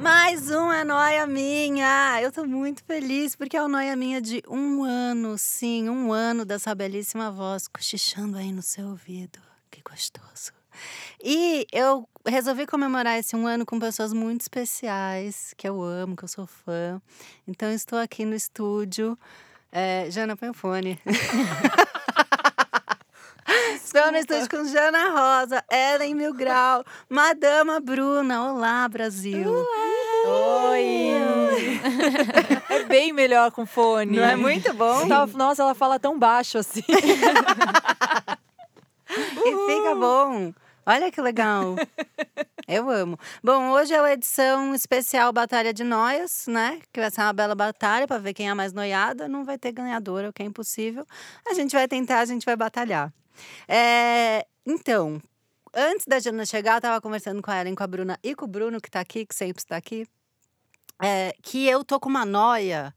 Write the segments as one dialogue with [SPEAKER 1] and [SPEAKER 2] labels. [SPEAKER 1] Mais um é noia minha! Ah, Eu tô muito feliz porque é o noia minha de um ano, sim, um ano dessa belíssima voz cochichando aí no seu ouvido. Que gostoso! E eu resolvi comemorar esse um ano com pessoas muito especiais, que eu amo, que eu sou fã. Então eu estou aqui no estúdio. É, Jana, põe o fone. Estou no estúdio com Jana Rosa, Ellen Mil Grau, Madama Bruna. Olá, Brasil!
[SPEAKER 2] Oi! é bem melhor com fone.
[SPEAKER 1] Não é muito bom?
[SPEAKER 2] Você tava- nossa, ela fala tão baixo assim.
[SPEAKER 1] E fica bom. Olha que legal. Eu amo. Bom, hoje é a edição especial Batalha de Noias, né? Que vai ser uma bela batalha para ver quem é a mais noiada. Não vai ter ganhadora, o que é impossível. A gente vai tentar, a gente vai batalhar. É, Então, antes da Jana chegar, eu tava conversando com a Ellen, com a Bruna e com o Bruno, que tá aqui, que sempre está aqui. é, que eu tô com uma noia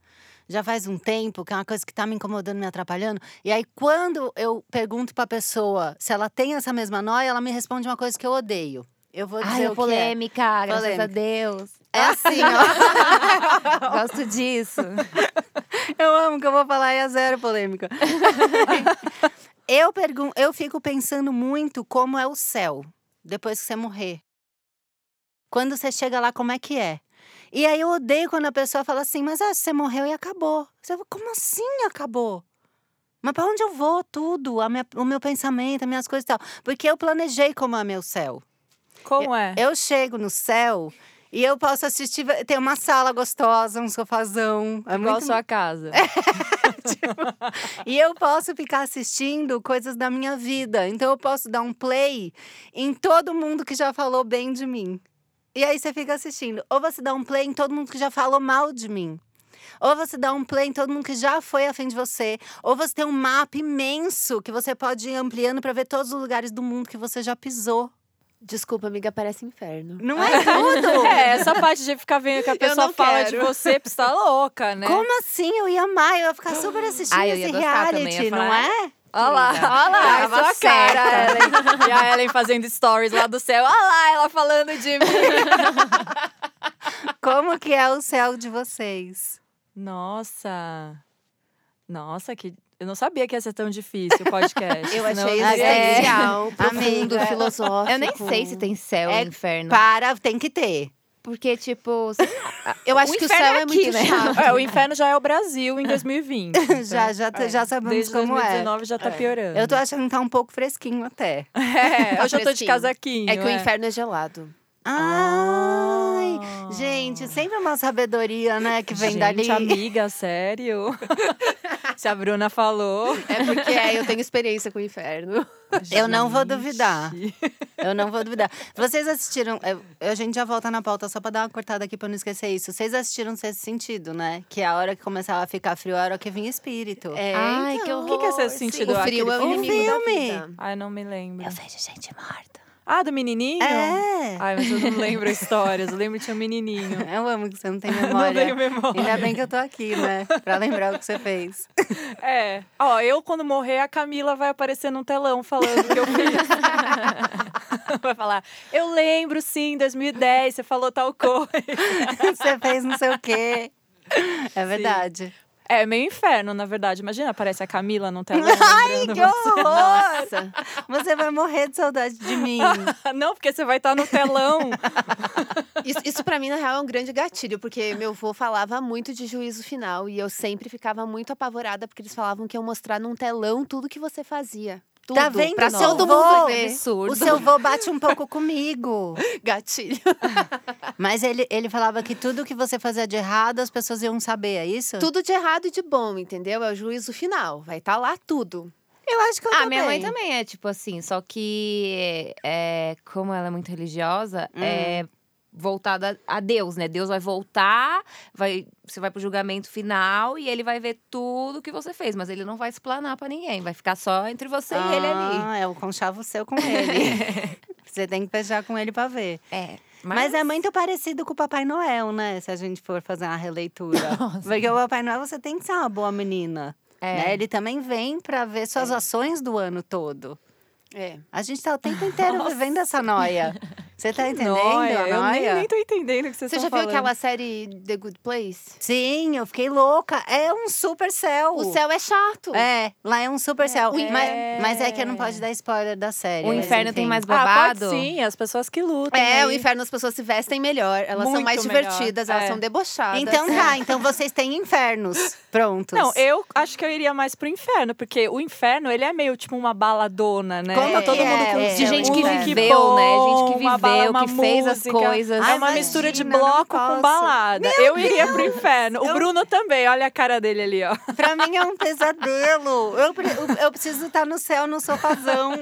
[SPEAKER 1] já faz um tempo, que é uma coisa que tá me incomodando, me atrapalhando. E aí, quando eu pergunto pra pessoa se ela tem essa mesma noia, ela me responde uma coisa que eu odeio. Eu vou dizer
[SPEAKER 3] Ai,
[SPEAKER 1] o que é.
[SPEAKER 3] polêmica, graças a Deus.
[SPEAKER 1] É assim, ó.
[SPEAKER 3] Gosto disso.
[SPEAKER 1] Eu amo que eu vou falar e é zero polêmica. eu, pergun eu fico pensando muito como é o céu depois que você morrer. Quando você chega lá, como é que é? E aí eu odeio quando a pessoa fala assim, mas ah, você morreu e acabou. Você fala, como assim acabou? Mas para onde eu vou tudo? A minha- o meu pensamento, as minhas coisas e tal. Porque eu planejei como é meu céu.
[SPEAKER 2] Como é?
[SPEAKER 1] Eu chego no céu e eu posso assistir. Tem uma sala gostosa, um sofazão. É
[SPEAKER 3] Igual
[SPEAKER 1] muito
[SPEAKER 3] sua casa.
[SPEAKER 1] E eu posso ficar assistindo coisas da minha vida. Então eu posso dar um play em todo mundo que já falou bem de mim. E aí você fica assistindo. Ou você dá um play em todo mundo que já falou mal de mim. Ou você dá um play em todo mundo que já foi afim de você. Ou você tem um mapa imenso que você pode ir ampliando para ver todos os lugares do mundo que você já pisou.
[SPEAKER 3] Desculpa, amiga, parece inferno.
[SPEAKER 1] Não é tudo?
[SPEAKER 2] É, essa parte de ficar vendo que a pessoa
[SPEAKER 1] não
[SPEAKER 2] fala
[SPEAKER 1] quero.
[SPEAKER 2] de você, você tá louca, né?
[SPEAKER 1] Como assim? Eu ia amar, eu ia ficar super assistindo
[SPEAKER 3] Ah, eu ia
[SPEAKER 1] esse
[SPEAKER 3] gostar também,
[SPEAKER 1] reality,
[SPEAKER 3] ia falar,
[SPEAKER 1] não é?
[SPEAKER 2] Olha lá, olha lá,
[SPEAKER 3] Tava
[SPEAKER 2] sua
[SPEAKER 3] certa. né?
[SPEAKER 2] cara, Ellen. E a Ellen fazendo stories lá do céu. Olha lá, ela falando de mim.
[SPEAKER 1] Como que é o céu de vocês?
[SPEAKER 2] Nossa. Nossa, que. Eu não sabia que ia ser tão difícil o podcast.
[SPEAKER 1] Eu
[SPEAKER 2] senão
[SPEAKER 1] achei
[SPEAKER 2] não teria
[SPEAKER 1] excelente.
[SPEAKER 2] ido.
[SPEAKER 3] Existencial, profundo,
[SPEAKER 1] Amiga, é.
[SPEAKER 3] filosófico. Eu nem sei se tem céu
[SPEAKER 1] É
[SPEAKER 3] e inferno.
[SPEAKER 1] Para, tem que ter.
[SPEAKER 3] Porque, tipo, sei lá,
[SPEAKER 4] Eu acho que o
[SPEAKER 3] inferno
[SPEAKER 4] céu é,
[SPEAKER 3] aqui,
[SPEAKER 4] muito
[SPEAKER 3] né?
[SPEAKER 4] chato.
[SPEAKER 2] É, o inferno já é o Brasil em 2020.
[SPEAKER 1] já, já,
[SPEAKER 4] tá,
[SPEAKER 1] te- já
[SPEAKER 2] então,
[SPEAKER 1] sabemos
[SPEAKER 2] Desde
[SPEAKER 4] é.
[SPEAKER 1] como
[SPEAKER 2] 2019 já tá piorando.
[SPEAKER 1] é. Eu tô achando que tá um pouco fresquinho até.
[SPEAKER 2] É,
[SPEAKER 4] Tá
[SPEAKER 2] eu já tô de
[SPEAKER 4] fresquinho.
[SPEAKER 2] casaquinho.
[SPEAKER 4] É que o inferno é gelado.
[SPEAKER 1] Ai,
[SPEAKER 2] Ah.
[SPEAKER 1] gente, sempre uma sabedoria, né, que vem
[SPEAKER 2] Gente,
[SPEAKER 1] dali.
[SPEAKER 2] amiga, sério? Se a Bruna falou.
[SPEAKER 4] É porque é, eu tenho experiência com o inferno.
[SPEAKER 1] Eu não vou duvidar.
[SPEAKER 2] Gente.
[SPEAKER 1] Eu não vou duvidar. Vocês assistiram. eu- A gente já volta na pauta só pra dar uma cortada aqui pra eu não esquecer isso. Vocês assistiram Sexto Sentido, né? Que a hora que começava a ficar frio, é a hora que vinha espírito.
[SPEAKER 4] É,
[SPEAKER 3] Ai,
[SPEAKER 4] então.
[SPEAKER 3] que
[SPEAKER 2] O que, que é esse
[SPEAKER 3] sim.
[SPEAKER 2] sentido?
[SPEAKER 4] O frio é o
[SPEAKER 2] Aquele filme?
[SPEAKER 4] inimigo
[SPEAKER 1] filme.
[SPEAKER 4] da vida.
[SPEAKER 2] Ai, não me lembro.
[SPEAKER 1] Eu vejo gente morta.
[SPEAKER 2] Ah, do menininho?
[SPEAKER 1] É.
[SPEAKER 2] Ai, mas eu não lembro histórias. Eu lembro que tinha um menininho.
[SPEAKER 1] Eu amo que você não tem
[SPEAKER 2] Não
[SPEAKER 1] memória.
[SPEAKER 2] tenho memória.
[SPEAKER 1] Ainda bem que eu tô aqui, né? Pra lembrar o que você fez.
[SPEAKER 2] É. Ó, eu quando morrer, a Camila vai aparecer num telão falando o que eu fiz. vai falar, eu lembro sim, em 2010 você falou tal coisa.
[SPEAKER 1] você fez não sei o quê. É verdade.
[SPEAKER 2] É meio inferno, na verdade. Imagina, aparece a Camila num telão.
[SPEAKER 1] Ai,
[SPEAKER 2] lembrando
[SPEAKER 1] que
[SPEAKER 2] você.
[SPEAKER 1] horror!
[SPEAKER 4] Nossa.
[SPEAKER 1] Você vai morrer de saudade de mim.
[SPEAKER 2] Não, porque você vai estar no telão.
[SPEAKER 4] Isso, isso pra mim, na real, é um grande gatilho, porque meu avô falava muito de juízo final e eu sempre ficava muito apavorada porque eles falavam que iam mostrar num telão tudo que você fazia. Tudo,
[SPEAKER 1] Tá vendo?
[SPEAKER 4] pra
[SPEAKER 1] Não.
[SPEAKER 4] todo
[SPEAKER 1] Vou
[SPEAKER 4] mundo
[SPEAKER 3] É
[SPEAKER 4] ver.
[SPEAKER 3] absurdo.
[SPEAKER 1] O seu vô bate um pouco comigo.
[SPEAKER 4] Gatilho.
[SPEAKER 1] Mas ele, ele falava que tudo que você fazia de errado, as pessoas iam saber, é isso?
[SPEAKER 4] Tudo de errado e de bom, entendeu? É o juízo final. Vai estar tá lá tudo.
[SPEAKER 1] Eu acho que eu
[SPEAKER 3] Ah, minha mãe também é tipo assim, só que é, como ela é muito religiosa,
[SPEAKER 1] Hum.
[SPEAKER 3] é voltada a Deus, né? Deus vai voltar, vai, você vai pro julgamento final e ele vai ver tudo que você fez, mas ele não vai explanar pra ninguém, vai ficar só entre você e ele ali.
[SPEAKER 1] Ah, é o conchavo seu com ele. Você tem que beijar com ele pra ver.
[SPEAKER 3] É.
[SPEAKER 1] Mas... é muito parecido com o Papai Noel, né? Se a gente for fazer uma releitura. Porque o Papai Noel, você tem que ser uma boa menina.
[SPEAKER 3] É.
[SPEAKER 1] né? Ele também vem pra ver suas ações do ano todo.
[SPEAKER 4] É.
[SPEAKER 1] A gente tá o tempo inteiro vivendo essa noia. Você tá entendendo
[SPEAKER 2] Nóia,
[SPEAKER 1] a
[SPEAKER 2] eu nem,
[SPEAKER 1] noia?
[SPEAKER 2] nem tô entendendo o que vocês
[SPEAKER 4] Você já
[SPEAKER 2] estão
[SPEAKER 4] viu
[SPEAKER 2] falando.
[SPEAKER 4] aquela série The Good Place?
[SPEAKER 1] Sim, eu fiquei louca. É um super céu.
[SPEAKER 4] O céu é chato.
[SPEAKER 1] É, lá é um super céu.
[SPEAKER 2] É.
[SPEAKER 1] Mas, mas é que eu não posso dar spoiler da série.
[SPEAKER 3] O
[SPEAKER 1] mas
[SPEAKER 3] inferno tem
[SPEAKER 1] enfim.
[SPEAKER 3] mais
[SPEAKER 2] Ah, pode
[SPEAKER 3] babado?
[SPEAKER 2] sim, as pessoas que lutam.
[SPEAKER 4] É,
[SPEAKER 2] aí.
[SPEAKER 4] o inferno as pessoas se vestem melhor, elas são
[SPEAKER 2] Muito
[SPEAKER 4] mais
[SPEAKER 2] melhor,
[SPEAKER 4] divertidas, elas
[SPEAKER 2] é.
[SPEAKER 4] são debochadas. É.
[SPEAKER 1] Então tá, então vocês têm infernos prontos.
[SPEAKER 2] Não, eu acho que eu iria mais pro inferno, porque o inferno, ele é meio tipo uma baladona, né?
[SPEAKER 1] Como
[SPEAKER 2] Tá todo
[SPEAKER 1] que
[SPEAKER 2] mundo
[SPEAKER 1] é?
[SPEAKER 2] com
[SPEAKER 1] É,
[SPEAKER 3] De gente que
[SPEAKER 1] Muito
[SPEAKER 3] viveu, né? Gente que
[SPEAKER 2] uma
[SPEAKER 3] viveu,
[SPEAKER 2] bala, uma
[SPEAKER 3] que fez as
[SPEAKER 2] música.
[SPEAKER 3] coisas.
[SPEAKER 2] É
[SPEAKER 1] Ai,
[SPEAKER 2] uma mistura de
[SPEAKER 1] imagina, não
[SPEAKER 2] bloco
[SPEAKER 1] posso.
[SPEAKER 2] com balada. eu iria pro inferno. O Bruno também, olha a cara dele ali, ó.
[SPEAKER 1] Pra mim é um pesadelo. Eu, pre- eu- eu preciso estar no céu, no sofazão.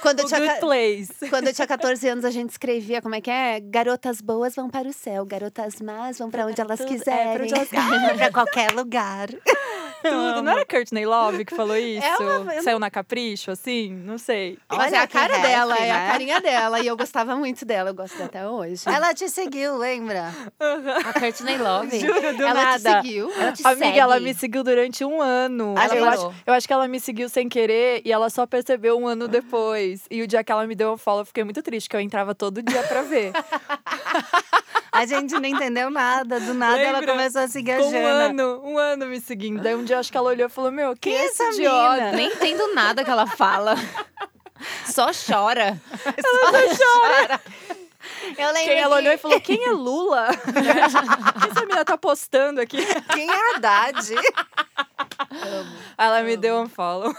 [SPEAKER 4] Quando eu,
[SPEAKER 2] O Good
[SPEAKER 4] tinha, ca-
[SPEAKER 2] Place.
[SPEAKER 4] quando eu tinha 14 anos, a gente escrevia como é que é? Garotas boas vão para o céu, garotas más vão para onde elas
[SPEAKER 2] Tudo- é,
[SPEAKER 4] quiserem.
[SPEAKER 2] pra onde elas-
[SPEAKER 1] pra qualquer lugar.
[SPEAKER 2] Tudo. Não era Courtney Love que
[SPEAKER 1] É
[SPEAKER 2] falou isso?
[SPEAKER 4] uma- eu
[SPEAKER 2] Saiu na Capricho, assim? Não sei.
[SPEAKER 4] Mas
[SPEAKER 1] Olha
[SPEAKER 4] é a
[SPEAKER 1] que
[SPEAKER 4] cara
[SPEAKER 1] rap,
[SPEAKER 4] dela, é
[SPEAKER 1] né?
[SPEAKER 4] a carinha dela. E eu gostava muito dela, eu gosto dela até hoje.
[SPEAKER 1] Ela te seguiu, lembra?
[SPEAKER 3] A Courtney Love.
[SPEAKER 2] Juro, do
[SPEAKER 4] Ela
[SPEAKER 2] nada.
[SPEAKER 4] te seguiu.
[SPEAKER 3] Ela te
[SPEAKER 2] Amiga,
[SPEAKER 3] segue.
[SPEAKER 2] ela me seguiu durante um ano.
[SPEAKER 1] Ah,
[SPEAKER 3] Ela
[SPEAKER 2] eu,
[SPEAKER 3] parou.
[SPEAKER 2] acho, eu acho que ela me seguiu sem querer e ela só percebeu um
[SPEAKER 1] Ah.
[SPEAKER 2] ano depois. E o dia que ela me deu um follow, eu fiquei muito triste, que eu entrava todo dia pra ver.
[SPEAKER 1] A gente não entendeu nada. Do nada ela
[SPEAKER 2] Lembra?
[SPEAKER 1] começou a seguir a
[SPEAKER 2] Ficou um
[SPEAKER 1] Jana.
[SPEAKER 2] ano, um ano me seguindo. Daí um dia acho que ela olhou e falou: Meu, quem
[SPEAKER 1] Que
[SPEAKER 2] é esse
[SPEAKER 1] essa
[SPEAKER 2] idiota?
[SPEAKER 1] mina?
[SPEAKER 3] Nem entendo nada que ela fala. Só chora.
[SPEAKER 1] Eu lembro
[SPEAKER 2] Quem ela
[SPEAKER 1] que-
[SPEAKER 2] olhou e falou: Quem é Lula? O que essa mina tá postando aqui?
[SPEAKER 1] Quem é Haddad?
[SPEAKER 2] Ela me deu um follow.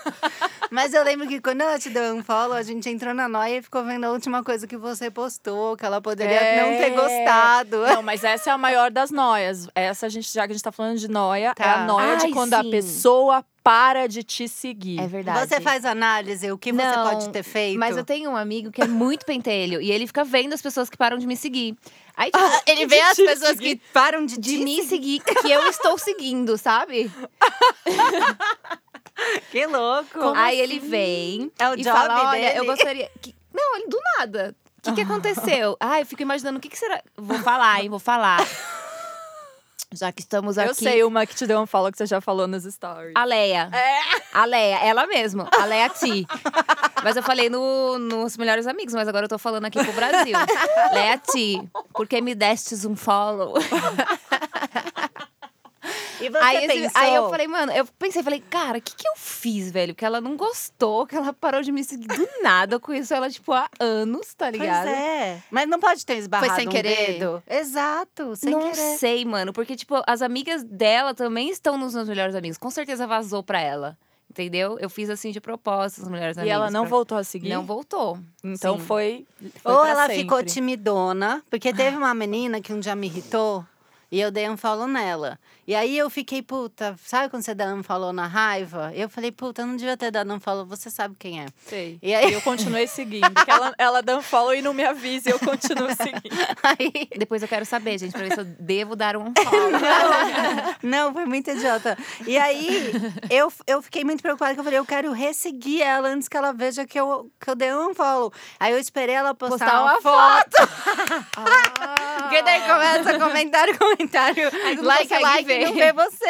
[SPEAKER 1] Mas eu lembro que quando ela te deu um follow, a gente entrou na noia e ficou vendo a última coisa que você postou, que ela poderia
[SPEAKER 2] É.
[SPEAKER 1] não ter gostado.
[SPEAKER 2] Não, mas essa é a maior das noias. Essa, a gente, já que a gente tá falando de noia,
[SPEAKER 1] Tá.
[SPEAKER 2] é a noia
[SPEAKER 3] Ai,
[SPEAKER 2] de quando
[SPEAKER 3] sim.
[SPEAKER 2] a pessoa para de te seguir.
[SPEAKER 3] É verdade.
[SPEAKER 1] Você faz análise, o que você
[SPEAKER 3] Não,
[SPEAKER 1] pode ter feito.
[SPEAKER 3] Mas eu tenho um amigo que é muito pentelho e ele fica vendo as pessoas que param de me seguir. Aí, tipo,
[SPEAKER 1] Ele
[SPEAKER 2] Ah, de
[SPEAKER 1] vê as
[SPEAKER 2] te
[SPEAKER 1] pessoas
[SPEAKER 2] seguir.
[SPEAKER 1] que param de,
[SPEAKER 3] de
[SPEAKER 1] te
[SPEAKER 3] me seguir que eu estou seguindo, sabe?
[SPEAKER 1] Que louco!
[SPEAKER 3] Aí ele vem
[SPEAKER 1] É o
[SPEAKER 3] e
[SPEAKER 1] job
[SPEAKER 3] fala: Olha,
[SPEAKER 1] dele?"
[SPEAKER 3] eu gostaria. que- Não, ele do nada. O que, que aconteceu? Ah, eu fico imaginando o que, que será. Vou falar, hein? Vou falar. Já que estamos aqui.
[SPEAKER 2] Eu sei uma que te deu um follow que você já falou nos stories.
[SPEAKER 1] Ah,
[SPEAKER 3] A Leia. A Leia, ela mesma. A Leia Ti. Mas eu falei no, nos Melhores Amigos, mas agora eu tô falando aqui pro Brasil. Leia Ti, por que me destes um follow?
[SPEAKER 1] E você
[SPEAKER 3] Aí, esse-
[SPEAKER 1] pensou,
[SPEAKER 3] aí eu falei, mano, eu pensei, falei, cara, o que, que eu fiz, velho? Que ela não gostou, que ela parou de me seguir do nada. Eu conheço ela, tipo, há anos, tá
[SPEAKER 1] pois
[SPEAKER 3] ligado?
[SPEAKER 1] é. Mas não pode ter esbarrado
[SPEAKER 4] sem
[SPEAKER 1] um
[SPEAKER 4] querer?
[SPEAKER 1] dedo. Exato, sem
[SPEAKER 3] não
[SPEAKER 1] querer.
[SPEAKER 3] sei, mano, porque, tipo, as amigas dela também estão nos meus melhores amigos. Com certeza vazou pra ela. Entendeu? Eu fiz assim de propósito nos melhores
[SPEAKER 2] E
[SPEAKER 3] amigos.
[SPEAKER 2] ela não
[SPEAKER 3] pra-
[SPEAKER 2] voltou a seguir?
[SPEAKER 3] Não voltou.
[SPEAKER 2] Então
[SPEAKER 3] sim.
[SPEAKER 2] foi, foi
[SPEAKER 1] Ou
[SPEAKER 2] pra
[SPEAKER 1] ela
[SPEAKER 2] sempre. Ah.
[SPEAKER 1] ficou timidona, porque teve uma menina que um dia me irritou e eu dei um follow nela. E aí eu fiquei, puta, sabe quando você dá um follow na raiva? Eu falei, puta, eu não devia ter dado um follow, você sabe quem é.
[SPEAKER 2] Sei.
[SPEAKER 1] E
[SPEAKER 2] E
[SPEAKER 1] aí-
[SPEAKER 2] aí eu continuei seguindo. porque ela, ela dá um follow e não me avisa, e eu continuo seguindo.
[SPEAKER 1] Aí
[SPEAKER 3] Depois eu quero saber, gente, pra ver se eu devo dar um follow.
[SPEAKER 1] Não, foi muito idiota. E aí, eu, eu fiquei muito preocupada, que eu falei, eu quero resseguir ela antes que ela veja que eu, que eu dei um follow. Aí eu esperei ela postar,
[SPEAKER 3] Postar
[SPEAKER 1] uma,
[SPEAKER 3] uma Ah.
[SPEAKER 1] foto. Porque daí começa comentário, comentário,
[SPEAKER 3] tu não
[SPEAKER 1] like,
[SPEAKER 3] consegue
[SPEAKER 1] like,
[SPEAKER 3] ver.
[SPEAKER 1] não vê você.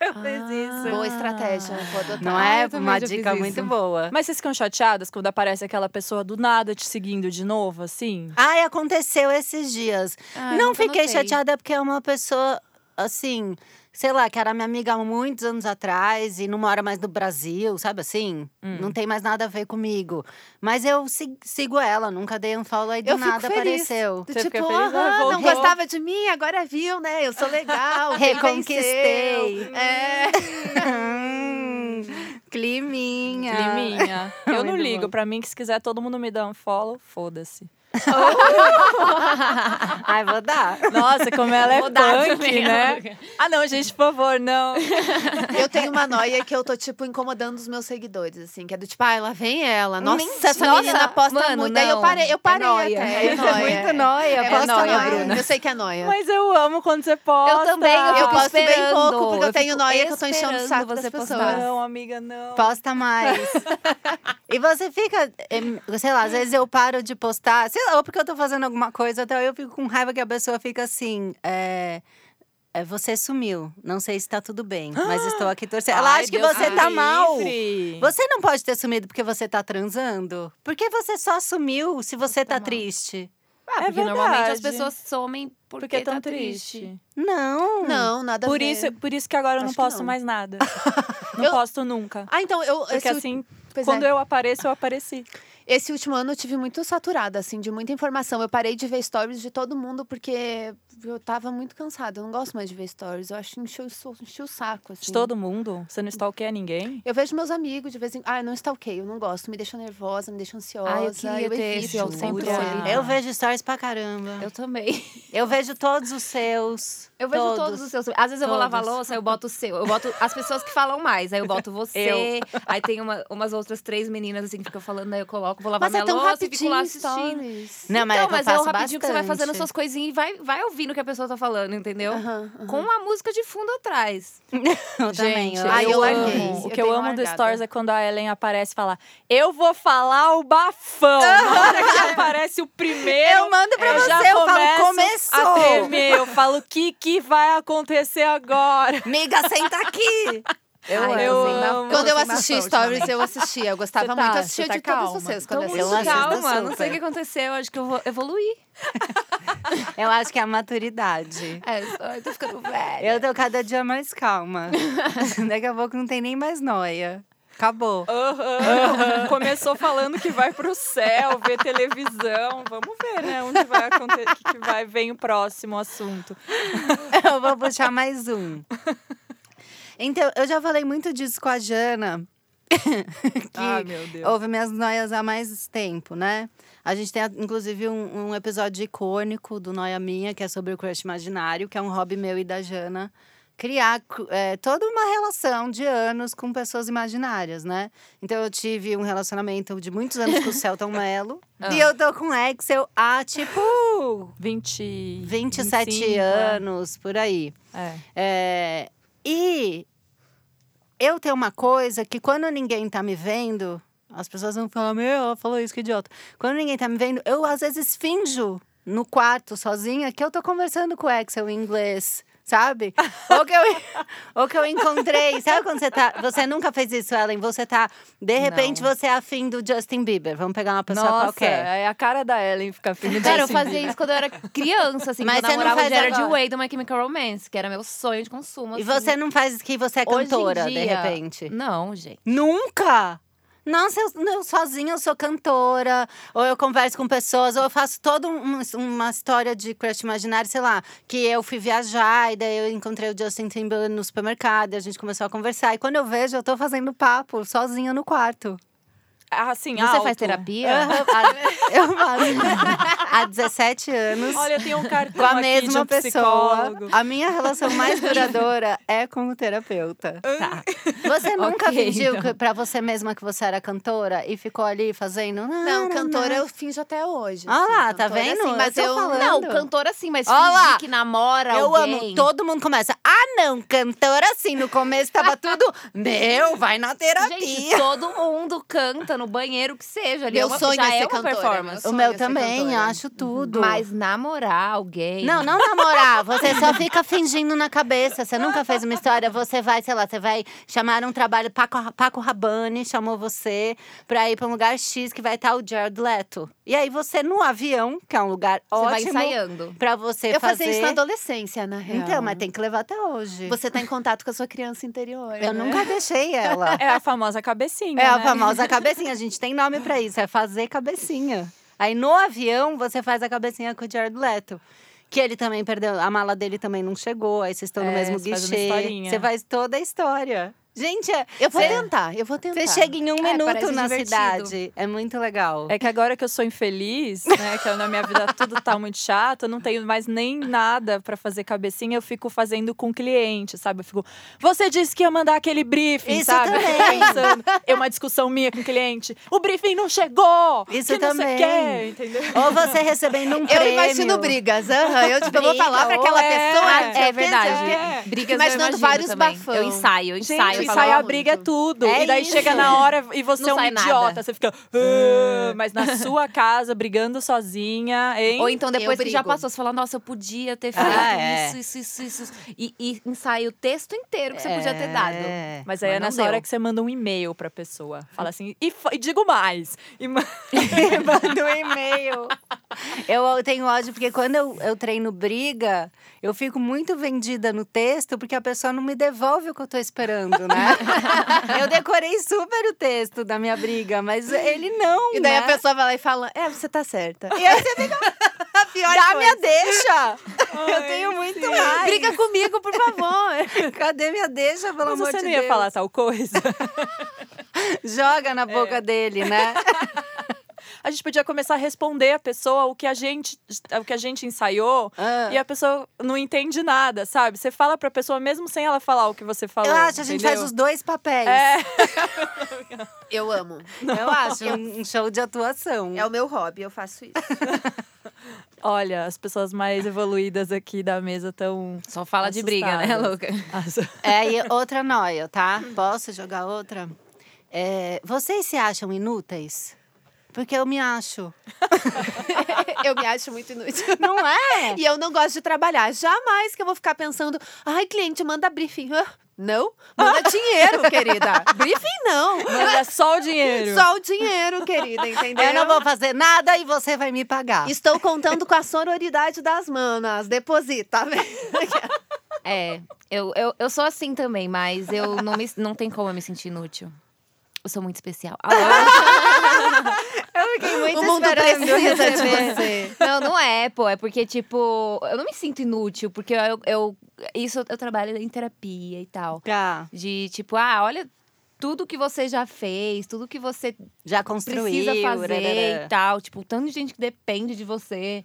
[SPEAKER 1] Eu fiz
[SPEAKER 4] Ah.
[SPEAKER 1] isso.
[SPEAKER 4] Boa estratégia, vou adotar.
[SPEAKER 1] Não
[SPEAKER 3] Ah,
[SPEAKER 1] é
[SPEAKER 3] eu também
[SPEAKER 1] uma
[SPEAKER 3] já fiz
[SPEAKER 1] dica
[SPEAKER 3] isso.
[SPEAKER 1] muito boa.
[SPEAKER 2] Mas vocês ficam chateadas quando aparece aquela pessoa do nada te seguindo de novo, assim?
[SPEAKER 1] Ai, aconteceu esses dias.
[SPEAKER 3] Ah,
[SPEAKER 1] não
[SPEAKER 3] nunca
[SPEAKER 1] fiquei
[SPEAKER 3] notei.
[SPEAKER 1] chateada porque é uma pessoa, assim, sei lá, que era minha amiga há muitos anos atrás e não mora mais no Brasil, sabe assim? Não tem mais nada a ver comigo. Mas eu si- sigo ela, nunca dei um follow aí do
[SPEAKER 4] Eu fico
[SPEAKER 1] nada
[SPEAKER 4] feliz.
[SPEAKER 1] apareceu.
[SPEAKER 4] Do
[SPEAKER 2] Você
[SPEAKER 4] tipo,
[SPEAKER 2] fica feliz? Ah,
[SPEAKER 4] aham, não
[SPEAKER 2] voltou.
[SPEAKER 4] gostava de mim, agora viu, né? Eu sou legal. quem
[SPEAKER 1] Reconquistei.
[SPEAKER 4] venceu? É.
[SPEAKER 1] Hum, climinha.
[SPEAKER 2] Liminha. Eu não
[SPEAKER 1] Muito
[SPEAKER 2] ligo.
[SPEAKER 1] bom.
[SPEAKER 2] Pra mim, que se quiser todo mundo me dá um follow, foda-se.
[SPEAKER 1] Ai, vou dar.
[SPEAKER 2] Nossa, como ela é
[SPEAKER 3] Vou dar
[SPEAKER 2] punk,
[SPEAKER 3] também,
[SPEAKER 2] né? Ah, não, gente, por favor, não.
[SPEAKER 4] Eu tenho uma noia que eu tô, tipo, incomodando os meus seguidores, assim, que é do tipo, ai, lá vem ela. Nossa,
[SPEAKER 3] Mentira.
[SPEAKER 4] essa menina
[SPEAKER 3] Nossa,
[SPEAKER 4] posta
[SPEAKER 3] mano,
[SPEAKER 4] muito. Daí eu
[SPEAKER 3] não.
[SPEAKER 4] parei, eu
[SPEAKER 3] É
[SPEAKER 4] parei
[SPEAKER 3] nóia.
[SPEAKER 4] até.
[SPEAKER 1] Isso é muito nóia,
[SPEAKER 4] É
[SPEAKER 1] posta
[SPEAKER 4] nóia,
[SPEAKER 1] nóia.
[SPEAKER 4] Bruna. Eu sei que é nóia.
[SPEAKER 2] Mas eu amo quando você posta.
[SPEAKER 3] Eu também, eu,
[SPEAKER 4] Eu
[SPEAKER 3] fico
[SPEAKER 4] posto bem
[SPEAKER 3] esperando.
[SPEAKER 4] pouco, porque eu tenho
[SPEAKER 3] fico
[SPEAKER 4] noia que eu tô enchendo o
[SPEAKER 3] esperando
[SPEAKER 4] saco das
[SPEAKER 3] você
[SPEAKER 4] pessoas.
[SPEAKER 3] postar.
[SPEAKER 2] Não, amiga, não.
[SPEAKER 1] Posta mais. e você fica, em- sei lá, às vezes eu paro de postar, sei lá, ou porque eu tô fazendo alguma coisa, até eu fico com raiva que a pessoa fica assim. É... é, Você sumiu. Não sei se tá tudo bem, mas estou aqui torcendo. Ela
[SPEAKER 2] Ai,
[SPEAKER 1] acha que
[SPEAKER 2] Deus
[SPEAKER 1] você
[SPEAKER 2] me
[SPEAKER 1] tá mal.
[SPEAKER 2] livre.
[SPEAKER 1] Você não pode ter sumido porque você tá transando. Porque você só sumiu se você tá
[SPEAKER 3] mal.
[SPEAKER 1] triste.
[SPEAKER 2] É
[SPEAKER 3] Ah, porque normalmente as
[SPEAKER 2] verdade.
[SPEAKER 3] pessoas somem porque,
[SPEAKER 2] Porque é tão
[SPEAKER 3] tá
[SPEAKER 2] triste.
[SPEAKER 1] Não.
[SPEAKER 4] Não, nada a
[SPEAKER 2] Por
[SPEAKER 4] ver.
[SPEAKER 2] isso, por isso que agora eu não
[SPEAKER 4] Acho que
[SPEAKER 2] posto
[SPEAKER 4] não.
[SPEAKER 2] mais nada. Não
[SPEAKER 4] Eu-
[SPEAKER 2] posto nunca.
[SPEAKER 4] Ah, então, eu.
[SPEAKER 2] Tá. Porque
[SPEAKER 4] Esse, ulti-
[SPEAKER 2] assim,
[SPEAKER 4] pois
[SPEAKER 2] quando
[SPEAKER 4] é.
[SPEAKER 2] eu apareço, eu apareci.
[SPEAKER 4] esse último ano eu tive muito saturada, assim, de muita informação. Eu parei de ver stories de todo mundo porque eu tava muito cansada. Eu não gosto mais de ver stories. Eu acho que encheu, o so- encheu o saco, assim.
[SPEAKER 2] De todo mundo. Você não stalkeia ninguém?
[SPEAKER 4] Eu vejo meus amigos de vez em quando. Ah, eu não stalkeio, eu não gosto. Me deixa nervosa, me deixa ansiosa.
[SPEAKER 3] Ai, eu queria ter
[SPEAKER 4] evito,
[SPEAKER 3] esse
[SPEAKER 4] eu sempre
[SPEAKER 2] orgulho.
[SPEAKER 4] olho.
[SPEAKER 1] Eu vejo stories pra caramba.
[SPEAKER 3] Eu também.
[SPEAKER 1] Eu vejo todos os seus.
[SPEAKER 3] Eu vejo todos, os seus. Às vezes eu vou lavar
[SPEAKER 1] Todos.
[SPEAKER 3] louça, eu boto o seu. Eu boto as pessoas que falam mais. Aí eu boto você. Aí tem uma- umas outras três meninas assim que ficam falando, aí eu coloco, vou lavar
[SPEAKER 4] Mas
[SPEAKER 3] minha
[SPEAKER 4] é tão
[SPEAKER 3] louça e fico lá
[SPEAKER 4] rapidinho
[SPEAKER 3] assistindo.
[SPEAKER 4] stories.
[SPEAKER 1] Não, mas,
[SPEAKER 3] então,
[SPEAKER 1] é, que eu
[SPEAKER 3] mas é o
[SPEAKER 1] faço
[SPEAKER 3] rapidinho que você vai fazendo
[SPEAKER 1] bastante.
[SPEAKER 3] suas coisinhas e vai, vai ouvindo o que a pessoa tá falando, entendeu?
[SPEAKER 4] Aham, aham.
[SPEAKER 3] Com a música de fundo atrás.
[SPEAKER 1] Eu também.
[SPEAKER 2] Gente,
[SPEAKER 1] eu-
[SPEAKER 4] Ai,
[SPEAKER 2] eu,
[SPEAKER 4] eu larguei.
[SPEAKER 2] amo. O
[SPEAKER 4] Eu
[SPEAKER 2] que eu,
[SPEAKER 4] tenho
[SPEAKER 2] amo do
[SPEAKER 4] largado.
[SPEAKER 2] Stories é quando a Ellen aparece e fala: Eu vou falar o bafão. Na hora que aparece o primeiro.
[SPEAKER 1] Eu mando pra
[SPEAKER 2] eu já
[SPEAKER 1] você, eu falo,
[SPEAKER 2] começo A
[SPEAKER 1] começou!
[SPEAKER 2] tremer, eu falo, o que, que vai acontecer agora?
[SPEAKER 1] Miga, senta aqui!
[SPEAKER 3] Eu,
[SPEAKER 2] eu amo.
[SPEAKER 4] Quando eu assisti stories, eu assistia. Eu gostava
[SPEAKER 2] Você tá-
[SPEAKER 4] muito, eu
[SPEAKER 2] você
[SPEAKER 4] assistia
[SPEAKER 2] tá
[SPEAKER 4] de
[SPEAKER 2] calma?
[SPEAKER 4] todos vocês. Quando
[SPEAKER 3] Tô
[SPEAKER 1] eu
[SPEAKER 3] muito
[SPEAKER 1] assisto
[SPEAKER 3] calma, não
[SPEAKER 1] super.
[SPEAKER 3] sei o que aconteceu, acho que eu vou evoluir.
[SPEAKER 1] Eu acho que é a maturidade.
[SPEAKER 3] É, só- eu tô ficando velha.
[SPEAKER 1] Eu tô cada dia mais calma. Daqui a pouco não tem nem mais noia. Acabou.
[SPEAKER 2] Aham. Começou falando que vai pro céu, ver televisão. Vamos ver, né? Onde vai acontecer, o que, que vai, vem o próximo assunto.
[SPEAKER 1] Eu vou puxar mais um. Então, eu já falei muito disso com a Jana. que
[SPEAKER 2] Ah, meu Deus.
[SPEAKER 1] Houve minhas noias há mais tempo, né? A gente tem, a- inclusive, um, um episódio icônico do Noia Minha, que é sobre o crush imaginário, que é um hobby meu e da Jana. Criar cru- eh, toda uma relação de anos com pessoas imaginárias, né? Então, eu tive um relacionamento de muitos anos com o Celton Mello.
[SPEAKER 2] Ah.
[SPEAKER 1] E eu tô com o Axel há, tipo,
[SPEAKER 2] 20.
[SPEAKER 1] 27
[SPEAKER 2] 25,
[SPEAKER 1] anos, por aí.
[SPEAKER 2] É.
[SPEAKER 1] É, e eu tenho uma coisa que quando ninguém tá me vendo, as pessoas vão falar, meu, ela falou isso, que idiota. Quando ninguém tá me vendo, eu às vezes finjo no quarto sozinha que eu tô conversando com o Excel em inglês. Sabe? ou, que eu, ou que eu encontrei. Sabe quando você tá. Você nunca fez isso, Ellen? Você tá. De repente você é afim do Justin Bieber. Vamos pegar uma pessoa
[SPEAKER 2] Nossa,
[SPEAKER 1] qualquer.
[SPEAKER 2] é a cara da Ellen ficar filme
[SPEAKER 3] Cara, eu fazia isso quando eu era criança, assim.
[SPEAKER 1] Mas
[SPEAKER 3] Mas eu
[SPEAKER 1] você não
[SPEAKER 3] namorava o
[SPEAKER 1] faz
[SPEAKER 3] Gerard
[SPEAKER 1] agora.
[SPEAKER 3] Way do My Chemical Romance, que era meu sonho de consumo.
[SPEAKER 1] E
[SPEAKER 3] assim.
[SPEAKER 1] você não faz que você é
[SPEAKER 3] Hoje em
[SPEAKER 1] cantora, de
[SPEAKER 3] dia-
[SPEAKER 1] repente.
[SPEAKER 3] Não, gente.
[SPEAKER 1] Nunca! Nossa, eu, eu sozinha eu sou cantora, ou eu converso com pessoas, ou eu faço toda um- uma história de crush imaginário, sei lá, que eu fui viajar e daí eu encontrei o Justin Timberlake no supermercado e a gente começou a conversar. E quando eu vejo, eu tô fazendo papo sozinha no quarto.
[SPEAKER 2] Assim,
[SPEAKER 3] Você
[SPEAKER 2] alto.
[SPEAKER 3] faz terapia?
[SPEAKER 1] Ah, A- eu faço há 17 anos.
[SPEAKER 2] Olha, eu tenho um cartão
[SPEAKER 1] com a
[SPEAKER 2] aqui de
[SPEAKER 1] mesma
[SPEAKER 2] um
[SPEAKER 1] pessoa.
[SPEAKER 2] psicólogo.
[SPEAKER 1] A minha relação mais duradoura é com o terapeuta.
[SPEAKER 3] Tá.
[SPEAKER 1] Você nunca
[SPEAKER 3] Ok,
[SPEAKER 1] fingiu
[SPEAKER 3] então.
[SPEAKER 1] que- pra você mesma que você era cantora e ficou ali fazendo. Não,
[SPEAKER 4] Não, cantora eu finjo até hoje.
[SPEAKER 1] Olha
[SPEAKER 4] assim,
[SPEAKER 1] lá, tá
[SPEAKER 4] cantora,
[SPEAKER 1] vendo?
[SPEAKER 4] assim, mas
[SPEAKER 1] tô
[SPEAKER 4] eu. assim,
[SPEAKER 1] falando.
[SPEAKER 3] Não, cantora sim, mas
[SPEAKER 1] Ó lá,
[SPEAKER 3] fingir que namora
[SPEAKER 1] Eu
[SPEAKER 3] alguém.
[SPEAKER 1] amo. Todo mundo começa. Ah, não, cantora sim. No começo tava tudo. Meu, vai na terapia.
[SPEAKER 3] Gente, todo mundo canta no banheiro, que seja. Ali é
[SPEAKER 4] Meu
[SPEAKER 3] uma,
[SPEAKER 4] sonho
[SPEAKER 3] já
[SPEAKER 4] é ser
[SPEAKER 3] uma
[SPEAKER 4] cantora,
[SPEAKER 3] performance.
[SPEAKER 1] o
[SPEAKER 4] sonho é
[SPEAKER 1] meu
[SPEAKER 4] ser
[SPEAKER 1] também,
[SPEAKER 4] cantora.
[SPEAKER 1] acho tudo.
[SPEAKER 3] Mas namorar alguém…
[SPEAKER 1] Não, não namorar. Você só fica fingindo na cabeça. Você nunca fez uma história. Você vai, sei lá, você vai chamar um trabalho. Paco, Paco Rabanne chamou você pra ir pra um lugar X que vai estar o Jared Leto. E aí você, no avião, que é um lugar
[SPEAKER 3] Você vai
[SPEAKER 1] ótimo
[SPEAKER 3] ensaiando.
[SPEAKER 1] pra você
[SPEAKER 4] Eu
[SPEAKER 1] fazer.
[SPEAKER 4] fazia isso na adolescência, na real.
[SPEAKER 1] Então, mas tem que levar até hoje.
[SPEAKER 4] Você tá em contato com a sua criança interior.
[SPEAKER 1] Eu
[SPEAKER 4] né?
[SPEAKER 1] nunca deixei ela. Tá
[SPEAKER 2] É a famosa cabecinha.
[SPEAKER 1] É a
[SPEAKER 2] né?
[SPEAKER 1] famosa cabecinha. A gente tem nome pra isso, é fazer cabecinha. Aí no avião você faz a cabecinha com o Jared Leto. Que ele também perdeu, a mala dele também não chegou, aí vocês estão no
[SPEAKER 2] É,
[SPEAKER 1] mesmo
[SPEAKER 2] você faz uma
[SPEAKER 1] guichê.
[SPEAKER 2] historinha.
[SPEAKER 1] Você faz toda a história. Gente, é-
[SPEAKER 4] Eu vou
[SPEAKER 1] Cê-
[SPEAKER 4] tentar, eu vou tentar.
[SPEAKER 1] você chega em um
[SPEAKER 3] É,
[SPEAKER 1] minuto
[SPEAKER 3] parece
[SPEAKER 1] na
[SPEAKER 3] divertido.
[SPEAKER 1] cidade. É muito legal.
[SPEAKER 2] É que agora que eu sou infeliz, né? Que eu- na minha vida tudo tá muito chato, eu não tenho mais nem nada pra fazer cabecinha, eu fico fazendo com o cliente, sabe? Eu fico. Você disse que ia mandar aquele briefing,
[SPEAKER 1] Isso
[SPEAKER 2] sabe? Eu fico
[SPEAKER 1] também.
[SPEAKER 2] pensando. É uma discussão minha com o cliente. O briefing não chegou!
[SPEAKER 1] Isso
[SPEAKER 2] que não
[SPEAKER 1] também.
[SPEAKER 2] sei o quê", entendeu?
[SPEAKER 1] Ou você recebendo um
[SPEAKER 4] Eu
[SPEAKER 1] prêmio.
[SPEAKER 4] imagino brigas. aham. eu, tipo, eu vou
[SPEAKER 3] Briga,
[SPEAKER 4] falar pra aquela
[SPEAKER 2] ou é-
[SPEAKER 4] pessoa.
[SPEAKER 2] Ah,
[SPEAKER 4] não sei o
[SPEAKER 3] É,
[SPEAKER 4] quê,
[SPEAKER 3] verdade.
[SPEAKER 4] não sei o quê.
[SPEAKER 2] É.
[SPEAKER 3] Brigas
[SPEAKER 4] Imaginando
[SPEAKER 3] eu imagino
[SPEAKER 4] vários
[SPEAKER 3] também.
[SPEAKER 4] bafão.
[SPEAKER 3] Eu ensaio, eu ensaio.
[SPEAKER 2] Gente,
[SPEAKER 3] eu
[SPEAKER 2] ensaiar
[SPEAKER 3] falava
[SPEAKER 2] a briga é
[SPEAKER 3] muito.
[SPEAKER 2] tudo.
[SPEAKER 4] É
[SPEAKER 2] e daí
[SPEAKER 4] isso.
[SPEAKER 2] chega na hora e você
[SPEAKER 3] Não
[SPEAKER 2] é um
[SPEAKER 3] sai nada. Hum.
[SPEAKER 2] idiota. Você fica. "Ah", mas na sua casa, brigando sozinha, hein?
[SPEAKER 3] Ou então depois
[SPEAKER 4] Eu
[SPEAKER 3] que já
[SPEAKER 4] brigo.
[SPEAKER 3] passou, você fala, nossa, eu podia ter feito
[SPEAKER 1] Ah, é.
[SPEAKER 3] isso, isso, isso, isso, isso. E, e ensaia o texto inteiro que você podia ter dado.
[SPEAKER 1] É.
[SPEAKER 2] Mas aí é
[SPEAKER 3] não
[SPEAKER 2] nessa
[SPEAKER 3] deu.
[SPEAKER 2] hora que você manda um e-mail pra pessoa.
[SPEAKER 1] Ah.
[SPEAKER 2] Fala assim, e, fa- e digo mais. E, ma- e manda um e-mail.
[SPEAKER 1] Eu tenho ódio porque quando eu, eu treino briga, eu fico muito vendida no texto porque a pessoa não me devolve o que eu tô esperando, né? eu decorei super o texto da minha briga, mas ele não.
[SPEAKER 4] E daí
[SPEAKER 1] né?
[SPEAKER 4] a pessoa vai lá e fala: É, você tá certa.
[SPEAKER 1] E aí você fica.
[SPEAKER 4] A pior
[SPEAKER 1] Dá
[SPEAKER 4] coisa.
[SPEAKER 1] minha deixa! eu
[SPEAKER 2] Ai,
[SPEAKER 1] tenho muito mais.
[SPEAKER 4] Briga comigo, por favor.
[SPEAKER 1] Cadê minha deixa, pelo
[SPEAKER 2] Mas
[SPEAKER 1] amor
[SPEAKER 2] você
[SPEAKER 1] de
[SPEAKER 2] não
[SPEAKER 1] Deus?
[SPEAKER 2] ia falar tal coisa?
[SPEAKER 1] Joga na boca dele, né?
[SPEAKER 2] É. A gente podia começar a responder a pessoa o que a gente, o que a gente ensaiou.
[SPEAKER 1] Ah.
[SPEAKER 2] E a pessoa não entende nada, sabe? Você fala pra pessoa mesmo sem ela falar o que você falou.
[SPEAKER 1] Eu acho, a gente faz
[SPEAKER 2] entendeu?
[SPEAKER 1] os dois papéis.
[SPEAKER 2] É.
[SPEAKER 4] Eu amo.
[SPEAKER 1] Eu acho, um um show de atuação.
[SPEAKER 4] É o meu hobby, eu faço isso.
[SPEAKER 2] Olha, as pessoas mais evoluídas aqui da mesa estão.
[SPEAKER 3] Só fala de briga, né,
[SPEAKER 2] Assustadas.
[SPEAKER 3] louca?
[SPEAKER 1] É, e outra noia, tá? Posso jogar outra? É, vocês se acham inúteis? Porque eu me acho.
[SPEAKER 4] eu me acho muito inútil.
[SPEAKER 1] Não é?
[SPEAKER 4] E eu não gosto de trabalhar. Jamais que eu vou ficar pensando, ai, cliente, manda briefing. Ah, Não, manda dinheiro, querida. Briefing não.
[SPEAKER 2] Mas é só o dinheiro.
[SPEAKER 4] Só o dinheiro, querida, entendeu?
[SPEAKER 1] Eu não vou fazer nada e você vai me pagar.
[SPEAKER 4] Estou contando com a sororidade das manas. Deposita.
[SPEAKER 3] É, eu, eu, eu sou assim também, mas eu não, me, não tem como eu me sentir inútil. Eu sou muito especial. Ah,
[SPEAKER 1] Eu fiquei muito
[SPEAKER 4] o mundo
[SPEAKER 1] esperando eu
[SPEAKER 4] precisa de
[SPEAKER 1] receber.
[SPEAKER 4] você.
[SPEAKER 3] não, não é, pô. É porque, tipo, eu não me sinto inútil, porque eu, eu isso eu trabalho em terapia e tal.
[SPEAKER 1] Tá,
[SPEAKER 3] De tipo, ah, olha tudo que você já fez, tudo que você
[SPEAKER 1] já construí.
[SPEAKER 3] precisa fazer
[SPEAKER 1] rarará.
[SPEAKER 3] e tal. Tipo, o tanto de gente que depende de você.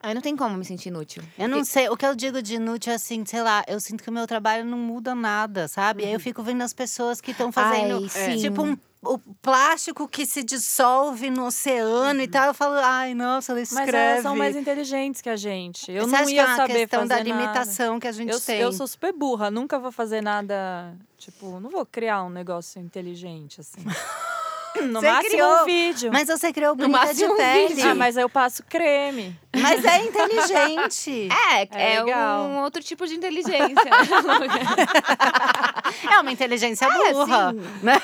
[SPEAKER 3] Aí não tem como me sentir inútil.
[SPEAKER 1] Eu não sei, o que eu digo de inútil é assim, sei lá, eu sinto que o meu trabalho não muda nada, sabe? Aí eu fico vendo as pessoas que estão fazendo
[SPEAKER 3] Uhum. Ai, sim.
[SPEAKER 1] tipo um o plástico que se dissolve no oceano
[SPEAKER 3] Uhum.
[SPEAKER 1] e tal. Eu falo, ai, nossa, ela
[SPEAKER 2] Mas
[SPEAKER 1] escreve.
[SPEAKER 2] elas são mais inteligentes que a gente. Eu
[SPEAKER 1] Você
[SPEAKER 2] não
[SPEAKER 1] acha
[SPEAKER 2] ia
[SPEAKER 1] que é uma
[SPEAKER 2] saber
[SPEAKER 1] questão
[SPEAKER 2] fazer
[SPEAKER 1] da
[SPEAKER 2] nada.
[SPEAKER 1] limitação que a gente
[SPEAKER 2] Eu,
[SPEAKER 1] tem.
[SPEAKER 2] eu sou super burra, nunca vou fazer nada. Tipo, não vou criar um negócio inteligente, assim. No
[SPEAKER 1] Você
[SPEAKER 2] máximo
[SPEAKER 1] criou,
[SPEAKER 2] um vídeo.
[SPEAKER 1] Mas você criou bonita de
[SPEAKER 3] máximo um
[SPEAKER 1] pele.
[SPEAKER 3] vídeo.
[SPEAKER 2] Ah, mas eu passo creme.
[SPEAKER 1] Mas é inteligente.
[SPEAKER 3] É,
[SPEAKER 2] É
[SPEAKER 3] é,
[SPEAKER 2] legal.
[SPEAKER 3] um outro tipo de inteligência.
[SPEAKER 1] É uma inteligência burra. né?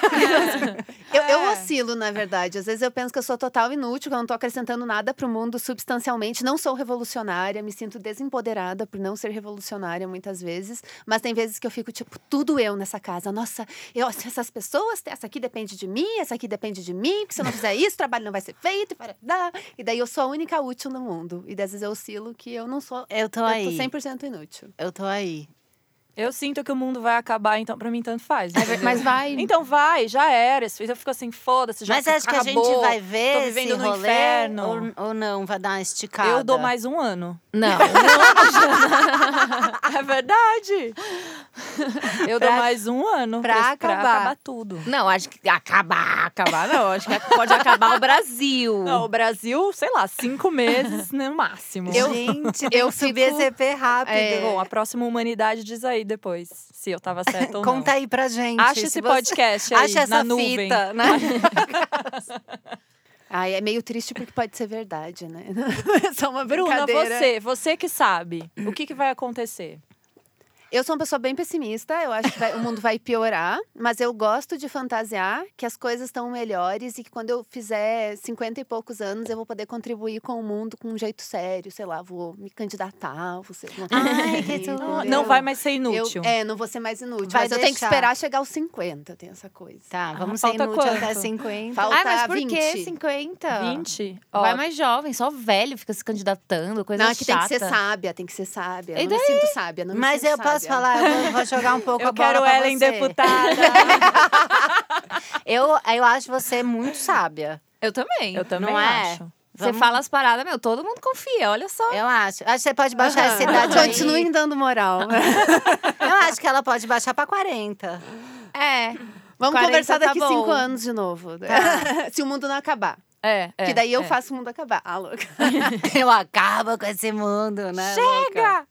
[SPEAKER 4] Eu, eu
[SPEAKER 1] É.
[SPEAKER 4] oscilo, na verdade. Às vezes eu penso que eu sou total inútil, que eu não tô acrescentando nada pro mundo substancialmente. Não sou revolucionária, me sinto desempoderada por não ser revolucionária muitas vezes. Mas tem vezes que eu fico, tipo, tudo eu nessa casa. Nossa, eu, essas pessoas, essa aqui depende de mim, essa aqui depende de mim, que se eu não fizer isso, o trabalho não vai ser feito. E, parará. e daí eu sou a única útil no mundo. E às vezes eu oscilo que eu não sou.
[SPEAKER 1] Eu tô
[SPEAKER 4] Eu tô
[SPEAKER 1] aí.
[SPEAKER 4] 100% inútil.
[SPEAKER 1] Eu tô aí.
[SPEAKER 2] Eu sinto que o mundo vai acabar, então pra mim tanto faz.
[SPEAKER 1] É
[SPEAKER 2] entendeu?
[SPEAKER 3] mas vai.
[SPEAKER 2] Então vai, já era. isso- Eu fico assim, foda-se, já
[SPEAKER 1] Mas acho que a gente
[SPEAKER 2] acabou.
[SPEAKER 1] vai ver
[SPEAKER 2] tô
[SPEAKER 1] esse
[SPEAKER 2] vivendo no
[SPEAKER 1] rolê
[SPEAKER 2] inferno.
[SPEAKER 1] Ou, ou não, vai dar uma esticada.
[SPEAKER 2] Eu dou mais um ano.
[SPEAKER 3] Não.
[SPEAKER 2] É verdade. Eu dou
[SPEAKER 1] Pra-
[SPEAKER 2] mais um ano
[SPEAKER 1] pra
[SPEAKER 2] pra
[SPEAKER 1] acabar.
[SPEAKER 2] acabar tudo.
[SPEAKER 3] Não, acho que acabar, acabar não. Acho que pode acabar o Brasil.
[SPEAKER 2] Não, o Brasil, sei lá, cinco meses no máximo.
[SPEAKER 1] Gente, eu
[SPEAKER 4] eu
[SPEAKER 1] subi
[SPEAKER 4] fico-
[SPEAKER 1] esse EP rápido.
[SPEAKER 4] É.
[SPEAKER 2] Bom, a próxima humanidade diz aí depois, se eu tava certa ou
[SPEAKER 1] Conta
[SPEAKER 2] não.
[SPEAKER 1] aí pra gente.
[SPEAKER 2] Acha
[SPEAKER 1] se
[SPEAKER 2] esse
[SPEAKER 1] você-
[SPEAKER 2] podcast aí,
[SPEAKER 1] Acha essa
[SPEAKER 2] na nuvem.
[SPEAKER 1] fita, né?
[SPEAKER 4] Ai, é meio triste porque pode ser verdade, né? é só uma
[SPEAKER 2] Bruna,
[SPEAKER 4] brincadeira.
[SPEAKER 2] você, você que sabe, o que, que vai acontecer?
[SPEAKER 4] Eu sou uma pessoa bem pessimista, eu acho que vai- o mundo vai piorar, mas eu gosto de fantasiar que as coisas estão melhores e que quando eu fizer 50 e poucos anos eu vou poder contribuir com o mundo com um jeito sério, sei lá, vou me candidatar, vou ser alguma coisa
[SPEAKER 1] Ai,
[SPEAKER 4] assim,
[SPEAKER 1] que tudo.
[SPEAKER 4] entendeu?
[SPEAKER 2] Não vai mais ser inútil.
[SPEAKER 4] Eu, é, não vou ser mais inútil,
[SPEAKER 1] Vai
[SPEAKER 4] mas eu tenho que
[SPEAKER 1] deixar.
[SPEAKER 4] esperar chegar aos 50, tem essa coisa.
[SPEAKER 1] Tá, vamos ser
[SPEAKER 2] Ah, falta
[SPEAKER 1] inútil até
[SPEAKER 2] quanto?
[SPEAKER 1] 50.
[SPEAKER 4] Falta
[SPEAKER 3] Ai, Ah, mas por
[SPEAKER 4] 20.
[SPEAKER 3] que 50?
[SPEAKER 2] 20? Ó,
[SPEAKER 3] Vai mais jovem, só velho fica se candidatando, coisa
[SPEAKER 4] Não, é que tem
[SPEAKER 3] chata.
[SPEAKER 4] que ser sábia, tem que ser sábia.
[SPEAKER 3] E
[SPEAKER 4] Eu não me sinto sábia, não me
[SPEAKER 1] Mas
[SPEAKER 4] sinto
[SPEAKER 1] eu posso posso falar? Eu vou, vou jogar um pouco a
[SPEAKER 2] Eu
[SPEAKER 1] bola
[SPEAKER 2] quero
[SPEAKER 1] pra
[SPEAKER 2] Ellen
[SPEAKER 1] você.
[SPEAKER 2] deputada.
[SPEAKER 1] Eu, eu acho você muito sábia.
[SPEAKER 3] Eu também.
[SPEAKER 2] Eu também
[SPEAKER 1] Não é?
[SPEAKER 2] acho.
[SPEAKER 3] Você
[SPEAKER 1] Vamos-
[SPEAKER 3] fala as paradas, meu, todo mundo confia, olha só.
[SPEAKER 1] Eu acho. Acho que você pode baixar essa idade aí.
[SPEAKER 4] Continuem dando moral.
[SPEAKER 1] Eu acho que ela pode baixar pra 40.
[SPEAKER 3] É,
[SPEAKER 4] Vamos
[SPEAKER 3] 40
[SPEAKER 4] conversar
[SPEAKER 3] tá
[SPEAKER 4] daqui
[SPEAKER 3] bom.
[SPEAKER 4] cinco anos de novo. Se o mundo não acabar.
[SPEAKER 3] é. é
[SPEAKER 4] que daí eu
[SPEAKER 3] é.
[SPEAKER 4] faço o mundo acabar. Ah, louca.
[SPEAKER 1] Eu acabo com esse mundo, né? Chega!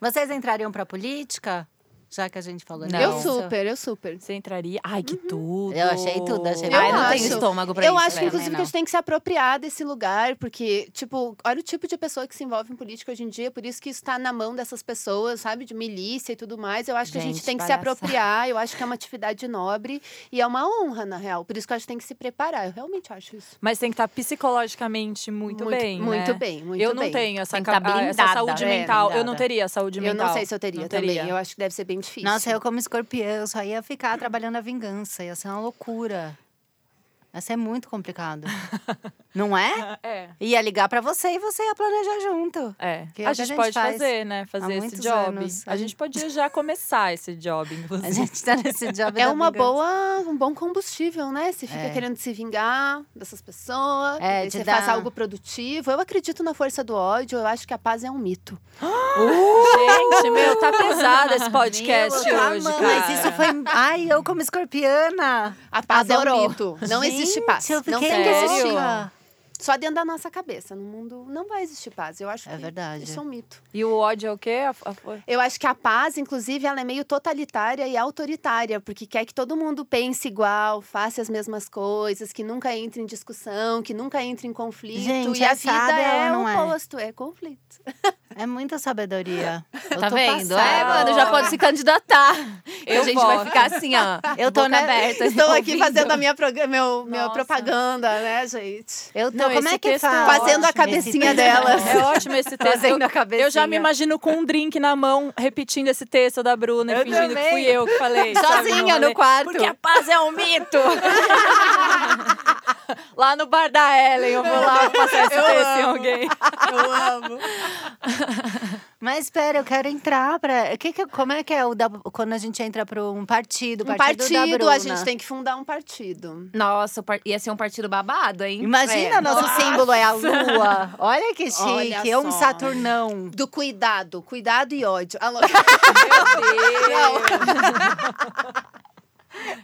[SPEAKER 1] Vocês entrariam pra política? Já que a gente falou
[SPEAKER 3] Não.
[SPEAKER 4] Eu
[SPEAKER 1] nisso?
[SPEAKER 4] super, eu super.
[SPEAKER 2] Você entraria. Ai, que tudo.
[SPEAKER 1] Uhum. Eu achei tudo, achei
[SPEAKER 4] Eu
[SPEAKER 3] Ai, não
[SPEAKER 4] acho.
[SPEAKER 3] tenho estômago pra
[SPEAKER 4] eu
[SPEAKER 3] isso.
[SPEAKER 4] acho,
[SPEAKER 3] velho.
[SPEAKER 4] inclusive, que a gente tem que se apropriar desse lugar, porque, tipo, olha o tipo de pessoa que se envolve em política hoje em dia, por isso que isso tá na mão dessas pessoas, sabe? De milícia e tudo mais. Eu acho que a gente
[SPEAKER 3] Gente,
[SPEAKER 4] tem que se
[SPEAKER 3] palhaçada.
[SPEAKER 4] apropriar, eu acho que é uma atividade nobre e é uma honra, na real. Por isso que eu acho que tem que se preparar. Eu realmente acho isso.
[SPEAKER 2] Mas tem que estar psicologicamente muito, bem.
[SPEAKER 4] Muito
[SPEAKER 2] né?
[SPEAKER 4] bem, muito
[SPEAKER 2] eu
[SPEAKER 4] bem.
[SPEAKER 2] não tenho essa,
[SPEAKER 3] Tem que tá
[SPEAKER 2] capa- essa
[SPEAKER 3] blindada,
[SPEAKER 2] saúde
[SPEAKER 3] né?
[SPEAKER 2] mental. Eu não
[SPEAKER 3] Blindada.
[SPEAKER 2] teria saúde
[SPEAKER 4] Eu
[SPEAKER 2] mental.
[SPEAKER 4] não sei se eu teria
[SPEAKER 2] Não
[SPEAKER 4] também.
[SPEAKER 2] teria.
[SPEAKER 4] Eu acho que deve ser bem difícil.
[SPEAKER 1] Nossa, eu como escorpião, eu só ia ficar trabalhando a vingança. Ia ser uma loucura. Ia ser muito complicado. Não é?
[SPEAKER 2] É.
[SPEAKER 1] Ia ligar pra você e você ia planejar junto.
[SPEAKER 2] É.
[SPEAKER 1] Que é
[SPEAKER 2] a
[SPEAKER 1] o que a
[SPEAKER 2] gente,
[SPEAKER 1] gente
[SPEAKER 2] pode
[SPEAKER 1] faz
[SPEAKER 2] fazer, né? Fazer esse
[SPEAKER 1] muitos
[SPEAKER 2] job.
[SPEAKER 1] anos. né?
[SPEAKER 2] A gente podia já começar esse job,
[SPEAKER 1] A
[SPEAKER 2] inclusive.
[SPEAKER 1] gente tá nesse job
[SPEAKER 4] É
[SPEAKER 1] da
[SPEAKER 4] uma
[SPEAKER 1] vingança.
[SPEAKER 4] boa, um bom combustível, né? Você fica
[SPEAKER 1] É.
[SPEAKER 4] querendo se vingar dessas pessoas,
[SPEAKER 1] É,
[SPEAKER 4] daí
[SPEAKER 1] te
[SPEAKER 4] você
[SPEAKER 1] dá-
[SPEAKER 4] faz algo produtivo. Eu acredito na força do ódio, eu acho que a paz é um mito.
[SPEAKER 2] Gente, meu, tá pesado esse podcast
[SPEAKER 1] Meu, tá
[SPEAKER 2] hoje.
[SPEAKER 1] amando.
[SPEAKER 2] Cara.
[SPEAKER 1] Mas isso foi. Ai, eu como escorpiana.
[SPEAKER 4] A paz é
[SPEAKER 1] Adorou.
[SPEAKER 4] um mito. Não existe
[SPEAKER 1] Gente,
[SPEAKER 4] paz.
[SPEAKER 1] Eu
[SPEAKER 4] Não
[SPEAKER 1] fiquei
[SPEAKER 4] tem que
[SPEAKER 2] sério?
[SPEAKER 4] existir.
[SPEAKER 1] louca.
[SPEAKER 4] Só dentro da nossa cabeça. No mundo não vai existir paz. Eu acho
[SPEAKER 1] É
[SPEAKER 4] que
[SPEAKER 1] verdade.
[SPEAKER 4] isso é um mito.
[SPEAKER 2] E o ódio é o quê? A- a-
[SPEAKER 4] Eu acho que a paz, inclusive, ela é meio totalitária e autoritária, porque quer que todo mundo pense igual, faça as mesmas coisas, que nunca entre em discussão, que nunca entre em conflito.
[SPEAKER 1] Gente,
[SPEAKER 4] e a
[SPEAKER 1] é
[SPEAKER 4] vida
[SPEAKER 1] sábia,
[SPEAKER 4] é
[SPEAKER 1] ela
[SPEAKER 4] o
[SPEAKER 1] não é.
[SPEAKER 4] oposto, é conflito.
[SPEAKER 1] É muita sabedoria. Eu
[SPEAKER 3] Tá
[SPEAKER 1] tô
[SPEAKER 3] vendo? É,
[SPEAKER 1] passada.
[SPEAKER 3] mano, já pode se candidatar.
[SPEAKER 2] Eu
[SPEAKER 3] a gente
[SPEAKER 2] voto.
[SPEAKER 3] vai ficar assim, ó.
[SPEAKER 1] Eu tô
[SPEAKER 3] boca
[SPEAKER 1] na-
[SPEAKER 3] aberta.
[SPEAKER 4] Estou aqui
[SPEAKER 3] ouvindo.
[SPEAKER 4] fazendo a minha, proga- meu, minha
[SPEAKER 2] Nossa.
[SPEAKER 4] propaganda, né, gente?
[SPEAKER 1] Eu tô,
[SPEAKER 2] Não,
[SPEAKER 1] como
[SPEAKER 2] esse
[SPEAKER 1] é que
[SPEAKER 2] texto é
[SPEAKER 1] faz?
[SPEAKER 4] Fazendo a cabecinha dela.
[SPEAKER 2] É ótimo esse texto.
[SPEAKER 1] Fazendo a
[SPEAKER 2] Eu,
[SPEAKER 1] cabecinha.
[SPEAKER 2] eu já me imagino com um drink na mão, repetindo esse texto da Bruna, e
[SPEAKER 1] Eu
[SPEAKER 2] fingindo
[SPEAKER 1] também.
[SPEAKER 2] que fui eu que falei. sabe,
[SPEAKER 1] Sozinha
[SPEAKER 2] rolê.
[SPEAKER 1] no quarto.
[SPEAKER 2] Porque a paz é um mito. lá no bar da Ellen, eu vou lá passar esse texto em alguém.
[SPEAKER 4] Eu amo.
[SPEAKER 1] Mas espera, eu quero entrar pra. O que que- como é que é o da... quando a gente entra pra um partido?
[SPEAKER 4] Um
[SPEAKER 1] partido, da
[SPEAKER 4] partido,
[SPEAKER 1] Bruna.
[SPEAKER 4] a gente tem que fundar um partido.
[SPEAKER 3] Nossa, o par- ia ser um partido babado, hein?
[SPEAKER 1] Imagina,
[SPEAKER 4] É.
[SPEAKER 1] nosso
[SPEAKER 4] Nossa.
[SPEAKER 1] símbolo é a lua. Olha que chique,
[SPEAKER 4] Olha
[SPEAKER 1] é um
[SPEAKER 4] só.
[SPEAKER 1] Saturnão.
[SPEAKER 4] Do cuidado, cuidado e ódio. Alô.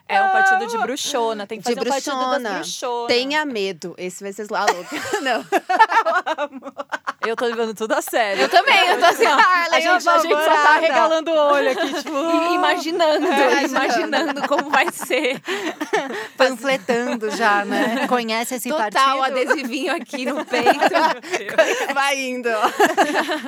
[SPEAKER 2] É um partido de bruxona. Tem que
[SPEAKER 4] De
[SPEAKER 2] fazer um partido
[SPEAKER 4] bruxona.
[SPEAKER 2] das bruxonas.
[SPEAKER 4] Tenha medo. Esse vai ser lá louca. Não.
[SPEAKER 2] Eu tô levando tudo a sério.
[SPEAKER 3] Eu também, eu tô assim, ó.
[SPEAKER 4] Ah, é
[SPEAKER 2] A gente, a gente só tá arregalando o olho aqui, tipo...
[SPEAKER 3] E Imaginando,
[SPEAKER 4] É,
[SPEAKER 3] imaginando como vai ser.
[SPEAKER 1] Panfletando já, né? Conhece esse
[SPEAKER 3] Total,
[SPEAKER 1] partido?
[SPEAKER 3] adesivinho aqui no peito.
[SPEAKER 4] Vai indo.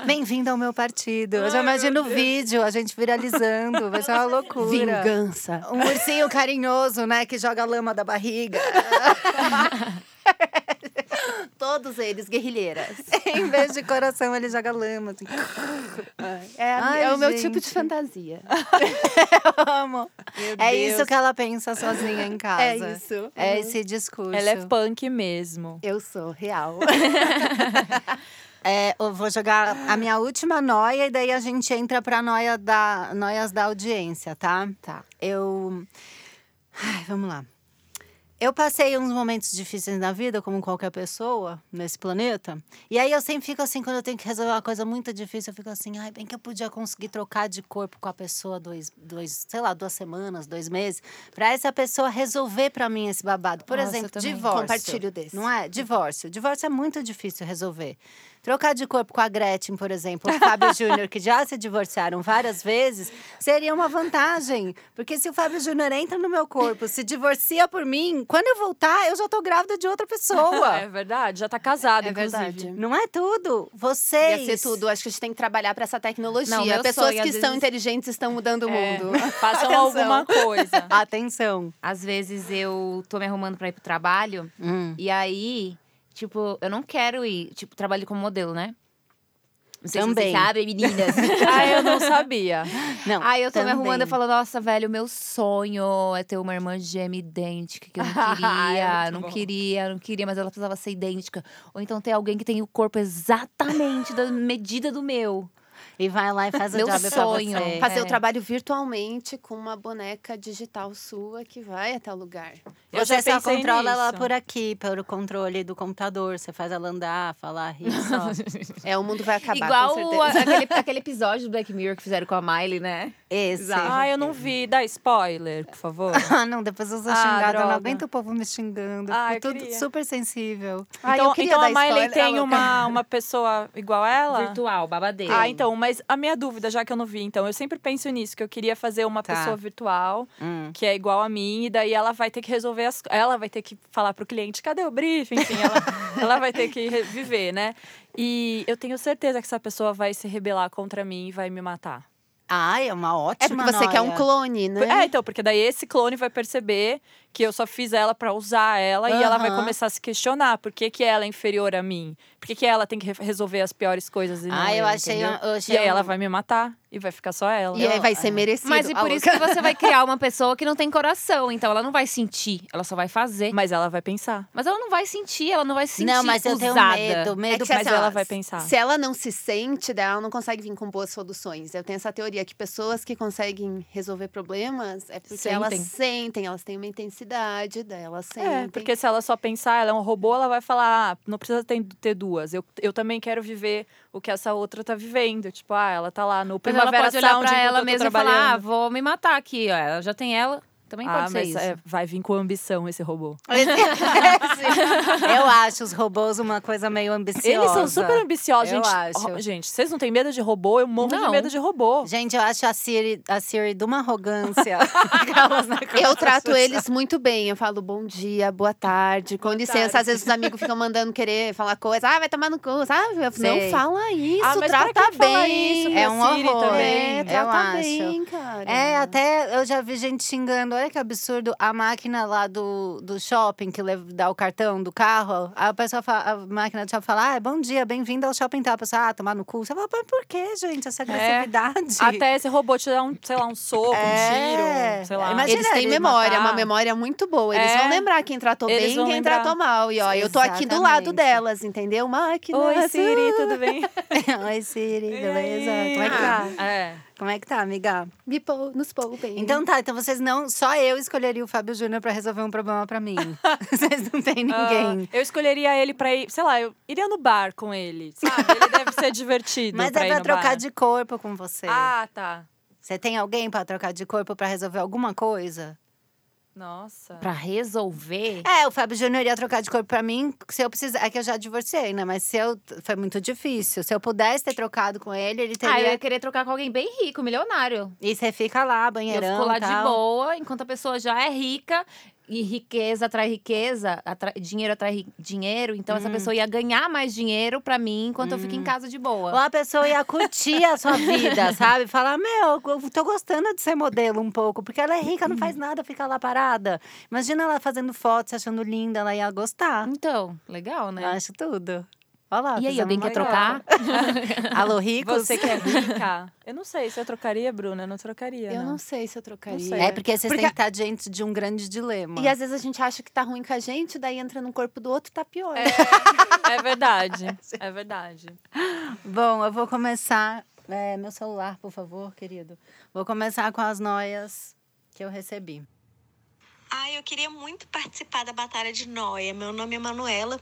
[SPEAKER 1] Bem-vindo ao meu partido. Eu já imagino o vídeo, a gente viralizando. Vai ser uma loucura.
[SPEAKER 4] Vingança.
[SPEAKER 1] Um ursinho carinhoso, né? Que joga lama da barriga.
[SPEAKER 4] Todos eles guerrilheiras.
[SPEAKER 1] em vez de coração, ele joga lama. Assim.
[SPEAKER 4] É, a-
[SPEAKER 1] Ai,
[SPEAKER 4] é o meu
[SPEAKER 1] gente.
[SPEAKER 4] tipo de fantasia.
[SPEAKER 1] Eu amo.
[SPEAKER 2] Meu
[SPEAKER 1] É
[SPEAKER 2] Deus. Uhum.
[SPEAKER 1] isso que ela pensa sozinha em casa.
[SPEAKER 4] É isso.
[SPEAKER 1] É esse discurso.
[SPEAKER 2] Ela é punk mesmo.
[SPEAKER 4] Eu sou real.
[SPEAKER 1] É, eu vou jogar a minha última noia e daí a gente entra pra noia da, noias da audiência, tá?
[SPEAKER 3] Tá.
[SPEAKER 1] Eu. Ai, vamos lá. Eu passei uns momentos difíceis na vida, como qualquer pessoa nesse planeta. E aí eu sempre fico assim, quando eu tenho que resolver uma coisa muito difícil, eu fico assim, ai, bem que eu podia conseguir trocar de corpo com a pessoa dois, dois sei lá, duas semanas, dois meses, pra essa pessoa resolver pra mim esse babado. Por
[SPEAKER 3] Nossa, eu
[SPEAKER 1] exemplo,
[SPEAKER 3] também.
[SPEAKER 1] divórcio.
[SPEAKER 4] Compartilho desse.
[SPEAKER 1] Não é? Divórcio. Divórcio é muito difícil resolver. Trocar de corpo com a Gretchen, por exemplo, ou o Fábio Júnior, que já se divorciaram várias vezes, seria uma vantagem. Porque se o Fábio Júnior entra no meu corpo, se divorcia por mim, quando eu voltar, eu já tô grávida de outra
[SPEAKER 2] É
[SPEAKER 1] pessoa.
[SPEAKER 2] verdade, já tá casada,
[SPEAKER 4] É
[SPEAKER 2] inclusive.
[SPEAKER 4] verdade.
[SPEAKER 1] Não é tudo. Vocês.
[SPEAKER 4] Ia ser tudo. Acho que a gente tem que trabalhar pra essa tecnologia.
[SPEAKER 3] Não, meu
[SPEAKER 4] Pessoas
[SPEAKER 3] sonho,
[SPEAKER 4] que
[SPEAKER 3] às
[SPEAKER 4] são
[SPEAKER 3] vezes-
[SPEAKER 4] inteligentes estão mudando o
[SPEAKER 2] É,
[SPEAKER 4] mundo.
[SPEAKER 2] façam
[SPEAKER 4] Atenção.
[SPEAKER 2] alguma coisa.
[SPEAKER 1] Atenção.
[SPEAKER 3] Às vezes eu tô me arrumando pra ir pro trabalho.
[SPEAKER 1] Hum.
[SPEAKER 3] E aí, tipo, eu não quero ir. Tipo, trabalho como modelo, né? Não sei
[SPEAKER 1] Também.
[SPEAKER 3] se vocês sabem, meninas.
[SPEAKER 2] ah, eu não sabia.
[SPEAKER 1] Não.
[SPEAKER 3] Aí eu tô
[SPEAKER 1] também.
[SPEAKER 3] me arrumando e falo, nossa, velho, o meu sonho é ter uma irmã gêmea idêntica, que eu não queria,
[SPEAKER 2] É muito
[SPEAKER 3] não
[SPEAKER 2] bom.
[SPEAKER 3] queria, não queria, mas ela precisava ser idêntica. Ou então ter alguém que tem o corpo exatamente da medida do meu.
[SPEAKER 1] E vai lá e faz É o
[SPEAKER 3] Meu
[SPEAKER 1] job
[SPEAKER 3] sonho.
[SPEAKER 1] pra você.
[SPEAKER 4] Fazer o
[SPEAKER 3] É.
[SPEAKER 4] trabalho virtualmente com uma boneca digital sua que vai até o lugar.
[SPEAKER 2] Eu
[SPEAKER 1] você
[SPEAKER 2] já
[SPEAKER 1] só
[SPEAKER 2] pensei
[SPEAKER 1] controla ela
[SPEAKER 2] nisso.
[SPEAKER 1] por aqui, pelo controle do computador. Você faz ela andar, falar, rir só.
[SPEAKER 4] É, o mundo vai acabar,
[SPEAKER 3] Igual
[SPEAKER 4] com
[SPEAKER 3] o-
[SPEAKER 4] certeza.
[SPEAKER 3] aquele, aquele episódio do Black Mirror que fizeram com a Miley, né?
[SPEAKER 1] Esse.
[SPEAKER 2] Ah, eu não vi. Dá spoiler, por favor.
[SPEAKER 1] Ah, não, depois eu sou
[SPEAKER 2] Ah,
[SPEAKER 1] xingada. Eu não
[SPEAKER 2] droga.
[SPEAKER 1] aguento Tá o povo me xingando.
[SPEAKER 2] Ah,
[SPEAKER 1] Fico
[SPEAKER 2] eu
[SPEAKER 1] tudo
[SPEAKER 2] queria.
[SPEAKER 1] super sensível.
[SPEAKER 4] Ai, eu
[SPEAKER 2] então,
[SPEAKER 4] queria
[SPEAKER 2] então a
[SPEAKER 4] dar
[SPEAKER 2] Miley
[SPEAKER 4] spoiler,
[SPEAKER 1] Ah,
[SPEAKER 2] tem
[SPEAKER 4] louca.
[SPEAKER 2] uma, uma pessoa igual a ela?
[SPEAKER 3] Virtual, babadeiro.
[SPEAKER 2] Ah, então, mas a minha dúvida, já que eu não vi, então, eu sempre penso nisso, que eu queria fazer uma
[SPEAKER 1] Tá.
[SPEAKER 2] pessoa virtual
[SPEAKER 1] Hum.
[SPEAKER 2] que é igual a mim, e daí ela vai ter que resolver as Ela vai ter que falar pro cliente, cadê o briefing? Enfim, ela, ela vai ter que viver, né? E eu tenho certeza que essa pessoa vai se rebelar contra mim e vai me matar.
[SPEAKER 1] Ai, é uma
[SPEAKER 4] É
[SPEAKER 1] ótima
[SPEAKER 4] porque você quer um
[SPEAKER 1] noia.
[SPEAKER 4] clone,
[SPEAKER 2] É,
[SPEAKER 4] né?
[SPEAKER 2] então, porque daí esse clone vai perceber que eu só fiz ela pra usar ela e ela vai
[SPEAKER 1] Aham.
[SPEAKER 2] começar a se questionar por que, que ela é inferior a mim? Por que, que ela tem que re- resolver as piores coisas e não
[SPEAKER 1] Ah, eu achei,
[SPEAKER 2] entendeu?
[SPEAKER 1] eu achei
[SPEAKER 2] E aí
[SPEAKER 1] um-
[SPEAKER 2] ela vai me matar e vai ficar só ela.
[SPEAKER 4] E aí vai ser
[SPEAKER 1] Eu-
[SPEAKER 4] merecido.
[SPEAKER 3] É. Mas e
[SPEAKER 4] Ah,
[SPEAKER 3] por isso que você vai criar uma pessoa que não tem coração. Então ela não vai sentir, ela só vai fazer.
[SPEAKER 2] Mas ela vai pensar.
[SPEAKER 3] Mas ela não vai sentir, ela não vai se sentir
[SPEAKER 1] Não, mas eu
[SPEAKER 3] usada.
[SPEAKER 1] tenho medo, medo
[SPEAKER 4] que
[SPEAKER 2] mas
[SPEAKER 4] assim, ó,
[SPEAKER 2] ela vai pensar.
[SPEAKER 4] Se ela não se sente, daí ela não consegue vir com boas soluções. Eu tenho essa teoria que pessoas que conseguem resolver problemas é porque elas
[SPEAKER 2] Sentem.
[SPEAKER 4] sentem, elas têm uma intensidade, daí elas sentem.
[SPEAKER 2] É, porque se ela só pensar, ela é um robô, ela vai falar, ah, não precisa ter, ter duas. Eu, eu também quero viver o que essa outra tá vivendo. Tipo, ah, ela tá lá no
[SPEAKER 3] Mas ela
[SPEAKER 2] Primavera
[SPEAKER 3] pode olhar
[SPEAKER 2] Sound
[SPEAKER 3] pra
[SPEAKER 2] enquanto
[SPEAKER 3] ela
[SPEAKER 2] eu tô
[SPEAKER 3] mesma e falar, ah,
[SPEAKER 2] trabalhando.
[SPEAKER 3] vou me matar aqui. Ó. Ela já tem ela, também
[SPEAKER 2] ah,
[SPEAKER 3] pode ser
[SPEAKER 2] mas
[SPEAKER 3] isso. É.
[SPEAKER 2] é, vai vir com ambição esse robô.
[SPEAKER 1] Sim. Eu acho os robôs uma coisa meio ambiciosa.
[SPEAKER 2] Eles são super ambiciosos,
[SPEAKER 1] Eu
[SPEAKER 2] gente.
[SPEAKER 1] acho.
[SPEAKER 2] Ro- Gente, vocês não têm medo de robô? Eu morro de
[SPEAKER 3] Não.
[SPEAKER 2] medo de robô.
[SPEAKER 1] Gente, eu acho a Siri, a Siri de uma arrogância. Aquelas assim. na
[SPEAKER 4] Eu
[SPEAKER 1] conversa
[SPEAKER 4] trato
[SPEAKER 1] social.
[SPEAKER 4] eles muito bem. Eu falo bom dia, boa tarde, com licença.
[SPEAKER 2] tarde.
[SPEAKER 4] Às vezes os amigos ficam mandando querer falar coisa. Ah, vai tomar no cu, sabe? Eu falo,
[SPEAKER 1] Sei.
[SPEAKER 4] Não fala isso,
[SPEAKER 2] Ah, mas pra
[SPEAKER 4] trata
[SPEAKER 2] que
[SPEAKER 4] bem.
[SPEAKER 2] falar isso pra
[SPEAKER 1] É um
[SPEAKER 2] Siri
[SPEAKER 1] horror.
[SPEAKER 2] também?
[SPEAKER 4] É,
[SPEAKER 1] Eu
[SPEAKER 4] trata
[SPEAKER 1] acho.
[SPEAKER 4] bem, cara.
[SPEAKER 1] É, até eu já vi gente xingando. Olha que absurdo. A máquina lá do, do shopping que leva- dá o cartão do carro. Aí a pessoa fala, a máquina do shopping fala: ah, bom dia, bem-vindo ao shopping tal. A pessoa, ah, tomar no cu. Você fala, mas por que, gente? Essa agressividade.
[SPEAKER 2] É. Até esse robô te dar um, sei lá, um soco, um
[SPEAKER 1] É.
[SPEAKER 2] tiro, um- sei lá.
[SPEAKER 1] Imagina
[SPEAKER 4] Eles têm
[SPEAKER 1] eles
[SPEAKER 4] memória, é uma
[SPEAKER 2] matar.
[SPEAKER 4] memória muito boa. Eles
[SPEAKER 2] É.
[SPEAKER 4] vão lembrar quem tratou
[SPEAKER 2] Eles
[SPEAKER 4] bem e
[SPEAKER 2] vão
[SPEAKER 4] quem
[SPEAKER 2] lembrar.
[SPEAKER 4] tratou mal. E ó, eu tô aqui do lado
[SPEAKER 1] Exatamente.
[SPEAKER 4] delas, entendeu? Máquina.
[SPEAKER 2] Oi, Siri, tudo bem? Ah,
[SPEAKER 1] Oi, Siri,
[SPEAKER 2] E
[SPEAKER 1] beleza?
[SPEAKER 2] aí?
[SPEAKER 1] Como é que tá?
[SPEAKER 3] É.
[SPEAKER 1] Como é que tá, amiga?
[SPEAKER 4] Me pou, nos poupem.
[SPEAKER 1] Então tá, então vocês não. Só eu escolheria o Fábio Júnior pra resolver um problema pra mim. vocês não têm ninguém.
[SPEAKER 2] Ah, eu escolheria ele pra ir, sei lá, eu iria no bar com ele, sabe? Ele deve ser divertido.
[SPEAKER 1] Mas
[SPEAKER 2] pra
[SPEAKER 1] é
[SPEAKER 2] ir
[SPEAKER 1] pra
[SPEAKER 2] no
[SPEAKER 1] trocar
[SPEAKER 2] bar.
[SPEAKER 1] de corpo com você.
[SPEAKER 2] Ah, tá.
[SPEAKER 1] Você tem alguém pra trocar de corpo pra resolver alguma coisa?
[SPEAKER 2] Nossa.
[SPEAKER 3] Pra resolver.
[SPEAKER 1] É, o Fábio Júnior ia trocar de corpo pra mim se eu precisar. É que eu já divorciei, né? Mas se eu. Foi muito difícil. Se eu pudesse ter trocado com ele, ele
[SPEAKER 3] Ah, eu
[SPEAKER 1] teria.
[SPEAKER 3] ia querer trocar com alguém bem rico, milionário.
[SPEAKER 1] E você fica lá,
[SPEAKER 3] E eu
[SPEAKER 1] banheirão.
[SPEAKER 3] fico lá de
[SPEAKER 1] tal.
[SPEAKER 3] boa, enquanto a pessoa já é rica. E riqueza atrai riqueza, atrai- dinheiro atrai ri- dinheiro. Então,
[SPEAKER 2] Uhum.
[SPEAKER 3] essa pessoa ia ganhar mais dinheiro pra mim enquanto eu fico em casa de boa.
[SPEAKER 1] Ou a pessoa ia curtir a sua vida, sabe? Falar, meu, eu tô gostando de ser modelo um pouco, porque ela é rica, não faz
[SPEAKER 3] Uhum.
[SPEAKER 1] nada, fica lá parada. Imagina ela fazendo foto, se achando linda, ela ia gostar.
[SPEAKER 3] Então, legal, né?
[SPEAKER 1] Eu acho tudo. Olha lá.
[SPEAKER 3] e aí,
[SPEAKER 1] fizemos
[SPEAKER 3] alguém
[SPEAKER 1] Ah, uma-
[SPEAKER 3] quer
[SPEAKER 2] legal.
[SPEAKER 3] trocar?
[SPEAKER 1] Alô, ricos?
[SPEAKER 2] Você que é rica. Eu não sei se eu trocaria, Bruna. Eu não trocaria.
[SPEAKER 4] Eu não sei se eu trocaria.
[SPEAKER 2] sei.
[SPEAKER 1] É porque vocês
[SPEAKER 4] Porque-
[SPEAKER 1] têm que estar diante de um grande dilema.
[SPEAKER 4] E às vezes a gente acha que tá ruim com a gente, daí entra no corpo do outro, tá pior.
[SPEAKER 2] É verdade. É verdade.
[SPEAKER 1] Bom, eu vou começar. é, meu celular, por favor, querido. Vou começar com as noias que eu recebi.
[SPEAKER 5] Ah, eu queria muito participar da Batalha de Noia. Meu nome é Manuela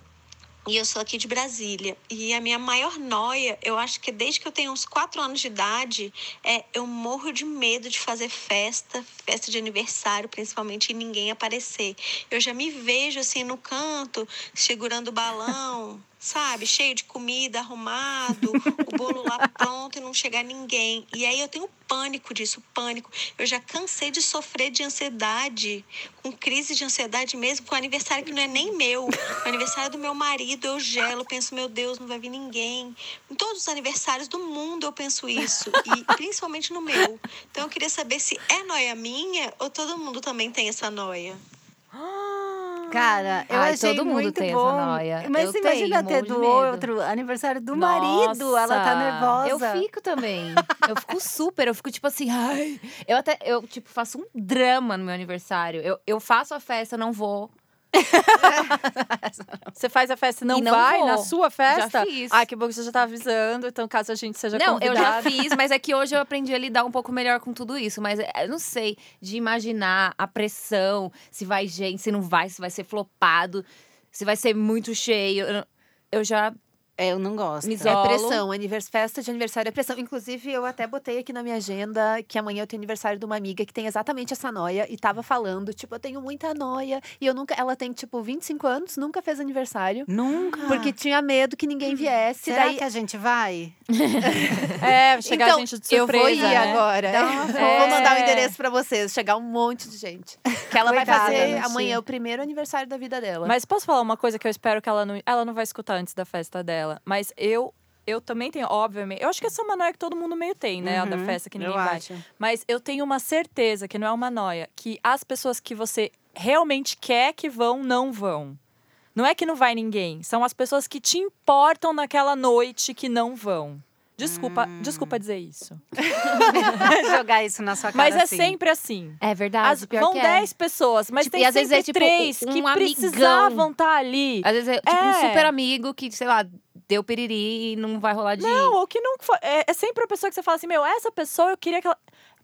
[SPEAKER 5] e eu sou aqui de Brasília. E a minha maior noia, eu acho que desde que eu tenho uns 4 anos de idade, é eu morro de medo de fazer festa, festa de aniversário, principalmente, e ninguém aparecer. Eu já me vejo assim no canto, segurando o balão, sabe? Cheio de comida, arrumado, o bolo lá pronto e não chegar ninguém. E aí eu tenho pânico disso, pânico. Eu já cansei de sofrer de ansiedade, com crise de ansiedade mesmo, com aniversário que não é nem meu. O aniversário do meu marido, eu gelo, penso, meu Deus, não vai vir ninguém. Em todos os aniversários do mundo eu penso isso, e principalmente no meu. Então eu queria saber se é noia minha ou todo mundo também tem essa noia.
[SPEAKER 1] Cara, eu
[SPEAKER 3] Ai,
[SPEAKER 1] achei
[SPEAKER 3] todo mundo
[SPEAKER 1] muito
[SPEAKER 3] tem essa
[SPEAKER 1] bom.
[SPEAKER 3] noia.
[SPEAKER 1] Mas
[SPEAKER 3] Eu
[SPEAKER 1] você imagina
[SPEAKER 3] tenho,
[SPEAKER 1] ter
[SPEAKER 3] morro de
[SPEAKER 1] do
[SPEAKER 3] medo.
[SPEAKER 1] outro aniversário do marido, ela tá
[SPEAKER 3] Nossa,
[SPEAKER 1] nervosa.
[SPEAKER 3] Eu fico também. Eu fico super, eu fico tipo assim, ai. Eu até, eu tipo, faço um drama no meu aniversário. Eu, eu faço a festa, eu não vou.
[SPEAKER 2] Você faz a festa e não,
[SPEAKER 3] E não
[SPEAKER 2] vai
[SPEAKER 3] vou.
[SPEAKER 2] na sua festa?
[SPEAKER 3] Já fiz.
[SPEAKER 2] Ah, que bom que você já tá avisando. Então, caso a gente seja
[SPEAKER 3] não, eu
[SPEAKER 2] convidada.
[SPEAKER 3] já fiz, mas é que hoje eu aprendi a lidar um pouco melhor com tudo isso. Mas é, eu não sei, de imaginar a pressão, se vai gente, se não vai, se vai ser flopado, se vai ser muito cheio. Eu, eu já
[SPEAKER 1] É, Eu não gosto.
[SPEAKER 3] Me
[SPEAKER 4] É
[SPEAKER 3] Solo.
[SPEAKER 4] pressão, anivers... festa de aniversário é pressão. Inclusive, eu até botei aqui na minha agenda que amanhã eu tenho aniversário de uma amiga que tem exatamente essa noia e tava falando, tipo, eu tenho muita noia e eu nunca. Ela tem, tipo, 25 anos, nunca fez aniversário.
[SPEAKER 1] Nunca.
[SPEAKER 4] Porque tinha medo que
[SPEAKER 2] Hum.
[SPEAKER 4] ninguém viesse.
[SPEAKER 1] Será
[SPEAKER 4] daí...
[SPEAKER 1] que a gente vai?
[SPEAKER 2] É, chegar
[SPEAKER 4] então,
[SPEAKER 2] a gente de surpresa,
[SPEAKER 4] eu vou ir
[SPEAKER 2] né?
[SPEAKER 4] agora.
[SPEAKER 1] Dá uma
[SPEAKER 2] É.
[SPEAKER 4] Vou mandar o endereço pra vocês, chegar um monte de gente. Que ela
[SPEAKER 1] Coitada,
[SPEAKER 4] vai
[SPEAKER 1] né?
[SPEAKER 4] fazer
[SPEAKER 1] Nancy.
[SPEAKER 4] amanhã o primeiro aniversário da vida dela.
[SPEAKER 2] Mas posso falar uma coisa que eu espero que ela não, ela não vai escutar antes da festa dela. Mas eu, eu também tenho, obviamente. Eu acho que essa é uma noia que todo mundo meio tem, né? A da
[SPEAKER 1] Uhum,
[SPEAKER 2] festa que ninguém
[SPEAKER 1] eu
[SPEAKER 2] vai.
[SPEAKER 1] acho.
[SPEAKER 2] Mas eu tenho uma certeza que não é uma noia, que as pessoas que você realmente quer que vão, não vão. Não é que não vai ninguém, são as pessoas que te importam naquela noite que não vão. Desculpa,
[SPEAKER 1] Hum.
[SPEAKER 2] desculpa dizer isso.
[SPEAKER 1] Jogar isso na sua cara.
[SPEAKER 2] Mas é
[SPEAKER 1] assim.
[SPEAKER 2] sempre assim.
[SPEAKER 3] É verdade,
[SPEAKER 2] As, vão 10 pessoas, mas
[SPEAKER 3] Tipo,
[SPEAKER 2] tem
[SPEAKER 3] e às
[SPEAKER 2] sempre
[SPEAKER 3] vezes é, tipo,
[SPEAKER 2] três
[SPEAKER 3] um
[SPEAKER 2] que
[SPEAKER 3] amigão.
[SPEAKER 2] precisavam estar ali.
[SPEAKER 3] Às vezes é tipo um
[SPEAKER 2] É.
[SPEAKER 3] super amigo que, sei lá, deu piriri e não vai rolar de.
[SPEAKER 2] Não, ou que não foi. É, é sempre a pessoa que você fala assim, meu, essa pessoa eu queria que ela.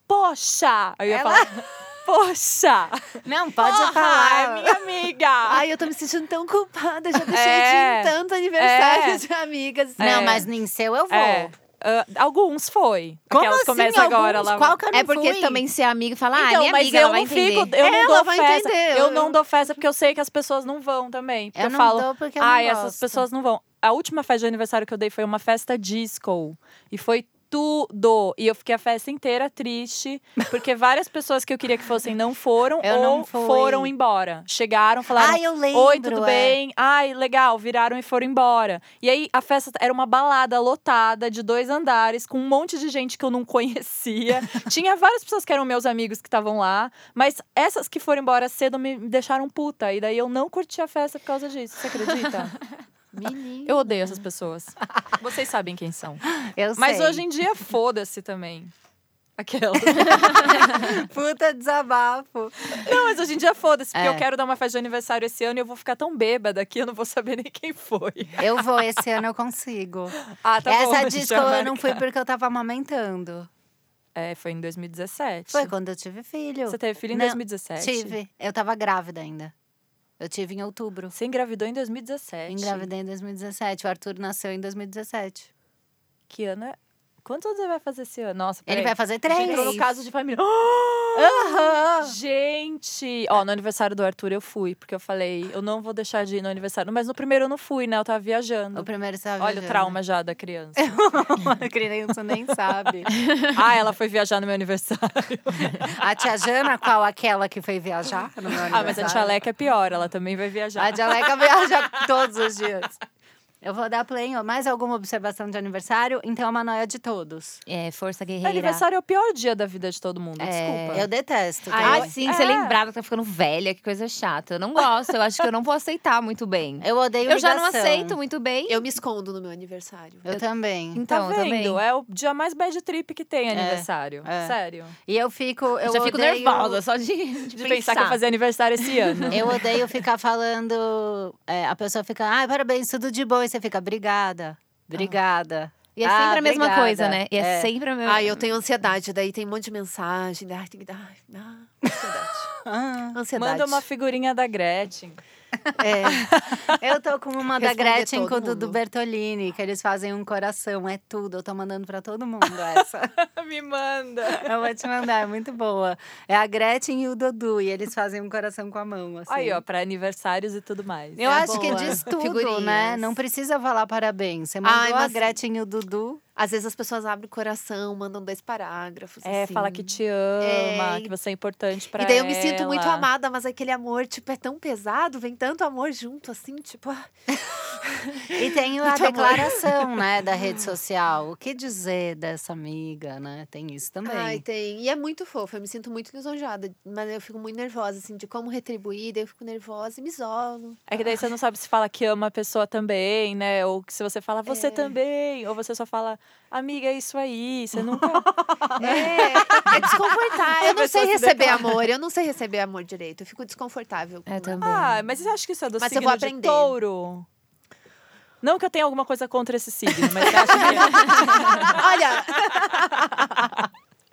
[SPEAKER 2] Poxa! Aí eu ia falar. Poxa!
[SPEAKER 1] Não, pode
[SPEAKER 2] Porra,
[SPEAKER 1] falar.
[SPEAKER 2] É minha amiga!
[SPEAKER 4] Ai, eu tô me sentindo tão culpada, já deixei
[SPEAKER 2] É.
[SPEAKER 4] de ir em tanto aniversário
[SPEAKER 2] É.
[SPEAKER 4] de amigas.
[SPEAKER 1] Não,
[SPEAKER 2] É.
[SPEAKER 1] mas nem seu eu vou.
[SPEAKER 2] É, ah, alguns foi.
[SPEAKER 1] Como
[SPEAKER 2] Aquelas
[SPEAKER 1] assim,
[SPEAKER 2] começam agora
[SPEAKER 1] alguns?
[SPEAKER 2] lá.
[SPEAKER 1] Qual que eu não
[SPEAKER 3] É porque
[SPEAKER 1] fui?
[SPEAKER 3] também ser amigo e falar, ah,
[SPEAKER 2] Então,
[SPEAKER 3] minha
[SPEAKER 2] mas
[SPEAKER 3] amiga,
[SPEAKER 2] eu
[SPEAKER 3] ela vai
[SPEAKER 2] não fico,
[SPEAKER 3] entender.
[SPEAKER 2] eu não
[SPEAKER 4] Ela
[SPEAKER 2] dou
[SPEAKER 4] vai
[SPEAKER 2] festa.
[SPEAKER 4] entender,
[SPEAKER 2] Eu
[SPEAKER 4] eu-
[SPEAKER 2] não dou festa porque eu sei que as pessoas não vão também. Porque
[SPEAKER 1] Eu
[SPEAKER 2] eu,
[SPEAKER 1] não
[SPEAKER 2] falo,
[SPEAKER 1] dou porque eu não
[SPEAKER 2] ai, essas
[SPEAKER 1] gosto."
[SPEAKER 2] pessoas não vão. A última festa de aniversário que eu dei foi uma festa disco. E foi tudo. E eu fiquei a festa inteira triste, porque várias pessoas que eu queria que fossem não foram
[SPEAKER 1] Eu
[SPEAKER 2] ou
[SPEAKER 1] não fui.
[SPEAKER 2] foram embora. Chegaram, falaram.
[SPEAKER 1] Ai, eu lembro.
[SPEAKER 2] Oi, tudo
[SPEAKER 1] é.
[SPEAKER 2] bem? Ai, legal, viraram e foram embora. E aí a festa era uma balada lotada de dois andares, com um monte de gente que eu não conhecia. Tinha várias pessoas que eram meus amigos que estavam lá, mas essas que foram embora cedo me me deixaram puta. E daí eu não curti a festa por causa disso, você acredita?
[SPEAKER 4] Menina.
[SPEAKER 2] Eu odeio essas pessoas. Vocês sabem quem são.
[SPEAKER 1] Eu
[SPEAKER 2] Mas
[SPEAKER 1] sei.
[SPEAKER 2] hoje em dia, foda-se também. Aquela.
[SPEAKER 1] Puta desabafo.
[SPEAKER 2] Não, mas hoje em dia foda-se, porque
[SPEAKER 1] É.
[SPEAKER 2] eu quero dar uma festa de aniversário esse ano e eu vou ficar tão bêbada que eu não vou saber nem quem foi.
[SPEAKER 1] Eu vou, esse ano eu consigo.
[SPEAKER 2] Ah, tá bom,
[SPEAKER 1] Essa
[SPEAKER 2] deixa
[SPEAKER 1] disco
[SPEAKER 2] eu
[SPEAKER 1] eu não
[SPEAKER 2] marcar.
[SPEAKER 1] fui porque eu tava amamentando.
[SPEAKER 2] É, foi em 2017.
[SPEAKER 1] Foi quando eu tive filho.
[SPEAKER 2] Você teve filho em
[SPEAKER 1] Não,
[SPEAKER 2] 2017?
[SPEAKER 1] Tive. Eu tava grávida ainda. Eu tive em outubro.
[SPEAKER 2] Você engravidou em 2017.
[SPEAKER 1] Engravidei em 2017. O Arthur nasceu em 2017.
[SPEAKER 2] Que ano é? Quantos anos ele vai fazer esse ano? Nossa,
[SPEAKER 1] Ele
[SPEAKER 2] peraí.
[SPEAKER 1] vai fazer
[SPEAKER 2] É. A
[SPEAKER 1] três.
[SPEAKER 2] gente entrou no caso de família. Gente! Ó, no aniversário do Arthur eu fui, porque eu falei, eu não vou deixar de ir no aniversário. Mas no primeiro eu não fui, né? Eu tava viajando.
[SPEAKER 1] O primeiro estava
[SPEAKER 2] Olha o trauma já da criança.
[SPEAKER 1] A criança nem sabe.
[SPEAKER 2] ah, ela foi viajar no meu aniversário.
[SPEAKER 1] A tia Jana, qual aquela que foi viajar no meu
[SPEAKER 2] ah, mas a tia
[SPEAKER 1] aniversário?
[SPEAKER 2] Leca é pior, ela também vai
[SPEAKER 1] A
[SPEAKER 2] viajar.
[SPEAKER 1] tia Leca é viaja todos os dias. Eu vou dar play em mais alguma observação de aniversário, então é uma noia de todos.
[SPEAKER 3] É, força guerreira.
[SPEAKER 2] Aniversário é o pior dia da vida de todo mundo, desculpa.
[SPEAKER 1] Eu detesto. tá?
[SPEAKER 3] Ai,
[SPEAKER 1] Eu-
[SPEAKER 3] sim,
[SPEAKER 2] é.
[SPEAKER 3] você lembrava que tá ficando velha, que coisa chata. Eu não gosto, eu acho que eu não vou aceitar muito bem.
[SPEAKER 1] eu odeio
[SPEAKER 3] Eu já não
[SPEAKER 1] ligação.
[SPEAKER 3] aceito muito bem.
[SPEAKER 4] Eu me escondo no meu aniversário.
[SPEAKER 1] Eu também.
[SPEAKER 3] Então,
[SPEAKER 2] tá
[SPEAKER 3] eu também.
[SPEAKER 2] vendo? É o dia mais bad trip que tem aniversário.
[SPEAKER 1] é.
[SPEAKER 2] Sério.
[SPEAKER 1] E eu fico. Eu,
[SPEAKER 3] Eu já fico
[SPEAKER 1] odeio-
[SPEAKER 3] nervosa só de, de,
[SPEAKER 2] De pensar, que eu fazia aniversário esse ano.
[SPEAKER 1] Eu odeio ficar falando. é, a pessoa fica, ai, parabéns, tudo de bom. E você fica, obrigada, obrigada.
[SPEAKER 3] E é
[SPEAKER 1] Ah,
[SPEAKER 3] sempre a mesma
[SPEAKER 1] obrigada.
[SPEAKER 3] coisa, né? E é, sempre a mesma
[SPEAKER 4] Ai, eu tenho ansiedade, daí tem um monte de mensagem. daí, Ai, tem que dar. Ah, ansiedade. ansiedade.
[SPEAKER 2] Manda uma figurinha da Gretchen.
[SPEAKER 1] É. Eu tô com uma da
[SPEAKER 4] Responder
[SPEAKER 1] Gretchen
[SPEAKER 4] todo
[SPEAKER 1] com o do- do
[SPEAKER 4] mundo.
[SPEAKER 1] Bertolini, que eles fazem um coração, é tudo. Eu tô mandando pra todo mundo essa.
[SPEAKER 2] Me manda.
[SPEAKER 1] Eu vou te mandar, é muito boa. É a Gretchen e o Dudu, e eles fazem um coração com a mão, assim.
[SPEAKER 2] Aí, ó, pra aniversários e tudo mais.
[SPEAKER 1] Eu
[SPEAKER 4] É
[SPEAKER 1] acho que
[SPEAKER 4] boa.
[SPEAKER 1] diz tudo,
[SPEAKER 4] Figurinhas.
[SPEAKER 1] né? Não precisa falar parabéns. Você mandou
[SPEAKER 4] Ai,
[SPEAKER 1] a
[SPEAKER 4] mas-
[SPEAKER 1] Gretchen e o Dudu.
[SPEAKER 4] Às vezes as pessoas abrem o coração, mandam dois parágrafos.
[SPEAKER 2] É,
[SPEAKER 4] assim.
[SPEAKER 2] fala que te ama,
[SPEAKER 4] É,
[SPEAKER 2] que você é importante pra
[SPEAKER 4] E
[SPEAKER 2] ela.
[SPEAKER 4] daí eu me sinto muito amada, mas aquele amor, tipo, é tão pesado, vem tanto amor junto, assim, tipo. ah.
[SPEAKER 1] E tá tem a declaração, né, da rede social. O que dizer dessa amiga, né? Tem isso também.
[SPEAKER 4] Ai, tem. E é muito fofo, eu me sinto muito lisonjeada. Mas eu fico muito nervosa, assim, de como retribuir. Daí eu fico nervosa e me isolo.
[SPEAKER 2] É que daí você não sabe se fala que ama a pessoa também, né? Ou que se você fala você
[SPEAKER 4] É.
[SPEAKER 2] também. Ou você só fala, amiga, é isso aí. Você nunca.
[SPEAKER 4] É, é desconfortável. Eu
[SPEAKER 2] A
[SPEAKER 4] não sei
[SPEAKER 2] pessoa se
[SPEAKER 4] receber
[SPEAKER 2] declara.
[SPEAKER 4] amor, eu não sei receber amor direito. Eu fico desconfortável. com-
[SPEAKER 3] É também.
[SPEAKER 2] ah, mas você acha que isso é do
[SPEAKER 4] Mas eu
[SPEAKER 2] signo
[SPEAKER 4] vou
[SPEAKER 2] de
[SPEAKER 4] aprender.
[SPEAKER 2] touro? Não que eu tenha alguma coisa contra esse signo, mas você acha que.
[SPEAKER 4] Olha.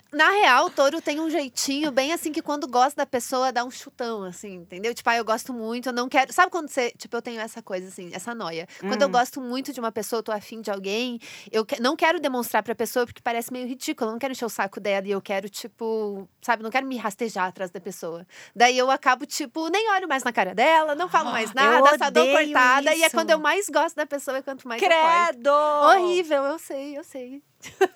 [SPEAKER 4] Na real, o touro tem um jeitinho bem assim que quando gosta da pessoa dá um chutão, assim, entendeu? Tipo, ah, eu gosto muito, eu não quero. Sabe quando você. Tipo, eu tenho essa coisa, assim, essa noia. Quando
[SPEAKER 1] Hum.
[SPEAKER 4] eu gosto muito de uma pessoa, eu tô afim de alguém, eu que- não quero demonstrar pra pessoa porque parece meio ridículo, eu não quero encher o saco dela e eu quero, tipo, sabe, não quero me rastejar atrás da pessoa. Daí eu acabo, tipo, nem olho mais na cara dela, não falo mais nada, só dou
[SPEAKER 1] odeio
[SPEAKER 4] cortada. E é
[SPEAKER 1] isso.
[SPEAKER 4] quando eu mais gosto da pessoa, é quanto mais eu corto.
[SPEAKER 2] Credo!
[SPEAKER 4] Horrível, eu sei, eu sei.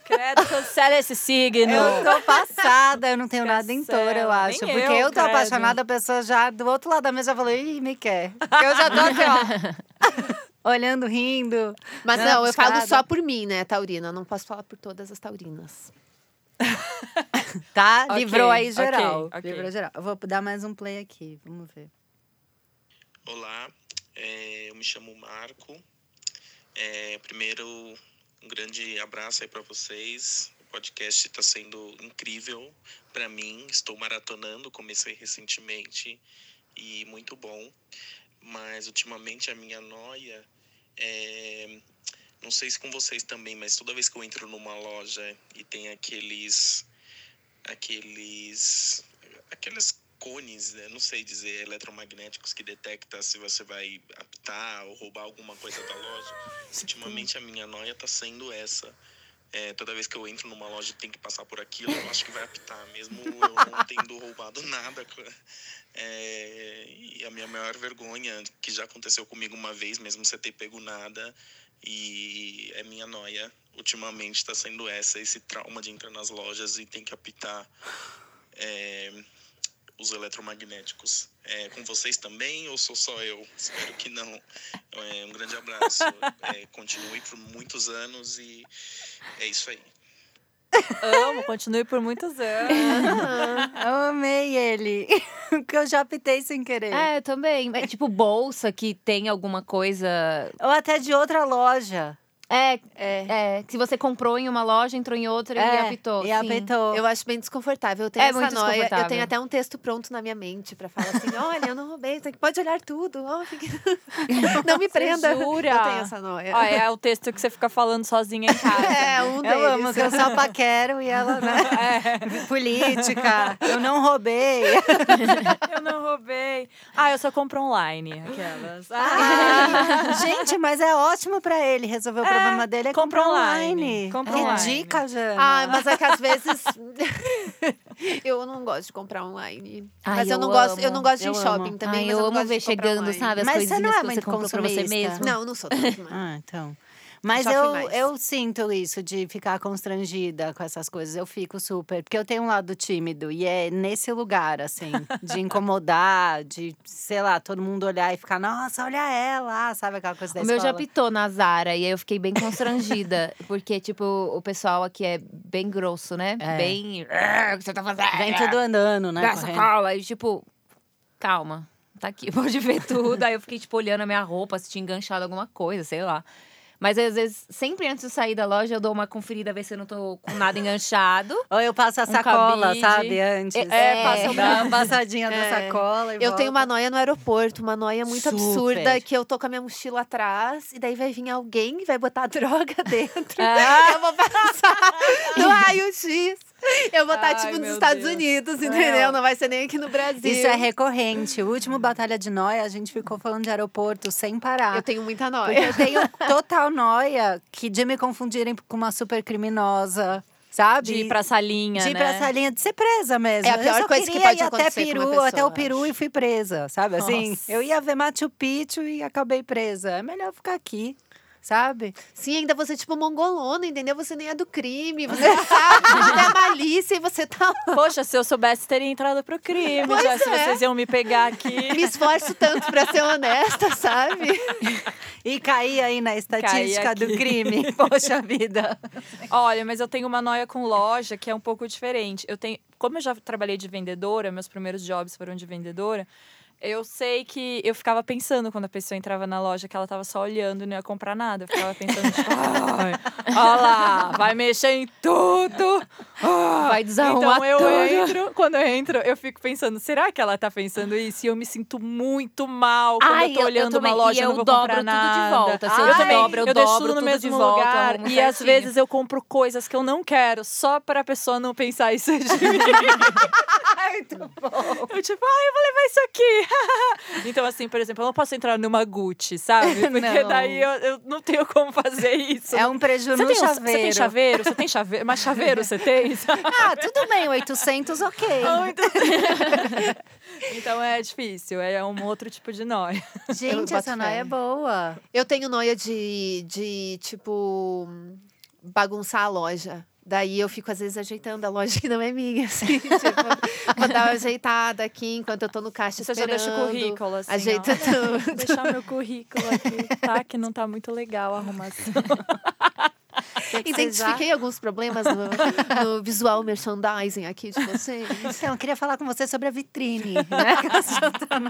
[SPEAKER 2] Credo, cancela esse signo!
[SPEAKER 1] Eu tô passada, eu não tenho nada em touro, eu
[SPEAKER 2] Cancela,
[SPEAKER 1] acho.
[SPEAKER 2] nem
[SPEAKER 1] Porque eu,
[SPEAKER 2] eu,
[SPEAKER 1] tô
[SPEAKER 2] credo.
[SPEAKER 1] apaixonada, a pessoa já do outro lado da mesa já falou, ih, me quer. Porque eu já tô assim, ó. Olhando, rindo.
[SPEAKER 4] Mas
[SPEAKER 1] Né,
[SPEAKER 4] não, eu falo
[SPEAKER 1] buscada.
[SPEAKER 4] só por mim, né, Taurina? Eu não posso falar por todas as taurinas.
[SPEAKER 1] Tá?
[SPEAKER 2] Ok,
[SPEAKER 1] Livrou aí
[SPEAKER 2] ok,
[SPEAKER 1] geral.
[SPEAKER 2] ok.
[SPEAKER 1] Livrou geral. Eu vou dar mais um play aqui, vamos ver.
[SPEAKER 6] Olá, eh, eu me chamo Marco. Eh, primeiro, um grande abraço aí para vocês. O podcast está sendo incrível para mim. Estou maratonando, comecei recentemente e muito bom. Mas ultimamente a minha noia é. Não sei se com vocês também, mas toda vez que eu entro numa loja e tem aqueles. aqueles aqueles cones, né, não sei dizer, eletromagnéticos que detecta se você vai apitar ou roubar alguma coisa da loja. Ultimamente a minha noia tá sendo essa. É, toda vez que eu entro numa loja e tem que passar por aquilo, eu acho que vai apitar, mesmo eu não tendo roubado nada. É, e a minha maior vergonha, que já aconteceu comigo uma vez, mesmo sem ter pego nada, e é minha noia ultimamente tá sendo essa, esse trauma de entrar nas lojas e tem que apitar é, os eletromagnéticos. É, com vocês também ou sou só eu? Espero que não. É, um grande abraço. É, continue por muitos anos e é isso aí.
[SPEAKER 2] Amo, continue por muitos anos.
[SPEAKER 4] Ah,
[SPEAKER 1] Eu amei ele. Porque eu já apitei sem querer.
[SPEAKER 3] É, eu também. É tipo bolsa que tem alguma coisa.
[SPEAKER 1] Ou até de outra loja.
[SPEAKER 3] É,
[SPEAKER 1] É.
[SPEAKER 3] é. Que se você comprou em uma loja, entrou em outra e apitou.
[SPEAKER 1] E
[SPEAKER 3] sim.
[SPEAKER 1] É, apitou.
[SPEAKER 4] eu acho bem desconfortável. Eu tenho
[SPEAKER 3] É
[SPEAKER 4] essa
[SPEAKER 3] muito
[SPEAKER 4] noia. Eu tenho
[SPEAKER 3] desconfortável.
[SPEAKER 4] até um texto pronto na minha mente pra falar assim: olha, eu não roubei, você pode olhar tudo. ó, fique- não me prenda.
[SPEAKER 2] jura?
[SPEAKER 4] Eu tenho essa noia.
[SPEAKER 2] Ó, é o texto que você fica falando sozinha em casa.
[SPEAKER 4] É, um
[SPEAKER 1] Eu amo,
[SPEAKER 4] deles.
[SPEAKER 1] que eu só paquero e ela, né? Política, eu não roubei.
[SPEAKER 2] Eu não roubei. Ah, eu só compro online. Aquelas.
[SPEAKER 1] Ah, gente, mas é ótimo pra ele resolver o
[SPEAKER 2] É,
[SPEAKER 1] problema dele. É
[SPEAKER 2] compra
[SPEAKER 1] comprar online. É
[SPEAKER 2] online. Compra
[SPEAKER 1] que
[SPEAKER 3] é.
[SPEAKER 2] online.
[SPEAKER 1] dica, Jana.
[SPEAKER 4] Ah, mas é que às vezes eu não gosto de comprar online.
[SPEAKER 3] Ai,
[SPEAKER 4] mas eu,
[SPEAKER 3] eu
[SPEAKER 4] não gosto, eu
[SPEAKER 3] amo,
[SPEAKER 4] não gosto de ir
[SPEAKER 1] eu
[SPEAKER 4] em
[SPEAKER 1] amo.
[SPEAKER 4] shopping também.
[SPEAKER 3] Ai,
[SPEAKER 4] mas
[SPEAKER 3] eu,
[SPEAKER 4] não
[SPEAKER 3] amo
[SPEAKER 4] gosto de
[SPEAKER 3] ver
[SPEAKER 4] comprar
[SPEAKER 3] chegando,
[SPEAKER 4] online.
[SPEAKER 3] sabe, as
[SPEAKER 1] Mas você
[SPEAKER 3] coisinhas
[SPEAKER 1] não é
[SPEAKER 3] que você
[SPEAKER 1] muito
[SPEAKER 3] comprou pra você
[SPEAKER 1] consumista.
[SPEAKER 3] mesmo.
[SPEAKER 4] Não, não sou tanto, mas-
[SPEAKER 1] Ah, então. Mas
[SPEAKER 4] Já fui
[SPEAKER 1] eu,
[SPEAKER 4] mais.
[SPEAKER 1] eu sinto isso de ficar constrangida com essas coisas. Eu fico super. Porque eu tenho um lado tímido e é nesse lugar, assim, de incomodar, de, sei lá, todo mundo olhar e ficar, nossa, olha ela, sabe aquela coisa da
[SPEAKER 3] O meu já
[SPEAKER 1] escola?
[SPEAKER 3] pitou na Zara e aí eu fiquei bem constrangida. porque, tipo, o pessoal aqui é bem grosso, né?
[SPEAKER 1] É.
[SPEAKER 3] Bem. "Ah, O que você tá fazendo?
[SPEAKER 1] Vem tudo andando, né?
[SPEAKER 3] Dá essa
[SPEAKER 1] correndo.
[SPEAKER 3] cola. E tipo, calma, tá aqui, pode ver tudo. Aí eu fiquei, tipo, olhando a minha roupa, se tinha enganchado alguma coisa, sei lá. Mas às vezes, sempre antes de sair da loja, eu dou uma conferida, ver se eu não tô com nada enganchado.
[SPEAKER 1] Ou eu passo a
[SPEAKER 2] Um
[SPEAKER 1] sacola,
[SPEAKER 2] cabide.
[SPEAKER 1] sabe? Antes.
[SPEAKER 2] É,
[SPEAKER 3] é, passa um-
[SPEAKER 1] Dá uma passadinha
[SPEAKER 4] É.
[SPEAKER 1] da sacola. E
[SPEAKER 4] Eu tenho uma
[SPEAKER 1] volta.
[SPEAKER 4] noia no aeroporto, uma noia muito absurda,
[SPEAKER 1] Super.
[SPEAKER 4] que eu tô com a minha mochila atrás, e daí vai vir alguém e vai botar a droga dentro.
[SPEAKER 2] Ah,
[SPEAKER 4] Eu vou passar no raio-x. Eu vou estar,
[SPEAKER 2] Ai,
[SPEAKER 4] tipo, nos
[SPEAKER 2] meu
[SPEAKER 4] Estados
[SPEAKER 2] Deus.
[SPEAKER 4] Unidos, entendeu? Não vai ser nem aqui no Brasil.
[SPEAKER 1] Isso é recorrente. O último Batalha de Noia, a gente ficou falando de aeroporto sem parar.
[SPEAKER 4] Eu tenho muita
[SPEAKER 1] Porque
[SPEAKER 4] noia.
[SPEAKER 1] eu tenho total noia que de me confundirem com uma super criminosa, sabe?
[SPEAKER 2] de ir pra salinha,
[SPEAKER 1] De ir
[SPEAKER 2] né?
[SPEAKER 1] pra salinha, de ser presa mesmo.
[SPEAKER 4] É a pior
[SPEAKER 1] eu só
[SPEAKER 4] coisa que
[SPEAKER 1] queria
[SPEAKER 4] pode
[SPEAKER 1] ir até
[SPEAKER 4] acontecer com
[SPEAKER 1] Peru,
[SPEAKER 4] uma pessoa,
[SPEAKER 1] até o
[SPEAKER 4] eu
[SPEAKER 1] Peru e fui assim? presa, sabe assim? Eu ia ver Machu Picchu e acabei presa. É melhor ficar aqui. sabe?
[SPEAKER 4] Sim, ainda você é tipo mongolona, entendeu? Você nem é do crime, você não sabe, você não é malícia e você tá.
[SPEAKER 2] Poxa, se eu soubesse, teria entrado pro crime. já, Se
[SPEAKER 4] é.
[SPEAKER 2] vocês iam me pegar aqui.
[SPEAKER 4] Me esforço tanto pra ser honesta, sabe?
[SPEAKER 1] E cair aí na estatística do
[SPEAKER 2] aqui.
[SPEAKER 1] crime. Poxa vida.
[SPEAKER 2] Olha, mas eu tenho uma noia com loja que é um pouco diferente. Eu tenho, como eu já trabalhei de vendedora, meus primeiros jobs foram de vendedora. Eu sei que eu ficava pensando quando a pessoa entrava na loja que ela tava só olhando e não ia comprar nada. Eu ficava pensando, tipo, ai, ó lá, vai mexer em tudo. Ah.
[SPEAKER 3] Vai desarrumar
[SPEAKER 2] Então eu
[SPEAKER 3] tudo.
[SPEAKER 2] entro, quando eu entro, eu fico pensando, será que ela tá pensando isso? E eu me sinto muito mal quando
[SPEAKER 3] Ai,
[SPEAKER 2] eu tô
[SPEAKER 3] eu- eu
[SPEAKER 2] olhando
[SPEAKER 3] também.
[SPEAKER 2] uma loja
[SPEAKER 3] E
[SPEAKER 2] não
[SPEAKER 3] eu
[SPEAKER 2] vou comprar
[SPEAKER 3] dobro tudo de
[SPEAKER 2] nada.
[SPEAKER 3] volta. Se eu
[SPEAKER 2] Ai,
[SPEAKER 3] desdobro, eu
[SPEAKER 2] deixo
[SPEAKER 3] dobro
[SPEAKER 2] tudo no
[SPEAKER 3] tudo
[SPEAKER 2] mesmo
[SPEAKER 3] de volta,
[SPEAKER 2] lugar.
[SPEAKER 3] arrumo
[SPEAKER 2] E às
[SPEAKER 3] certinho.
[SPEAKER 2] vezes eu compro coisas que eu não quero, só pra pessoa não pensar isso de mim. Eu tipo, ai, eu vou levar isso aqui. então, assim, por exemplo, eu não posso entrar numa Gucci, sabe? Porque
[SPEAKER 1] Não.
[SPEAKER 2] daí eu, eu não tenho como fazer isso.
[SPEAKER 1] É um prejuízo no
[SPEAKER 2] Você tem, um- você tem
[SPEAKER 1] chaveiro.
[SPEAKER 2] chaveiro? Você tem chaveiro? Mas chaveiro você tem? Ah, sabe?
[SPEAKER 1] Ah, tudo bem, 800, ok.
[SPEAKER 2] Então é difícil, é um outro tipo de nóia.
[SPEAKER 1] Gente,
[SPEAKER 4] Eu
[SPEAKER 1] essa
[SPEAKER 4] boto
[SPEAKER 1] noia
[SPEAKER 4] fé.
[SPEAKER 1] é boa.
[SPEAKER 4] Eu tenho noia de, de tipo, bagunçar a loja. Daí eu fico, às vezes, ajeitando a loja que não é minha, assim. tipo, vou dar uma ajeitada aqui enquanto eu tô no caixa
[SPEAKER 2] Você já
[SPEAKER 4] esperando.
[SPEAKER 2] deixa o currículo, assim.
[SPEAKER 4] ajeita
[SPEAKER 2] ó. Vou
[SPEAKER 4] tudo.
[SPEAKER 2] deixar meu currículo aqui, tá? Que não tá muito legal a arrumação.
[SPEAKER 1] vocês já-
[SPEAKER 4] Identifiquei alguns problemas no, no visual merchandising aqui de vocês.
[SPEAKER 1] Então, eu queria falar com você sobre a vitrine. Né?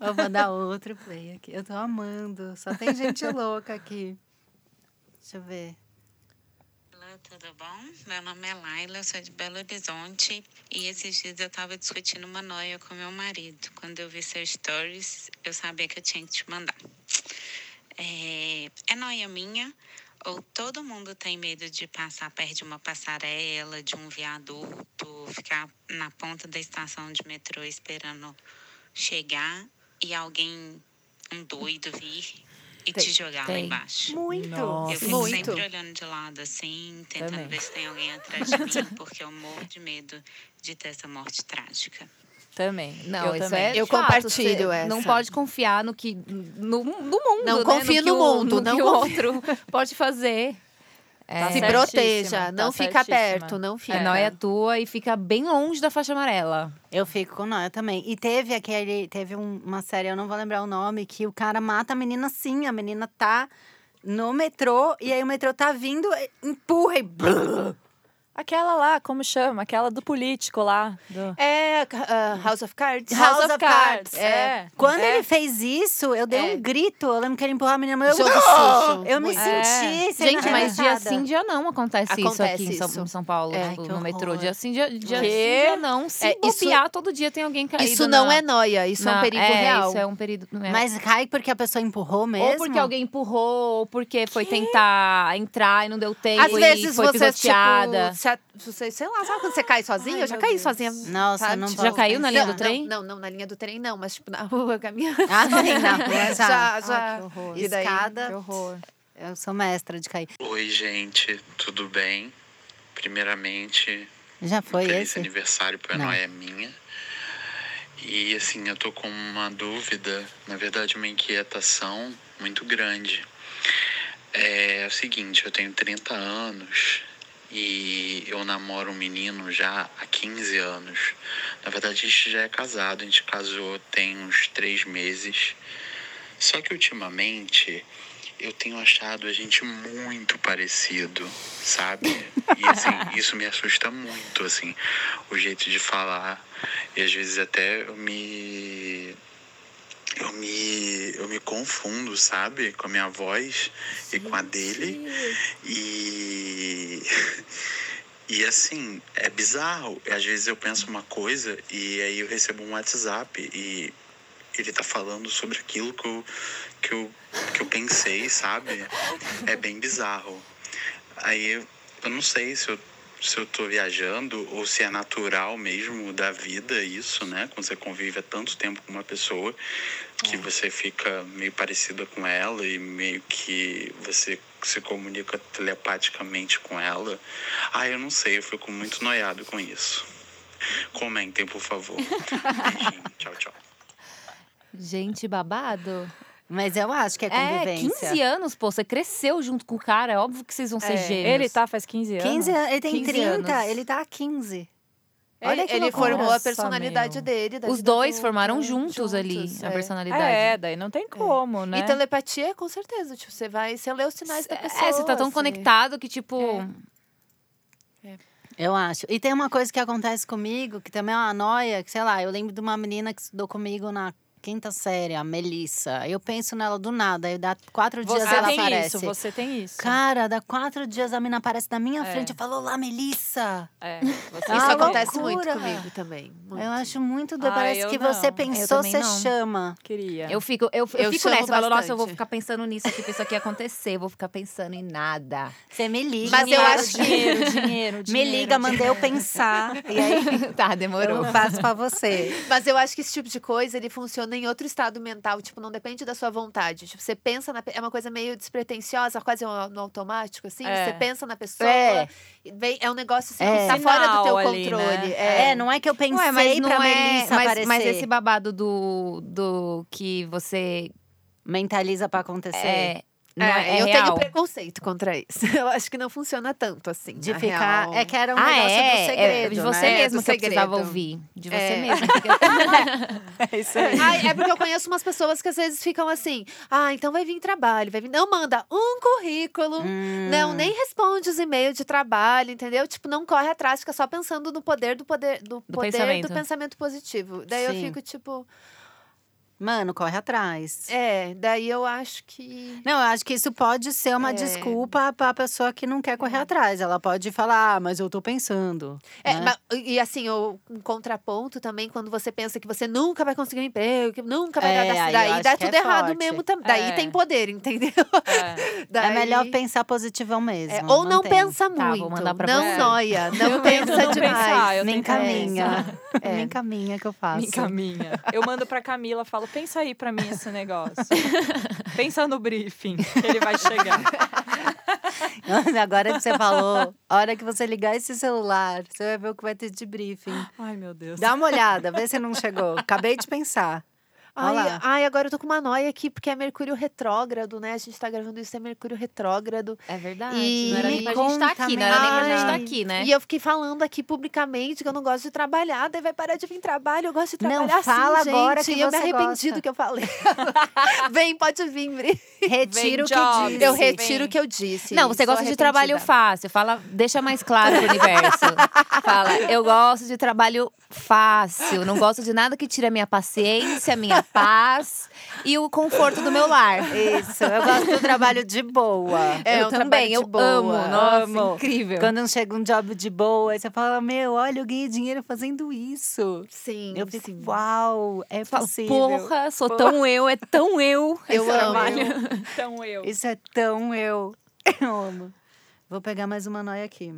[SPEAKER 1] Vou mandar outro play aqui. Eu tô amando. Só tem gente louca aqui. Deixa eu ver.
[SPEAKER 7] Olá, tudo bom? Meu nome é Laila, eu sou de Belo Horizonte e esses dias eu tava discutindo uma noia com meu marido. Quando eu vi seus stories, eu sabia que eu tinha que te mandar. É, é noia minha ou todo mundo tem medo de passar perto de uma passarela, de um viaduto, ficar na ponta da estação de metrô esperando chegar e alguém, um doido, vir e te jogar lá
[SPEAKER 3] tem.
[SPEAKER 7] embaixo?
[SPEAKER 1] Muito.
[SPEAKER 7] Eu fico
[SPEAKER 4] muito.
[SPEAKER 7] sempre olhando de lado, assim, tentando
[SPEAKER 2] Também.
[SPEAKER 7] ver se tem alguém atrás de mim, porque eu morro de medo de ter essa morte trágica.
[SPEAKER 2] Também.
[SPEAKER 3] Não,
[SPEAKER 2] eu
[SPEAKER 3] isso
[SPEAKER 2] também.
[SPEAKER 3] é
[SPEAKER 4] Eu
[SPEAKER 3] chato,
[SPEAKER 4] compartilho
[SPEAKER 3] você Não
[SPEAKER 4] essa.
[SPEAKER 3] pode confiar no que no, no mundo,
[SPEAKER 4] Não
[SPEAKER 3] né?
[SPEAKER 4] confie
[SPEAKER 3] que
[SPEAKER 4] no
[SPEAKER 3] o-
[SPEAKER 4] mundo,
[SPEAKER 3] no
[SPEAKER 4] não
[SPEAKER 3] que o
[SPEAKER 4] confie.
[SPEAKER 3] outro pode fazer. É,
[SPEAKER 2] Tá
[SPEAKER 4] Se
[SPEAKER 2] certíssima,
[SPEAKER 4] proteja,
[SPEAKER 2] tá
[SPEAKER 4] não fica
[SPEAKER 2] certíssima.
[SPEAKER 4] perto, não fica.
[SPEAKER 3] é nóia tua e fica bem longe da faixa amarela.
[SPEAKER 1] Eu fico com nóia também. E teve aquele. Teve um- uma série, eu não vou lembrar o nome, que o cara mata a menina sim. A menina tá no metrô e aí o metrô tá vindo, e empurra e. blá.
[SPEAKER 2] Aquela lá, como chama? Aquela do político lá. do-
[SPEAKER 4] É, ah, House of Cards.
[SPEAKER 2] House of Cards, é.
[SPEAKER 1] É. Quando
[SPEAKER 2] É.
[SPEAKER 1] ele fez isso, eu dei
[SPEAKER 4] É.
[SPEAKER 1] um grito. Eu lembro que ele empurrou a menina. mas Eu,
[SPEAKER 4] Jogo sujo.
[SPEAKER 1] eu me
[SPEAKER 4] Muito.
[SPEAKER 2] É.
[SPEAKER 1] senti. sendo
[SPEAKER 3] Gente, mas dia
[SPEAKER 1] arremessada.
[SPEAKER 3] sim, dia não acontece, isso
[SPEAKER 4] Acontece
[SPEAKER 3] aqui em São,
[SPEAKER 4] isso.
[SPEAKER 3] em São Paulo,
[SPEAKER 4] É,
[SPEAKER 3] tipo,
[SPEAKER 1] que
[SPEAKER 3] no metrô.
[SPEAKER 1] horror.
[SPEAKER 3] Dia sim, dia, dia, sim,
[SPEAKER 2] Quê?
[SPEAKER 3] dia não. Se
[SPEAKER 4] É, isso-
[SPEAKER 3] bobear, todo dia tem alguém caído
[SPEAKER 4] Isso não
[SPEAKER 3] na-
[SPEAKER 4] é noia, isso é um
[SPEAKER 3] na-
[SPEAKER 4] perigo
[SPEAKER 3] é,
[SPEAKER 4] real.
[SPEAKER 3] Isso é um perigo. não é-
[SPEAKER 1] Mas cai porque a pessoa empurrou mesmo?
[SPEAKER 3] Ou porque alguém empurrou, ou porque foi tentar entrar e não deu tempo.
[SPEAKER 4] Às
[SPEAKER 3] e
[SPEAKER 4] vezes
[SPEAKER 3] foi
[SPEAKER 4] você,
[SPEAKER 3] pisoteada.
[SPEAKER 4] tipo, se a- você, sei lá, sabe quando você cai sozinha? eu já caí sozinha.
[SPEAKER 1] Nossa,
[SPEAKER 4] sabe?
[SPEAKER 1] não
[SPEAKER 4] Tipo,
[SPEAKER 1] posso
[SPEAKER 3] Já caiu na linha
[SPEAKER 4] não,
[SPEAKER 3] do trem?
[SPEAKER 4] Não, não, não, na linha do trem não, mas tipo, na rua caminhando.
[SPEAKER 1] Ah, sim, na rua já.
[SPEAKER 4] Já,
[SPEAKER 1] Ah,
[SPEAKER 3] Ah,
[SPEAKER 4] já. E daí?
[SPEAKER 1] Escada.
[SPEAKER 4] Que horror.
[SPEAKER 1] Eu sou mestra de cair.
[SPEAKER 8] Oi, gente, tudo bem? Primeiramente,
[SPEAKER 1] Já foi
[SPEAKER 8] feliz
[SPEAKER 1] esse?
[SPEAKER 8] aniversário para
[SPEAKER 1] Não.
[SPEAKER 8] nós é minha. E assim, eu tô com uma dúvida, na verdade, uma inquietação muito grande. É o seguinte, eu tenho 30 anos e eu namoro um menino já há 15 anos. Na verdade, a gente já é casado, a gente casou tem uns 3 meses. Só que ultimamente eu tenho achado a gente muito parecido, sabe? E assim, isso me assusta muito, assim, o jeito de falar. E às vezes até eu me. Eu me, eu me confundo, sabe? Com a minha voz e com a dele. E. E assim, é bizarro. Às vezes eu penso uma coisa e aí eu recebo um WhatsApp e ele tá falando sobre aquilo que eu, que eu, que eu pensei, sabe? É bem bizarro. Aí eu- eu não sei se eu, se eu tô viajando ou se é natural mesmo da vida isso, né? Quando você convive há tanto tempo com uma pessoa que você fica meio parecida com ela e meio que você se comunica telepaticamente com ela. Ah, eu não sei, eu fico muito noiado com isso. Comentem, por favor. Beijinho, tchau, tchau.
[SPEAKER 3] Gente, babado.
[SPEAKER 1] Mas eu acho que é
[SPEAKER 3] É,
[SPEAKER 1] convivência.
[SPEAKER 3] 15 anos, pô. Você cresceu junto com o cara. É óbvio que vocês vão ser
[SPEAKER 2] É,
[SPEAKER 3] gêmeos.
[SPEAKER 2] Ele tá faz 15 anos.
[SPEAKER 1] 15 anos. Ele tem
[SPEAKER 3] 15
[SPEAKER 1] 30,
[SPEAKER 3] anos.
[SPEAKER 1] ele tá há 15.
[SPEAKER 4] Ele-
[SPEAKER 1] Olha que
[SPEAKER 4] É, ele
[SPEAKER 1] loucura.
[SPEAKER 4] formou
[SPEAKER 2] Olha
[SPEAKER 4] a
[SPEAKER 2] só,
[SPEAKER 4] personalidade
[SPEAKER 2] meu.
[SPEAKER 4] dele. da
[SPEAKER 3] Os
[SPEAKER 4] vida
[SPEAKER 3] dois
[SPEAKER 4] adulta,
[SPEAKER 3] formaram juntos, ali a
[SPEAKER 4] é.
[SPEAKER 3] personalidade.
[SPEAKER 2] É, daí não tem como, né?
[SPEAKER 4] E telepatia, com certeza. Tipo, você vai, você lê os sinais da pessoa.
[SPEAKER 3] É, você tá tão
[SPEAKER 4] assim.
[SPEAKER 3] conectado que, tipo.
[SPEAKER 1] É. Eu acho. E tem uma coisa que acontece comigo, que também é uma noia, que sei lá, eu lembro de uma menina que estudou comigo na quinta série, a Melissa. Eu penso nela do nada, aí dá quatro dias
[SPEAKER 2] você
[SPEAKER 1] ela
[SPEAKER 2] tem
[SPEAKER 1] aparece.
[SPEAKER 2] isso, você tem isso.
[SPEAKER 1] Cara, dá quatro dias a menina aparece na minha
[SPEAKER 2] É.
[SPEAKER 1] frente. Eu falo, lá, Melissa.
[SPEAKER 2] É, você
[SPEAKER 1] Ah,
[SPEAKER 4] Isso
[SPEAKER 1] uma
[SPEAKER 3] tá
[SPEAKER 4] acontece
[SPEAKER 1] loucura.
[SPEAKER 4] muito comigo também. muito.
[SPEAKER 1] Eu acho muito. doido.
[SPEAKER 2] Ah,
[SPEAKER 1] parece
[SPEAKER 2] eu
[SPEAKER 1] que
[SPEAKER 2] não.
[SPEAKER 1] você
[SPEAKER 2] Eu
[SPEAKER 1] pensou,
[SPEAKER 3] também
[SPEAKER 1] você
[SPEAKER 3] não.
[SPEAKER 1] chama.
[SPEAKER 2] queria.
[SPEAKER 3] Eu fico, eu, eu
[SPEAKER 4] Eu
[SPEAKER 3] fico
[SPEAKER 4] chamo
[SPEAKER 3] nessa, eu falo, nossa, eu vou
[SPEAKER 4] bastante.
[SPEAKER 3] ficar pensando nisso aqui, pra isso aqui acontecer, eu vou ficar pensando em nada.
[SPEAKER 1] Você assim. me liga.
[SPEAKER 4] Mas eu acho que-
[SPEAKER 2] dinheiro, dinheiro,
[SPEAKER 1] Me
[SPEAKER 2] dinheiro,
[SPEAKER 1] liga, mandei eu pensar. E aí
[SPEAKER 3] tá, demorou.
[SPEAKER 1] eu faço pra você.
[SPEAKER 4] Mas eu acho que esse tipo de coisa, ele funciona em outro estado mental. Tipo, não depende da sua vontade. Tipo, você pensa na... pe- É uma coisa meio despretensiosa, quase um- no automático, assim.
[SPEAKER 2] É.
[SPEAKER 4] Você pensa na pessoa.
[SPEAKER 1] É.
[SPEAKER 4] e vem- é um negócio assim,
[SPEAKER 1] É.
[SPEAKER 4] que tá fora do teu
[SPEAKER 2] Sinal
[SPEAKER 3] né?
[SPEAKER 2] ali,
[SPEAKER 4] controle.
[SPEAKER 1] É,
[SPEAKER 4] É.
[SPEAKER 1] não é que eu pensei
[SPEAKER 3] Ué,
[SPEAKER 1] pra Melissa
[SPEAKER 3] mas,
[SPEAKER 1] aparecer.
[SPEAKER 3] mas esse babado do, do que você
[SPEAKER 1] Mentaliza pra acontecer.
[SPEAKER 3] é, não
[SPEAKER 4] É,
[SPEAKER 3] é, é
[SPEAKER 4] eu
[SPEAKER 3] real.
[SPEAKER 4] tenho preconceito contra isso. Eu acho que não funciona tanto assim.
[SPEAKER 1] De
[SPEAKER 4] na
[SPEAKER 1] ficar.
[SPEAKER 4] real.
[SPEAKER 1] É que era um
[SPEAKER 3] ah,
[SPEAKER 1] negócio
[SPEAKER 3] é,
[SPEAKER 1] do
[SPEAKER 3] é
[SPEAKER 1] segredo.
[SPEAKER 3] de você
[SPEAKER 1] né?
[SPEAKER 3] mesmo
[SPEAKER 4] Do
[SPEAKER 3] que eu precisava
[SPEAKER 4] segredo.
[SPEAKER 3] ouvir. De você
[SPEAKER 4] É.
[SPEAKER 3] mesmo. porque-
[SPEAKER 1] É isso aí.
[SPEAKER 4] Ai, é porque eu conheço umas pessoas que às vezes ficam assim: ah, então vai vir trabalho, vai vir. Não manda um currículo,
[SPEAKER 1] Hum.
[SPEAKER 4] não, nem responde os e-mails de trabalho, entendeu? Tipo, não corre atrás, fica só pensando no poder do poder do,
[SPEAKER 3] Do
[SPEAKER 4] poder
[SPEAKER 3] pensamento.
[SPEAKER 4] do pensamento positivo. Daí
[SPEAKER 1] Sim.
[SPEAKER 4] eu fico tipo,
[SPEAKER 1] Mano, corre atrás.
[SPEAKER 4] é, daí eu acho que.
[SPEAKER 1] Não, eu acho que isso pode ser uma
[SPEAKER 4] É. Uhum.
[SPEAKER 1] desculpa pra pessoa que não quer correr atrás. Ela pode falar, ah, mas eu tô pensando.
[SPEAKER 4] É,
[SPEAKER 1] né?
[SPEAKER 4] ma- e assim, o- um contraponto também, quando você pensa que você nunca vai conseguir um emprego, que nunca vai
[SPEAKER 1] É,
[SPEAKER 4] dar
[SPEAKER 1] aí eu
[SPEAKER 4] daí
[SPEAKER 1] acho
[SPEAKER 4] dá
[SPEAKER 1] que é
[SPEAKER 4] tudo errado
[SPEAKER 1] forte.
[SPEAKER 4] mesmo também. Daí
[SPEAKER 2] É.
[SPEAKER 4] tem poder, entendeu?
[SPEAKER 2] É.
[SPEAKER 1] É
[SPEAKER 4] Daí...
[SPEAKER 1] melhor pensar positivão mesmo.
[SPEAKER 4] É, ou não
[SPEAKER 1] tem.
[SPEAKER 4] pensa
[SPEAKER 3] Tá, vou
[SPEAKER 4] muito.
[SPEAKER 3] mandar pra
[SPEAKER 4] não
[SPEAKER 3] você.
[SPEAKER 4] noia, não
[SPEAKER 2] Eu tento
[SPEAKER 4] pensa
[SPEAKER 2] não
[SPEAKER 4] demais.
[SPEAKER 2] pensar, eu
[SPEAKER 1] Nem
[SPEAKER 2] tento não
[SPEAKER 1] caminha.
[SPEAKER 4] É.
[SPEAKER 1] Nem caminha que eu faço.
[SPEAKER 2] Me encaminha. Eu mando pra Camila, falo, pensa aí pra mim esse negócio. pensa no briefing, que ele vai chegar.
[SPEAKER 1] Agora que você falou, a hora que você ligar esse celular, você vai ver o que vai ter de briefing.
[SPEAKER 2] Ai, meu Deus.
[SPEAKER 1] Dá uma olhada, vê se não chegou. Acabei de pensar. Olha
[SPEAKER 4] Ai,
[SPEAKER 1] lá.
[SPEAKER 4] ai, agora eu tô com uma noia aqui, porque é Mercúrio retrógrado, né? A gente tá gravando isso, é Mercúrio retrógrado.
[SPEAKER 3] É verdade.
[SPEAKER 4] E
[SPEAKER 3] não era
[SPEAKER 4] me
[SPEAKER 3] nem pra gente estar
[SPEAKER 1] conta,
[SPEAKER 3] aqui, não era nem pra gente
[SPEAKER 1] menina.
[SPEAKER 3] estar aqui, né?
[SPEAKER 4] E eu fiquei falando aqui publicamente que eu não gosto de trabalhar, daí vai parar de vir trabalho, eu gosto de
[SPEAKER 1] Não,
[SPEAKER 4] trabalhar assim,
[SPEAKER 1] fala agora
[SPEAKER 4] gente,
[SPEAKER 1] que
[SPEAKER 4] e eu me
[SPEAKER 1] você
[SPEAKER 4] arrependi
[SPEAKER 1] gosta.
[SPEAKER 4] do que eu falei. Vem, pode vir, Bri.
[SPEAKER 1] Retiro o que
[SPEAKER 2] jobs.
[SPEAKER 1] disse.
[SPEAKER 4] Eu
[SPEAKER 2] Sim,
[SPEAKER 4] retiro
[SPEAKER 2] vem.
[SPEAKER 4] o que eu disse.
[SPEAKER 3] Não, você
[SPEAKER 4] sou
[SPEAKER 3] gosta de trabalho
[SPEAKER 4] arrependida.
[SPEAKER 3] fácil. Fala, deixa mais claro pro universo. Fala, eu gosto de trabalho fácil. Não gosto de nada que tire a minha paciência, a minha paz e o conforto do meu lar.
[SPEAKER 1] Isso, eu gosto do trabalho de boa.
[SPEAKER 4] É,
[SPEAKER 3] eu
[SPEAKER 4] um trabalho
[SPEAKER 3] também,
[SPEAKER 4] de
[SPEAKER 3] eu
[SPEAKER 4] boa.
[SPEAKER 3] amo. Nossa,
[SPEAKER 1] Amo.
[SPEAKER 3] incrível.
[SPEAKER 1] Quando não chega um job de boa, aí você fala, meu, olha, eu ganhei dinheiro fazendo isso.
[SPEAKER 4] Sim,
[SPEAKER 1] Eu fico,
[SPEAKER 4] sim.
[SPEAKER 1] uau, é
[SPEAKER 3] Fala,
[SPEAKER 1] possível.
[SPEAKER 3] Porra, sou tão eu, é tão eu.
[SPEAKER 4] Eu
[SPEAKER 3] esse
[SPEAKER 4] amo.
[SPEAKER 3] trabalho.
[SPEAKER 2] Então eu.
[SPEAKER 1] Isso é tão eu. Eu amo. Vou pegar mais uma noia aqui.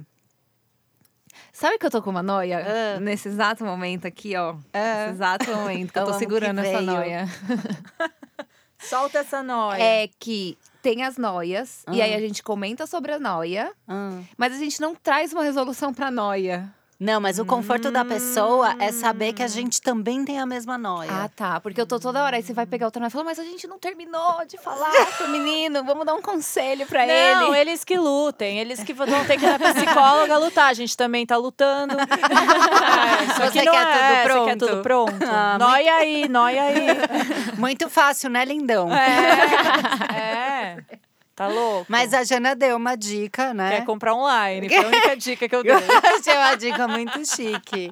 [SPEAKER 3] Sabe que eu tô com uma noia?
[SPEAKER 1] Ah.
[SPEAKER 3] Nesse exato momento aqui, ó. Nesse exato momento que eu
[SPEAKER 1] Eu
[SPEAKER 3] tô
[SPEAKER 1] amo que
[SPEAKER 3] segurando essa
[SPEAKER 1] veio.
[SPEAKER 3] noia.
[SPEAKER 2] Solta essa noia.
[SPEAKER 3] É que tem as noias, e
[SPEAKER 1] Ah.
[SPEAKER 3] aí a gente comenta sobre a noia.
[SPEAKER 1] Ah.
[SPEAKER 3] Mas a gente não traz uma resolução pra noia. Hum.
[SPEAKER 1] Não, mas o conforto da pessoa é saber que a gente também tem a mesma
[SPEAKER 3] Ah,
[SPEAKER 1] noia.
[SPEAKER 3] tá. Porque eu tô toda hora. Aí você vai pegar o tornado e fala, mas a gente não terminou de falar pro menino. Vamos dar um conselho pra
[SPEAKER 2] Não,
[SPEAKER 3] ele.
[SPEAKER 2] eles que lutem, eles que vão ter que ir na psicóloga lutar. A gente também tá lutando. É, isso
[SPEAKER 1] Você quer
[SPEAKER 3] é,
[SPEAKER 1] tudo
[SPEAKER 2] é, Você quer
[SPEAKER 1] pronto?
[SPEAKER 2] tudo pronto?
[SPEAKER 1] Ah,
[SPEAKER 2] nóia aí, nóia aí.
[SPEAKER 1] Muito fácil, né, lindão?
[SPEAKER 2] É, é. Tá louco?
[SPEAKER 1] Mas a Jana deu uma dica, né?
[SPEAKER 2] Quer comprar online, foi a única dica que eu dei.
[SPEAKER 1] Achei uma dica muito chique.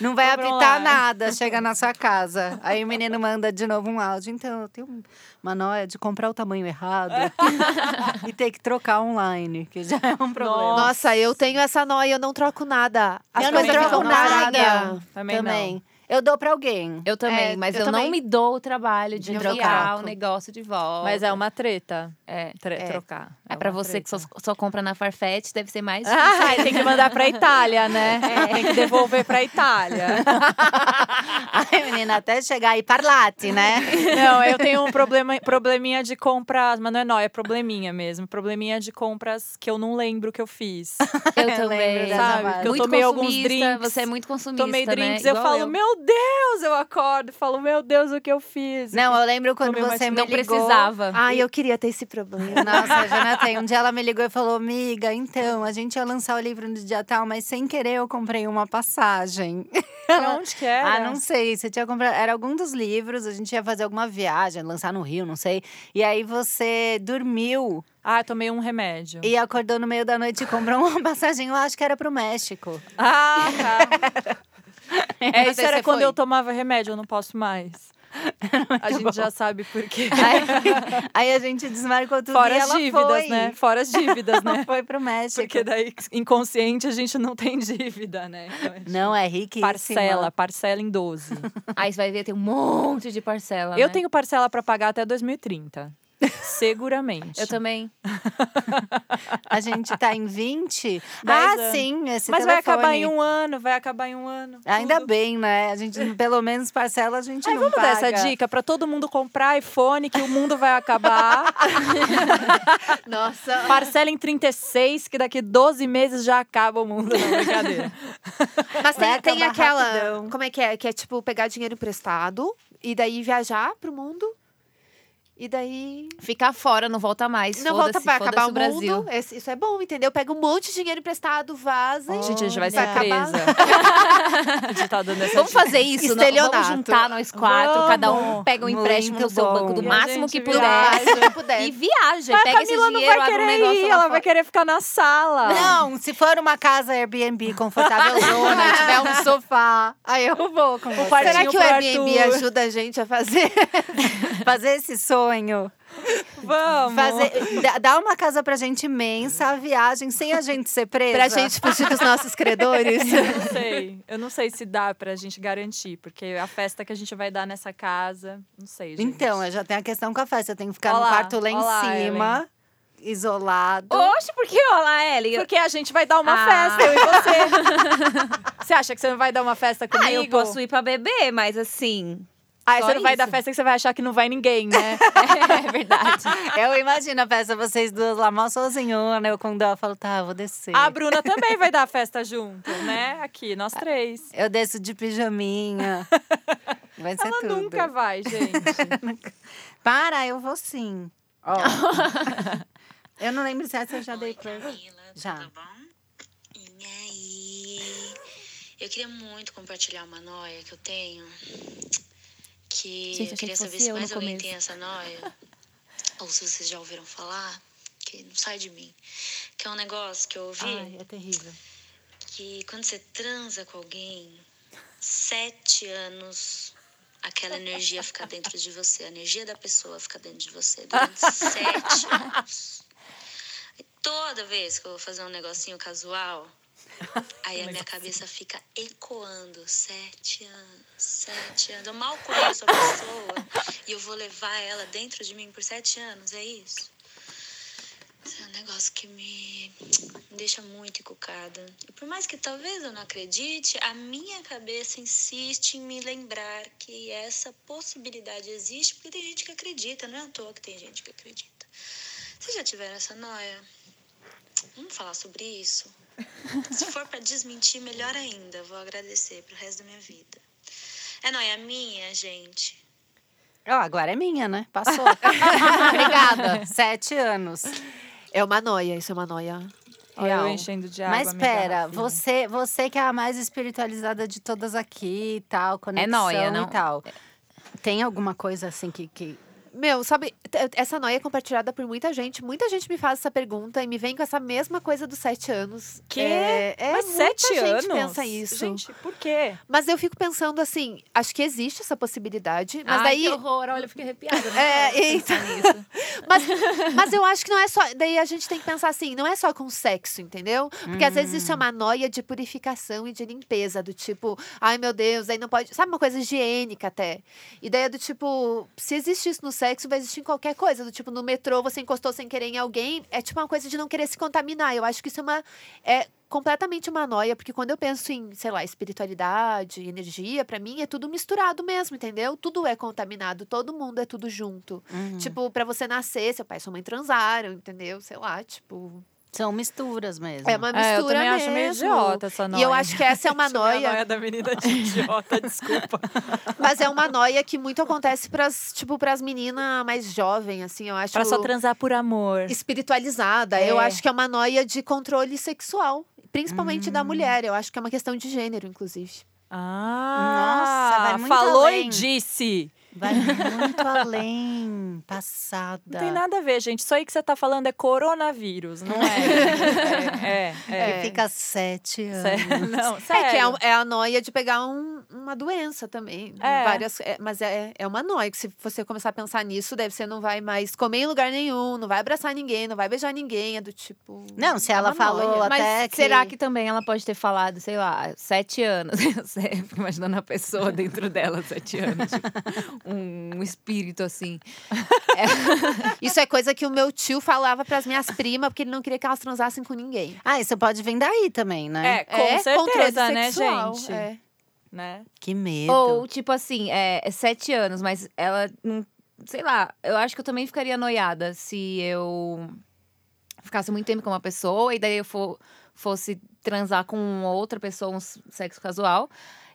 [SPEAKER 1] Não vai
[SPEAKER 2] Compra
[SPEAKER 1] apitar
[SPEAKER 2] online.
[SPEAKER 1] nada, chega na sua casa. Aí o menino manda de novo um áudio. Então, eu tenho uma noia de comprar o tamanho errado e ter que trocar online, que já é um problema.
[SPEAKER 2] Nossa.
[SPEAKER 4] Nossa, eu tenho essa noia, eu não troco nada. As
[SPEAKER 1] Eu não
[SPEAKER 4] coisas
[SPEAKER 1] troco
[SPEAKER 4] ficam
[SPEAKER 1] nada.
[SPEAKER 4] paradas.
[SPEAKER 2] Também, não.
[SPEAKER 1] Eu dou pra alguém.
[SPEAKER 3] Eu também,
[SPEAKER 4] É,
[SPEAKER 3] mas eu,
[SPEAKER 4] eu
[SPEAKER 3] não
[SPEAKER 4] também.
[SPEAKER 3] me dou o trabalho de
[SPEAKER 1] De
[SPEAKER 3] trocar
[SPEAKER 1] trocar.
[SPEAKER 3] o negócio de volta.
[SPEAKER 2] Mas é uma treta.
[SPEAKER 3] É.
[SPEAKER 2] Tre-
[SPEAKER 4] É.
[SPEAKER 2] Trocar.
[SPEAKER 3] É
[SPEAKER 2] É
[SPEAKER 3] pra
[SPEAKER 2] uma
[SPEAKER 3] você que só,
[SPEAKER 2] treta.
[SPEAKER 3] só compra na Farfetch, deve ser mais difícil. É.
[SPEAKER 2] Ah, tem que mandar pra Itália, né?
[SPEAKER 1] É.
[SPEAKER 2] Tem que devolver pra Itália.
[SPEAKER 1] Ai, menina, até chegar aí, parlate, né?
[SPEAKER 2] Não, eu tenho um problema, probleminha de compras, mas não é nó, é probleminha mesmo. Probleminha de compras que eu não lembro que eu fiz.
[SPEAKER 3] Eu
[SPEAKER 1] Eu
[SPEAKER 3] também,
[SPEAKER 1] lembro dessa
[SPEAKER 3] sabe?
[SPEAKER 1] fase.
[SPEAKER 3] Porque eu
[SPEAKER 2] Muito
[SPEAKER 3] tomei alguns
[SPEAKER 2] consumista,
[SPEAKER 3] drinks.
[SPEAKER 2] você é
[SPEAKER 3] muito consumista,
[SPEAKER 2] Tomei drinks,
[SPEAKER 3] né?
[SPEAKER 2] eu falo, meu Deus, eu acordo, falo, meu Deus, o que eu fiz?
[SPEAKER 1] Não, eu lembro quando
[SPEAKER 2] Comer
[SPEAKER 1] você
[SPEAKER 2] mais-
[SPEAKER 1] me
[SPEAKER 3] Não
[SPEAKER 1] ligou.
[SPEAKER 3] precisava.
[SPEAKER 4] Ai, eu queria ter esse problema.
[SPEAKER 1] Nossa, a Jana tem. Um dia ela me ligou e falou: Amiga, então, a gente ia lançar o livro no dia tal, mas sem querer eu comprei uma passagem.
[SPEAKER 2] Pra onde que era?
[SPEAKER 1] Ah, não sei. Você tinha comprado. Era algum dos livros, a gente ia fazer alguma viagem, lançar no Rio, não sei. E aí você dormiu
[SPEAKER 2] Ah, eu tomei um remédio.
[SPEAKER 1] e acordou no meio da noite e comprou uma passagem, eu acho que era pro México.
[SPEAKER 2] Ah, tá.
[SPEAKER 3] Mas
[SPEAKER 2] É, isso
[SPEAKER 3] aí
[SPEAKER 2] era
[SPEAKER 3] você
[SPEAKER 2] quando
[SPEAKER 3] foi.
[SPEAKER 2] eu tomava remédio, eu não posso mais. A gente já sabe por quê.
[SPEAKER 1] Aí, aí a gente desmarcou tudo
[SPEAKER 2] Fora
[SPEAKER 1] e
[SPEAKER 2] as
[SPEAKER 1] ela
[SPEAKER 2] dívidas,
[SPEAKER 1] foi.
[SPEAKER 2] né? Fora as dívidas,
[SPEAKER 1] Ela
[SPEAKER 2] né?
[SPEAKER 1] foi pro México.
[SPEAKER 2] Porque daí, inconsciente, a gente não tem dívida, né? Então, é
[SPEAKER 1] Não, é riquíssima.
[SPEAKER 2] Parcela, parcela em 12.
[SPEAKER 3] Aí você vai ver, tem um monte de parcela.
[SPEAKER 2] Eu
[SPEAKER 3] né?
[SPEAKER 2] tenho parcela pra pagar até 2030. Seguramente.
[SPEAKER 3] Eu também.
[SPEAKER 1] A gente tá em 20. ah,
[SPEAKER 2] Dez anos.
[SPEAKER 1] sim, esse
[SPEAKER 2] Mas vai acabar
[SPEAKER 1] telefone.
[SPEAKER 2] em um ano, vai acabar em um ano.
[SPEAKER 1] Ainda
[SPEAKER 2] tudo.
[SPEAKER 1] bem, né? A gente, pelo menos parcela, a gente
[SPEAKER 2] Ai,
[SPEAKER 1] não
[SPEAKER 2] vamos
[SPEAKER 1] paga.
[SPEAKER 2] dar essa dica pra todo mundo comprar iPhone, que o mundo vai acabar.
[SPEAKER 4] Nossa.
[SPEAKER 2] Parcela em 36, que daqui 12 meses já acaba o mundo. Não, brincadeira.
[SPEAKER 4] Mas
[SPEAKER 1] Vai
[SPEAKER 4] tem, tem
[SPEAKER 1] acabar
[SPEAKER 4] aquela.
[SPEAKER 1] rapidão.
[SPEAKER 4] Como é que é? Que é tipo pegar dinheiro emprestado e daí viajar pro mundo. E daí.
[SPEAKER 3] Ficar fora, não volta mais.
[SPEAKER 4] Não
[SPEAKER 3] foda-se,
[SPEAKER 4] volta pra
[SPEAKER 3] foda-se
[SPEAKER 4] acabar o
[SPEAKER 3] o Brasil.
[SPEAKER 4] mundo. Esse- isso é bom, entendeu? Pega um monte de dinheiro emprestado, vaza. e-
[SPEAKER 2] Gente, a gente vai ser
[SPEAKER 4] Vai acabar.
[SPEAKER 2] presa. A gente tá dando essa
[SPEAKER 3] Vamos
[SPEAKER 2] dica.
[SPEAKER 3] fazer isso, não? Vamos
[SPEAKER 4] Estelionato.
[SPEAKER 3] juntar nós quatro, cada um
[SPEAKER 2] Vamos.
[SPEAKER 3] pega um empréstimo
[SPEAKER 1] Muito
[SPEAKER 3] no seu
[SPEAKER 1] bom.
[SPEAKER 3] banco do
[SPEAKER 1] E a
[SPEAKER 3] máximo
[SPEAKER 2] gente
[SPEAKER 3] que
[SPEAKER 4] Do
[SPEAKER 3] puder.
[SPEAKER 4] máximo que puder.
[SPEAKER 3] E viaja,
[SPEAKER 2] Mas "Ah, a
[SPEAKER 3] pega
[SPEAKER 2] Camila
[SPEAKER 3] esse
[SPEAKER 2] não
[SPEAKER 3] dinheiro,
[SPEAKER 2] vai
[SPEAKER 3] abre um
[SPEAKER 2] querer
[SPEAKER 3] negócio
[SPEAKER 2] ir,
[SPEAKER 3] lá
[SPEAKER 2] ela
[SPEAKER 3] fora.
[SPEAKER 2] vai querer ficar na sala.
[SPEAKER 1] Não, se for uma casa Airbnb confortável zona, tiver um sofá, aí eu vou com você.
[SPEAKER 2] quartinho
[SPEAKER 4] Será que o
[SPEAKER 2] pro
[SPEAKER 4] Airbnb
[SPEAKER 2] Arthur.
[SPEAKER 4] ajuda a gente a fazer?
[SPEAKER 1] Fazer esse sonho.
[SPEAKER 2] Vamos.
[SPEAKER 1] Fazer, dá- dá uma casa pra gente imensa, a viagem, sem a gente ser presa.
[SPEAKER 4] pra gente fugir dos nossos credores?
[SPEAKER 2] né? Eu não sei. Eu não sei se dá pra gente garantir, porque a festa que a gente vai dar nessa casa, não sei, gente.
[SPEAKER 1] Então, eu já tenho a questão com a festa. Eu tenho que ficar
[SPEAKER 2] Olá,
[SPEAKER 1] no quarto lá em
[SPEAKER 2] olá,
[SPEAKER 1] cima, isolado.
[SPEAKER 2] Então.
[SPEAKER 3] Oxe, por que olá, Ellen?
[SPEAKER 2] Porque a gente vai dar uma
[SPEAKER 3] Ah.
[SPEAKER 2] festa, eu e você. você acha que você não vai dar uma festa comigo?
[SPEAKER 3] Ah, eu posso ir pra beber, mas assim.
[SPEAKER 2] Ah,
[SPEAKER 3] só
[SPEAKER 2] você não vai
[SPEAKER 3] isso.
[SPEAKER 2] dar festa que você vai achar que não vai ninguém, né?
[SPEAKER 3] É verdade.
[SPEAKER 1] Eu imagino a festa, vocês duas lá mal sozinhona. Eu com dó, eu falo, tá, eu vou descer.
[SPEAKER 3] É.
[SPEAKER 2] a Bruna também vai dar festa junto, né? Aqui, nós três.
[SPEAKER 1] Eu desço de pijaminha. Vai ser
[SPEAKER 2] Ela
[SPEAKER 1] tudo.
[SPEAKER 2] nunca vai, gente.
[SPEAKER 1] Para, eu vou sim. Ó. eu não lembro se essa eu já dei pra.
[SPEAKER 7] Camila,
[SPEAKER 1] Já.
[SPEAKER 7] tudo bom? E aí? Eu queria muito compartilhar uma noia que eu tenho. Que
[SPEAKER 3] Gente, achei
[SPEAKER 7] eu queria
[SPEAKER 3] que fosse
[SPEAKER 7] saber se
[SPEAKER 3] eu no
[SPEAKER 7] mais alguém
[SPEAKER 3] começo.
[SPEAKER 7] tem essa noia. ou se vocês já ouviram falar. Que não sai de mim. Que é um negócio que eu ouvi
[SPEAKER 1] Ai, é terrível.
[SPEAKER 7] que quando você transa com alguém, sete anos, aquela energia fica dentro de você. A energia da pessoa fica dentro de você durante sete anos. E toda vez que eu vou fazer um negocinho casual, aí a minha cabeça fica ecoando. Sete anos, sete anos. Eu mal conheço a pessoa e eu vou levar ela dentro de mim por sete anos, é isso? Isso é um negócio que me me deixa muito encucada. E por mais que talvez eu não acredite, a minha cabeça insiste em me lembrar que essa possibilidade existe, porque tem gente que acredita, não é à toa que tem gente que acredita. Vocês já tiveram essa noia? Vamos falar sobre isso? Se for para desmentir, melhor ainda. Vou agradecer pro resto da minha vida. É noia minha, gente.
[SPEAKER 1] Ó, agora é minha, né? Passou. Obrigada. Sete anos.
[SPEAKER 4] É uma noia, isso é uma noia.
[SPEAKER 2] Olha eu
[SPEAKER 4] Real.
[SPEAKER 2] enchendo de água.
[SPEAKER 1] Mas
[SPEAKER 2] minha
[SPEAKER 1] pera,
[SPEAKER 2] garrafinha.
[SPEAKER 1] você, você que é a mais espiritualizada de todas aqui e tal,
[SPEAKER 2] É
[SPEAKER 1] conexão
[SPEAKER 3] nóia, não?
[SPEAKER 1] e tal. Tem alguma coisa assim que. que...
[SPEAKER 4] Meu, sabe, t- essa noia é compartilhada por muita gente. Muita gente me faz essa pergunta e me vem com essa mesma coisa dos sete anos.
[SPEAKER 2] Quê?
[SPEAKER 4] É, é
[SPEAKER 2] Mas
[SPEAKER 4] muita
[SPEAKER 2] sete
[SPEAKER 4] gente
[SPEAKER 2] anos?
[SPEAKER 4] pensa isso.
[SPEAKER 2] Gente, por quê?
[SPEAKER 4] Mas eu fico pensando assim, acho que existe essa possibilidade, mas
[SPEAKER 3] Ai,
[SPEAKER 4] daí
[SPEAKER 3] que horror, olha, eu fiquei arrepiada.
[SPEAKER 4] É,
[SPEAKER 3] Né?
[SPEAKER 4] então- Mas, mas eu acho que não é só. Daí a gente tem que pensar assim, não é só com sexo, entendeu? Porque
[SPEAKER 2] Uhum.
[SPEAKER 4] às vezes isso é uma noia de purificação e de limpeza, do tipo, ai meu Deus, aí não pode. Sabe uma coisa higiênica até? E daí é do tipo, se existe isso no sexo, vai existir em qualquer coisa. Do tipo, no metrô você encostou sem querer em alguém, é tipo uma coisa de não querer se contaminar. Eu acho que isso é uma. É, Completamente uma noia, porque quando eu penso em, sei lá, espiritualidade, energia, pra mim é tudo misturado mesmo, entendeu? Tudo é contaminado, todo mundo é tudo junto. Tipo, pra você nascer, seu pai e sua mãe transaram, entendeu? Sei lá, tipo.
[SPEAKER 1] São misturas mesmo.
[SPEAKER 4] É uma mistura
[SPEAKER 2] É, eu também acho
[SPEAKER 4] mesmo.
[SPEAKER 2] meio idiota essa noia.
[SPEAKER 4] E eu acho que essa é uma
[SPEAKER 2] Chamei a
[SPEAKER 4] noia,
[SPEAKER 2] noia da menina de idiota, desculpa.
[SPEAKER 4] mas é uma noia que muito acontece pras, tipo, pras meninas mais jovens, assim, eu acho.
[SPEAKER 2] pra só transar por amor.
[SPEAKER 4] espiritualizada. Eu
[SPEAKER 2] É.
[SPEAKER 4] acho que é uma noia de controle sexual, principalmente
[SPEAKER 2] Hum.
[SPEAKER 4] da mulher. Eu acho que é uma questão de gênero, inclusive.
[SPEAKER 2] Ah,
[SPEAKER 1] Nossa, vai muito
[SPEAKER 2] falou
[SPEAKER 1] além.
[SPEAKER 2] e disse.
[SPEAKER 1] Vai muito além. Passada.
[SPEAKER 2] Não tem nada a ver, gente. Isso aí que você tá falando é coronavírus, não é? é, é.
[SPEAKER 4] É.
[SPEAKER 1] Fica sete anos.
[SPEAKER 2] Sério, Não, sério.
[SPEAKER 4] É que é, um- é a noia de pegar um- uma doença também.
[SPEAKER 2] É.
[SPEAKER 4] Várias, é, mas é, é uma noia que se você começar a pensar nisso, deve ser não vai mais comer em lugar nenhum, não vai abraçar ninguém, não vai beijar ninguém, é do tipo...
[SPEAKER 1] Não, se
[SPEAKER 4] é
[SPEAKER 1] ela
[SPEAKER 4] uma
[SPEAKER 1] falou
[SPEAKER 4] noia.
[SPEAKER 1] até
[SPEAKER 3] Tá Mas
[SPEAKER 1] que...
[SPEAKER 3] será que também ela pode ter falado, sei lá, sete anos? Você fica imaginando a pessoa dentro dela, sete anos. tipo, um espírito assim.
[SPEAKER 4] Isso é coisa que o meu tio falava pras minhas primas, porque ele não queria que elas transassem com ninguém.
[SPEAKER 1] Ah, isso pode vir daí também, né?
[SPEAKER 2] É, com
[SPEAKER 4] é controle
[SPEAKER 2] certeza, né,
[SPEAKER 4] sexual,
[SPEAKER 2] gente?
[SPEAKER 4] é.
[SPEAKER 2] Né?
[SPEAKER 1] Que medo.
[SPEAKER 3] Ou, tipo assim, é, é sete anos, mas ela não. Sei lá, eu acho que eu também ficaria noiada se eu ficasse muito tempo com uma pessoa e daí eu for, fosse transar com outra pessoa, um s- sexo casual.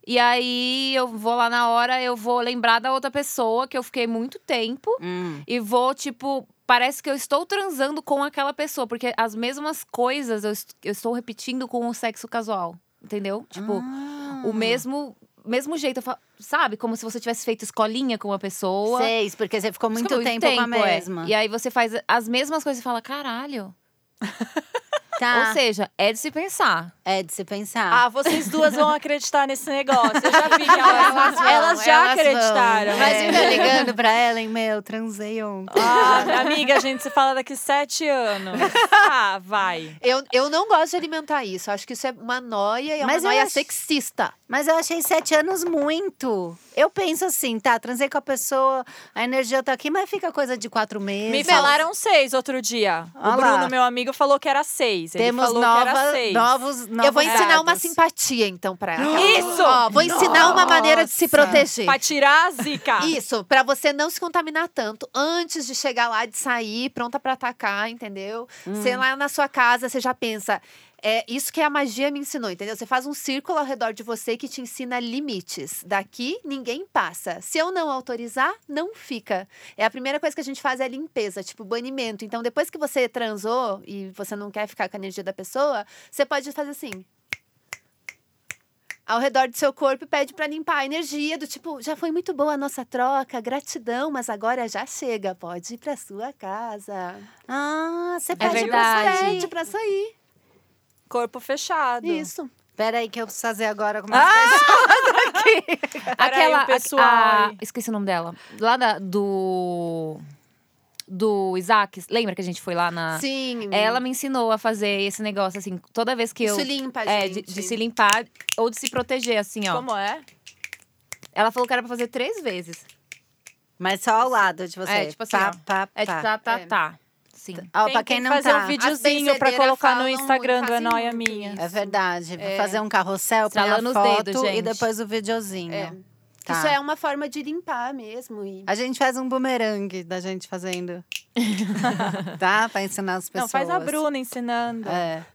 [SPEAKER 3] E aí eu vou lá na hora, eu vou lembrar da outra pessoa que eu fiquei muito tempo
[SPEAKER 1] Hum.
[SPEAKER 3] e vou, tipo. Parece que eu estou transando com aquela pessoa, porque as mesmas coisas eu, est- eu estou repetindo com o sexo casual. Entendeu? Tipo,
[SPEAKER 1] Ah.
[SPEAKER 3] o mesmo mesmo jeito, eu falo- sabe? Como se você tivesse feito escolinha com uma pessoa.
[SPEAKER 1] Seis, porque você ficou muito,
[SPEAKER 3] Ficou
[SPEAKER 1] tempo, com a
[SPEAKER 3] é.
[SPEAKER 1] mesma.
[SPEAKER 3] E aí você faz as mesmas coisas e fala, caralho.
[SPEAKER 1] Tá,
[SPEAKER 3] Ou seja, é de se pensar.
[SPEAKER 1] é de se pensar.
[SPEAKER 2] Ah, vocês duas vão acreditar nesse negócio. Eu já vi que elas,
[SPEAKER 1] vão,
[SPEAKER 2] elas
[SPEAKER 1] elas
[SPEAKER 2] já
[SPEAKER 1] vão.
[SPEAKER 2] acreditaram. é. né?
[SPEAKER 1] Imagina eu ligando pra Ellen, meu, transei ontem.
[SPEAKER 2] Ah, amiga, a gente se fala daqui sete anos. Ah, vai.
[SPEAKER 4] Eu, eu não gosto de alimentar isso. Acho que isso é uma noia e é
[SPEAKER 1] Mas eu
[SPEAKER 4] uma noia
[SPEAKER 1] acho-
[SPEAKER 4] sexista.
[SPEAKER 1] Mas eu achei sete anos muito. Eu penso assim, tá, transei com a pessoa, a energia tá aqui, mas fica coisa de quatro meses.
[SPEAKER 2] Me falaram seis outro dia.
[SPEAKER 1] Olha
[SPEAKER 2] o
[SPEAKER 1] lá.
[SPEAKER 2] Bruno, meu amigo, falou que era seis. Ele
[SPEAKER 1] Temos
[SPEAKER 2] falou que era
[SPEAKER 1] nova,
[SPEAKER 2] seis.
[SPEAKER 1] novos, novos
[SPEAKER 4] eu vou ensinar uma
[SPEAKER 1] dados.
[SPEAKER 4] simpatia, então, pra ela.
[SPEAKER 2] Isso!
[SPEAKER 4] Ó, vou ensinar uma maneira de se
[SPEAKER 1] Nossa.
[SPEAKER 4] proteger.
[SPEAKER 2] Pra tirar a zica.
[SPEAKER 4] Isso, pra você não se contaminar tanto antes de chegar lá, de sair, pronta pra atacar, entendeu? Sei lá, na sua casa, você já pensa. É isso que a magia me ensinou, entendeu? Você faz um círculo ao redor de você que te ensina limites. Daqui ninguém passa. Se eu não autorizar, não fica. É a primeira coisa que a gente faz é a limpeza, tipo banimento. Então, depois que você transou e você não quer ficar com a energia da pessoa, você pode fazer assim. Ao redor do seu corpo e pede pra limpar a energia do tipo, já foi muito boa a nossa troca, gratidão, mas agora já chega, pode ir pra sua casa.
[SPEAKER 1] Ah, você pede
[SPEAKER 3] verdade.
[SPEAKER 1] pra
[SPEAKER 4] Pede
[SPEAKER 1] sete.
[SPEAKER 4] pra sair.
[SPEAKER 2] Corpo fechado.
[SPEAKER 4] Isso.
[SPEAKER 1] Peraí que eu preciso fazer agora com
[SPEAKER 2] Peraí, o
[SPEAKER 3] a-
[SPEAKER 2] pessoal
[SPEAKER 3] a-
[SPEAKER 2] aí.
[SPEAKER 3] esqueci o nome dela. Lá da- do. Do Isaac. Lembra que a gente foi lá na.
[SPEAKER 4] Sim.
[SPEAKER 3] Ela me ensinou a fazer esse negócio, assim, toda vez que eu.
[SPEAKER 4] Isso limpa,
[SPEAKER 3] é, de,
[SPEAKER 4] gente.
[SPEAKER 3] de se limpar ou de se proteger, assim, ó.
[SPEAKER 2] Como é?
[SPEAKER 3] Ela falou que era pra fazer três vezes.
[SPEAKER 1] Mas só ao lado de você.
[SPEAKER 3] É, tipo assim,
[SPEAKER 1] Pá,
[SPEAKER 3] ó.
[SPEAKER 1] pá,
[SPEAKER 3] É
[SPEAKER 1] pá.
[SPEAKER 3] tipo, tá, tá,
[SPEAKER 4] É.
[SPEAKER 3] tá. Sim.
[SPEAKER 1] Ó,
[SPEAKER 2] Tem-
[SPEAKER 1] pra
[SPEAKER 2] tem
[SPEAKER 1] quem
[SPEAKER 2] que
[SPEAKER 1] não
[SPEAKER 2] fazer
[SPEAKER 1] tá.
[SPEAKER 2] um videozinho pra
[SPEAKER 4] benzedeiras
[SPEAKER 2] colocar no
[SPEAKER 4] falam
[SPEAKER 2] Instagram
[SPEAKER 4] muito,
[SPEAKER 2] do É
[SPEAKER 4] fazem
[SPEAKER 2] Noia
[SPEAKER 4] muito
[SPEAKER 2] Minha.
[SPEAKER 1] É
[SPEAKER 4] isso.
[SPEAKER 1] verdade. Vou fazer um carrossel, põe a
[SPEAKER 3] Estralando os
[SPEAKER 1] foto
[SPEAKER 3] dedos,
[SPEAKER 1] e
[SPEAKER 3] gente.
[SPEAKER 1] depois o videozinho.
[SPEAKER 4] É.
[SPEAKER 1] Tá.
[SPEAKER 4] Isso é uma forma de limpar mesmo. E...
[SPEAKER 1] A gente faz um bumerangue da gente fazendo. tá? Pra ensinar as
[SPEAKER 2] Não,
[SPEAKER 1] pessoas.
[SPEAKER 2] faz a Bruna ensinando.
[SPEAKER 1] É.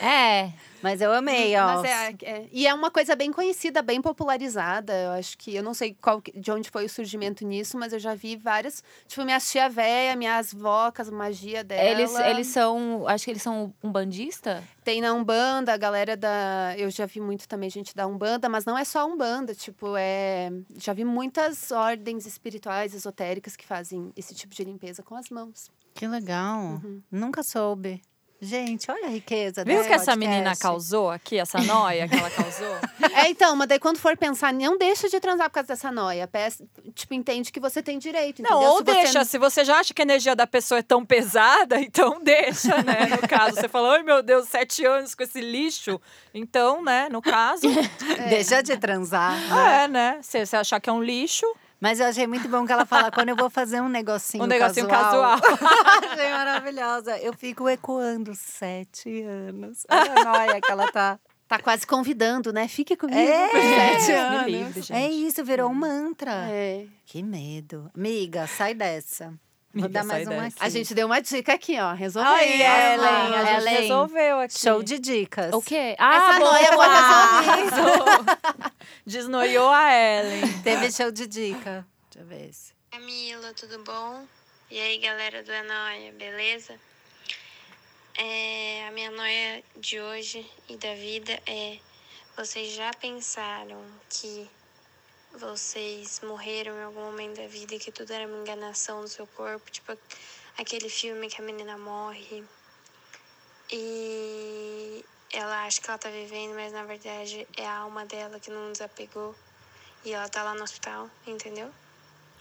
[SPEAKER 3] É.
[SPEAKER 1] Mas eu amei, ó.
[SPEAKER 4] Mas é, é- e é uma coisa bem conhecida, bem popularizada. Eu acho que eu não sei qual que- de onde foi o surgimento nisso, mas eu já vi várias. Tipo, minha tia véia, minhas vocas, magia dela.
[SPEAKER 3] Eles, eles são. Acho que eles são um bandista?
[SPEAKER 4] Tem na Umbanda, a galera da. Eu já vi muito também gente da Umbanda, mas não é só Umbanda, tipo, é. Já vi muitas ordens espirituais, esotéricas, que fazem esse tipo de limpeza com as mãos.
[SPEAKER 1] Que legal. Uhum. Nunca soube. Gente, olha a riqueza
[SPEAKER 2] Viu
[SPEAKER 1] desse
[SPEAKER 2] que essa
[SPEAKER 1] podcast.
[SPEAKER 2] menina causou aqui, essa noia que ela causou?
[SPEAKER 4] É, então, mas daí quando for pensar, não deixa de transar por causa dessa noia. Peça- tipo, entende que você tem direito.
[SPEAKER 2] Não,
[SPEAKER 4] entendeu?
[SPEAKER 2] ou
[SPEAKER 4] Se você
[SPEAKER 2] deixa. Se você já acha que a energia da pessoa é tão pesada, então deixa, né? No caso, você fala, ai meu Deus, sete anos com esse lixo. Então, né, no caso,
[SPEAKER 1] Deixa de transar. É. né?
[SPEAKER 2] é, né? Se você achar que é um lixo,
[SPEAKER 1] Mas eu achei muito bom que ela fala, quando eu vou fazer um negocinho
[SPEAKER 2] um negocinho
[SPEAKER 1] casual.
[SPEAKER 2] casual.
[SPEAKER 1] achei maravilhosa. Eu fico ecoando sete anos. Olha a noia que ela tá.
[SPEAKER 4] Tá quase convidando, né? Fique comigo.
[SPEAKER 1] É.
[SPEAKER 4] sete
[SPEAKER 2] Deus
[SPEAKER 4] anos.
[SPEAKER 2] me livre,
[SPEAKER 1] É
[SPEAKER 2] gente.
[SPEAKER 1] isso, virou um mantra.
[SPEAKER 4] É.
[SPEAKER 1] Que medo. Amiga, sai dessa. Vou
[SPEAKER 2] Amiga,
[SPEAKER 1] dar
[SPEAKER 2] só
[SPEAKER 1] mais uma
[SPEAKER 2] ideias.
[SPEAKER 1] aqui.
[SPEAKER 4] A gente deu uma dica aqui, ó. Resolveu.
[SPEAKER 2] Aí, Ellen, a
[SPEAKER 3] Ellen.
[SPEAKER 2] gente resolveu aqui.
[SPEAKER 1] Show de dicas.
[SPEAKER 3] O quê? Ah,
[SPEAKER 4] Essa noia foi
[SPEAKER 2] Desnoiou a Ellen.
[SPEAKER 1] Teve show de dica. Deixa eu ver esse.
[SPEAKER 9] Camila, É tudo bom? E aí, galera do Enóia, beleza? É, a minha noia de hoje e da vida é: vocês já pensaram que vocês morreram em algum momento da vida e que tudo era uma enganação do seu corpo? Tipo aquele filme que a menina morre e ela acha que ela tá vivendo, mas na verdade é a alma dela que não desapegou e ela tá lá no hospital, entendeu?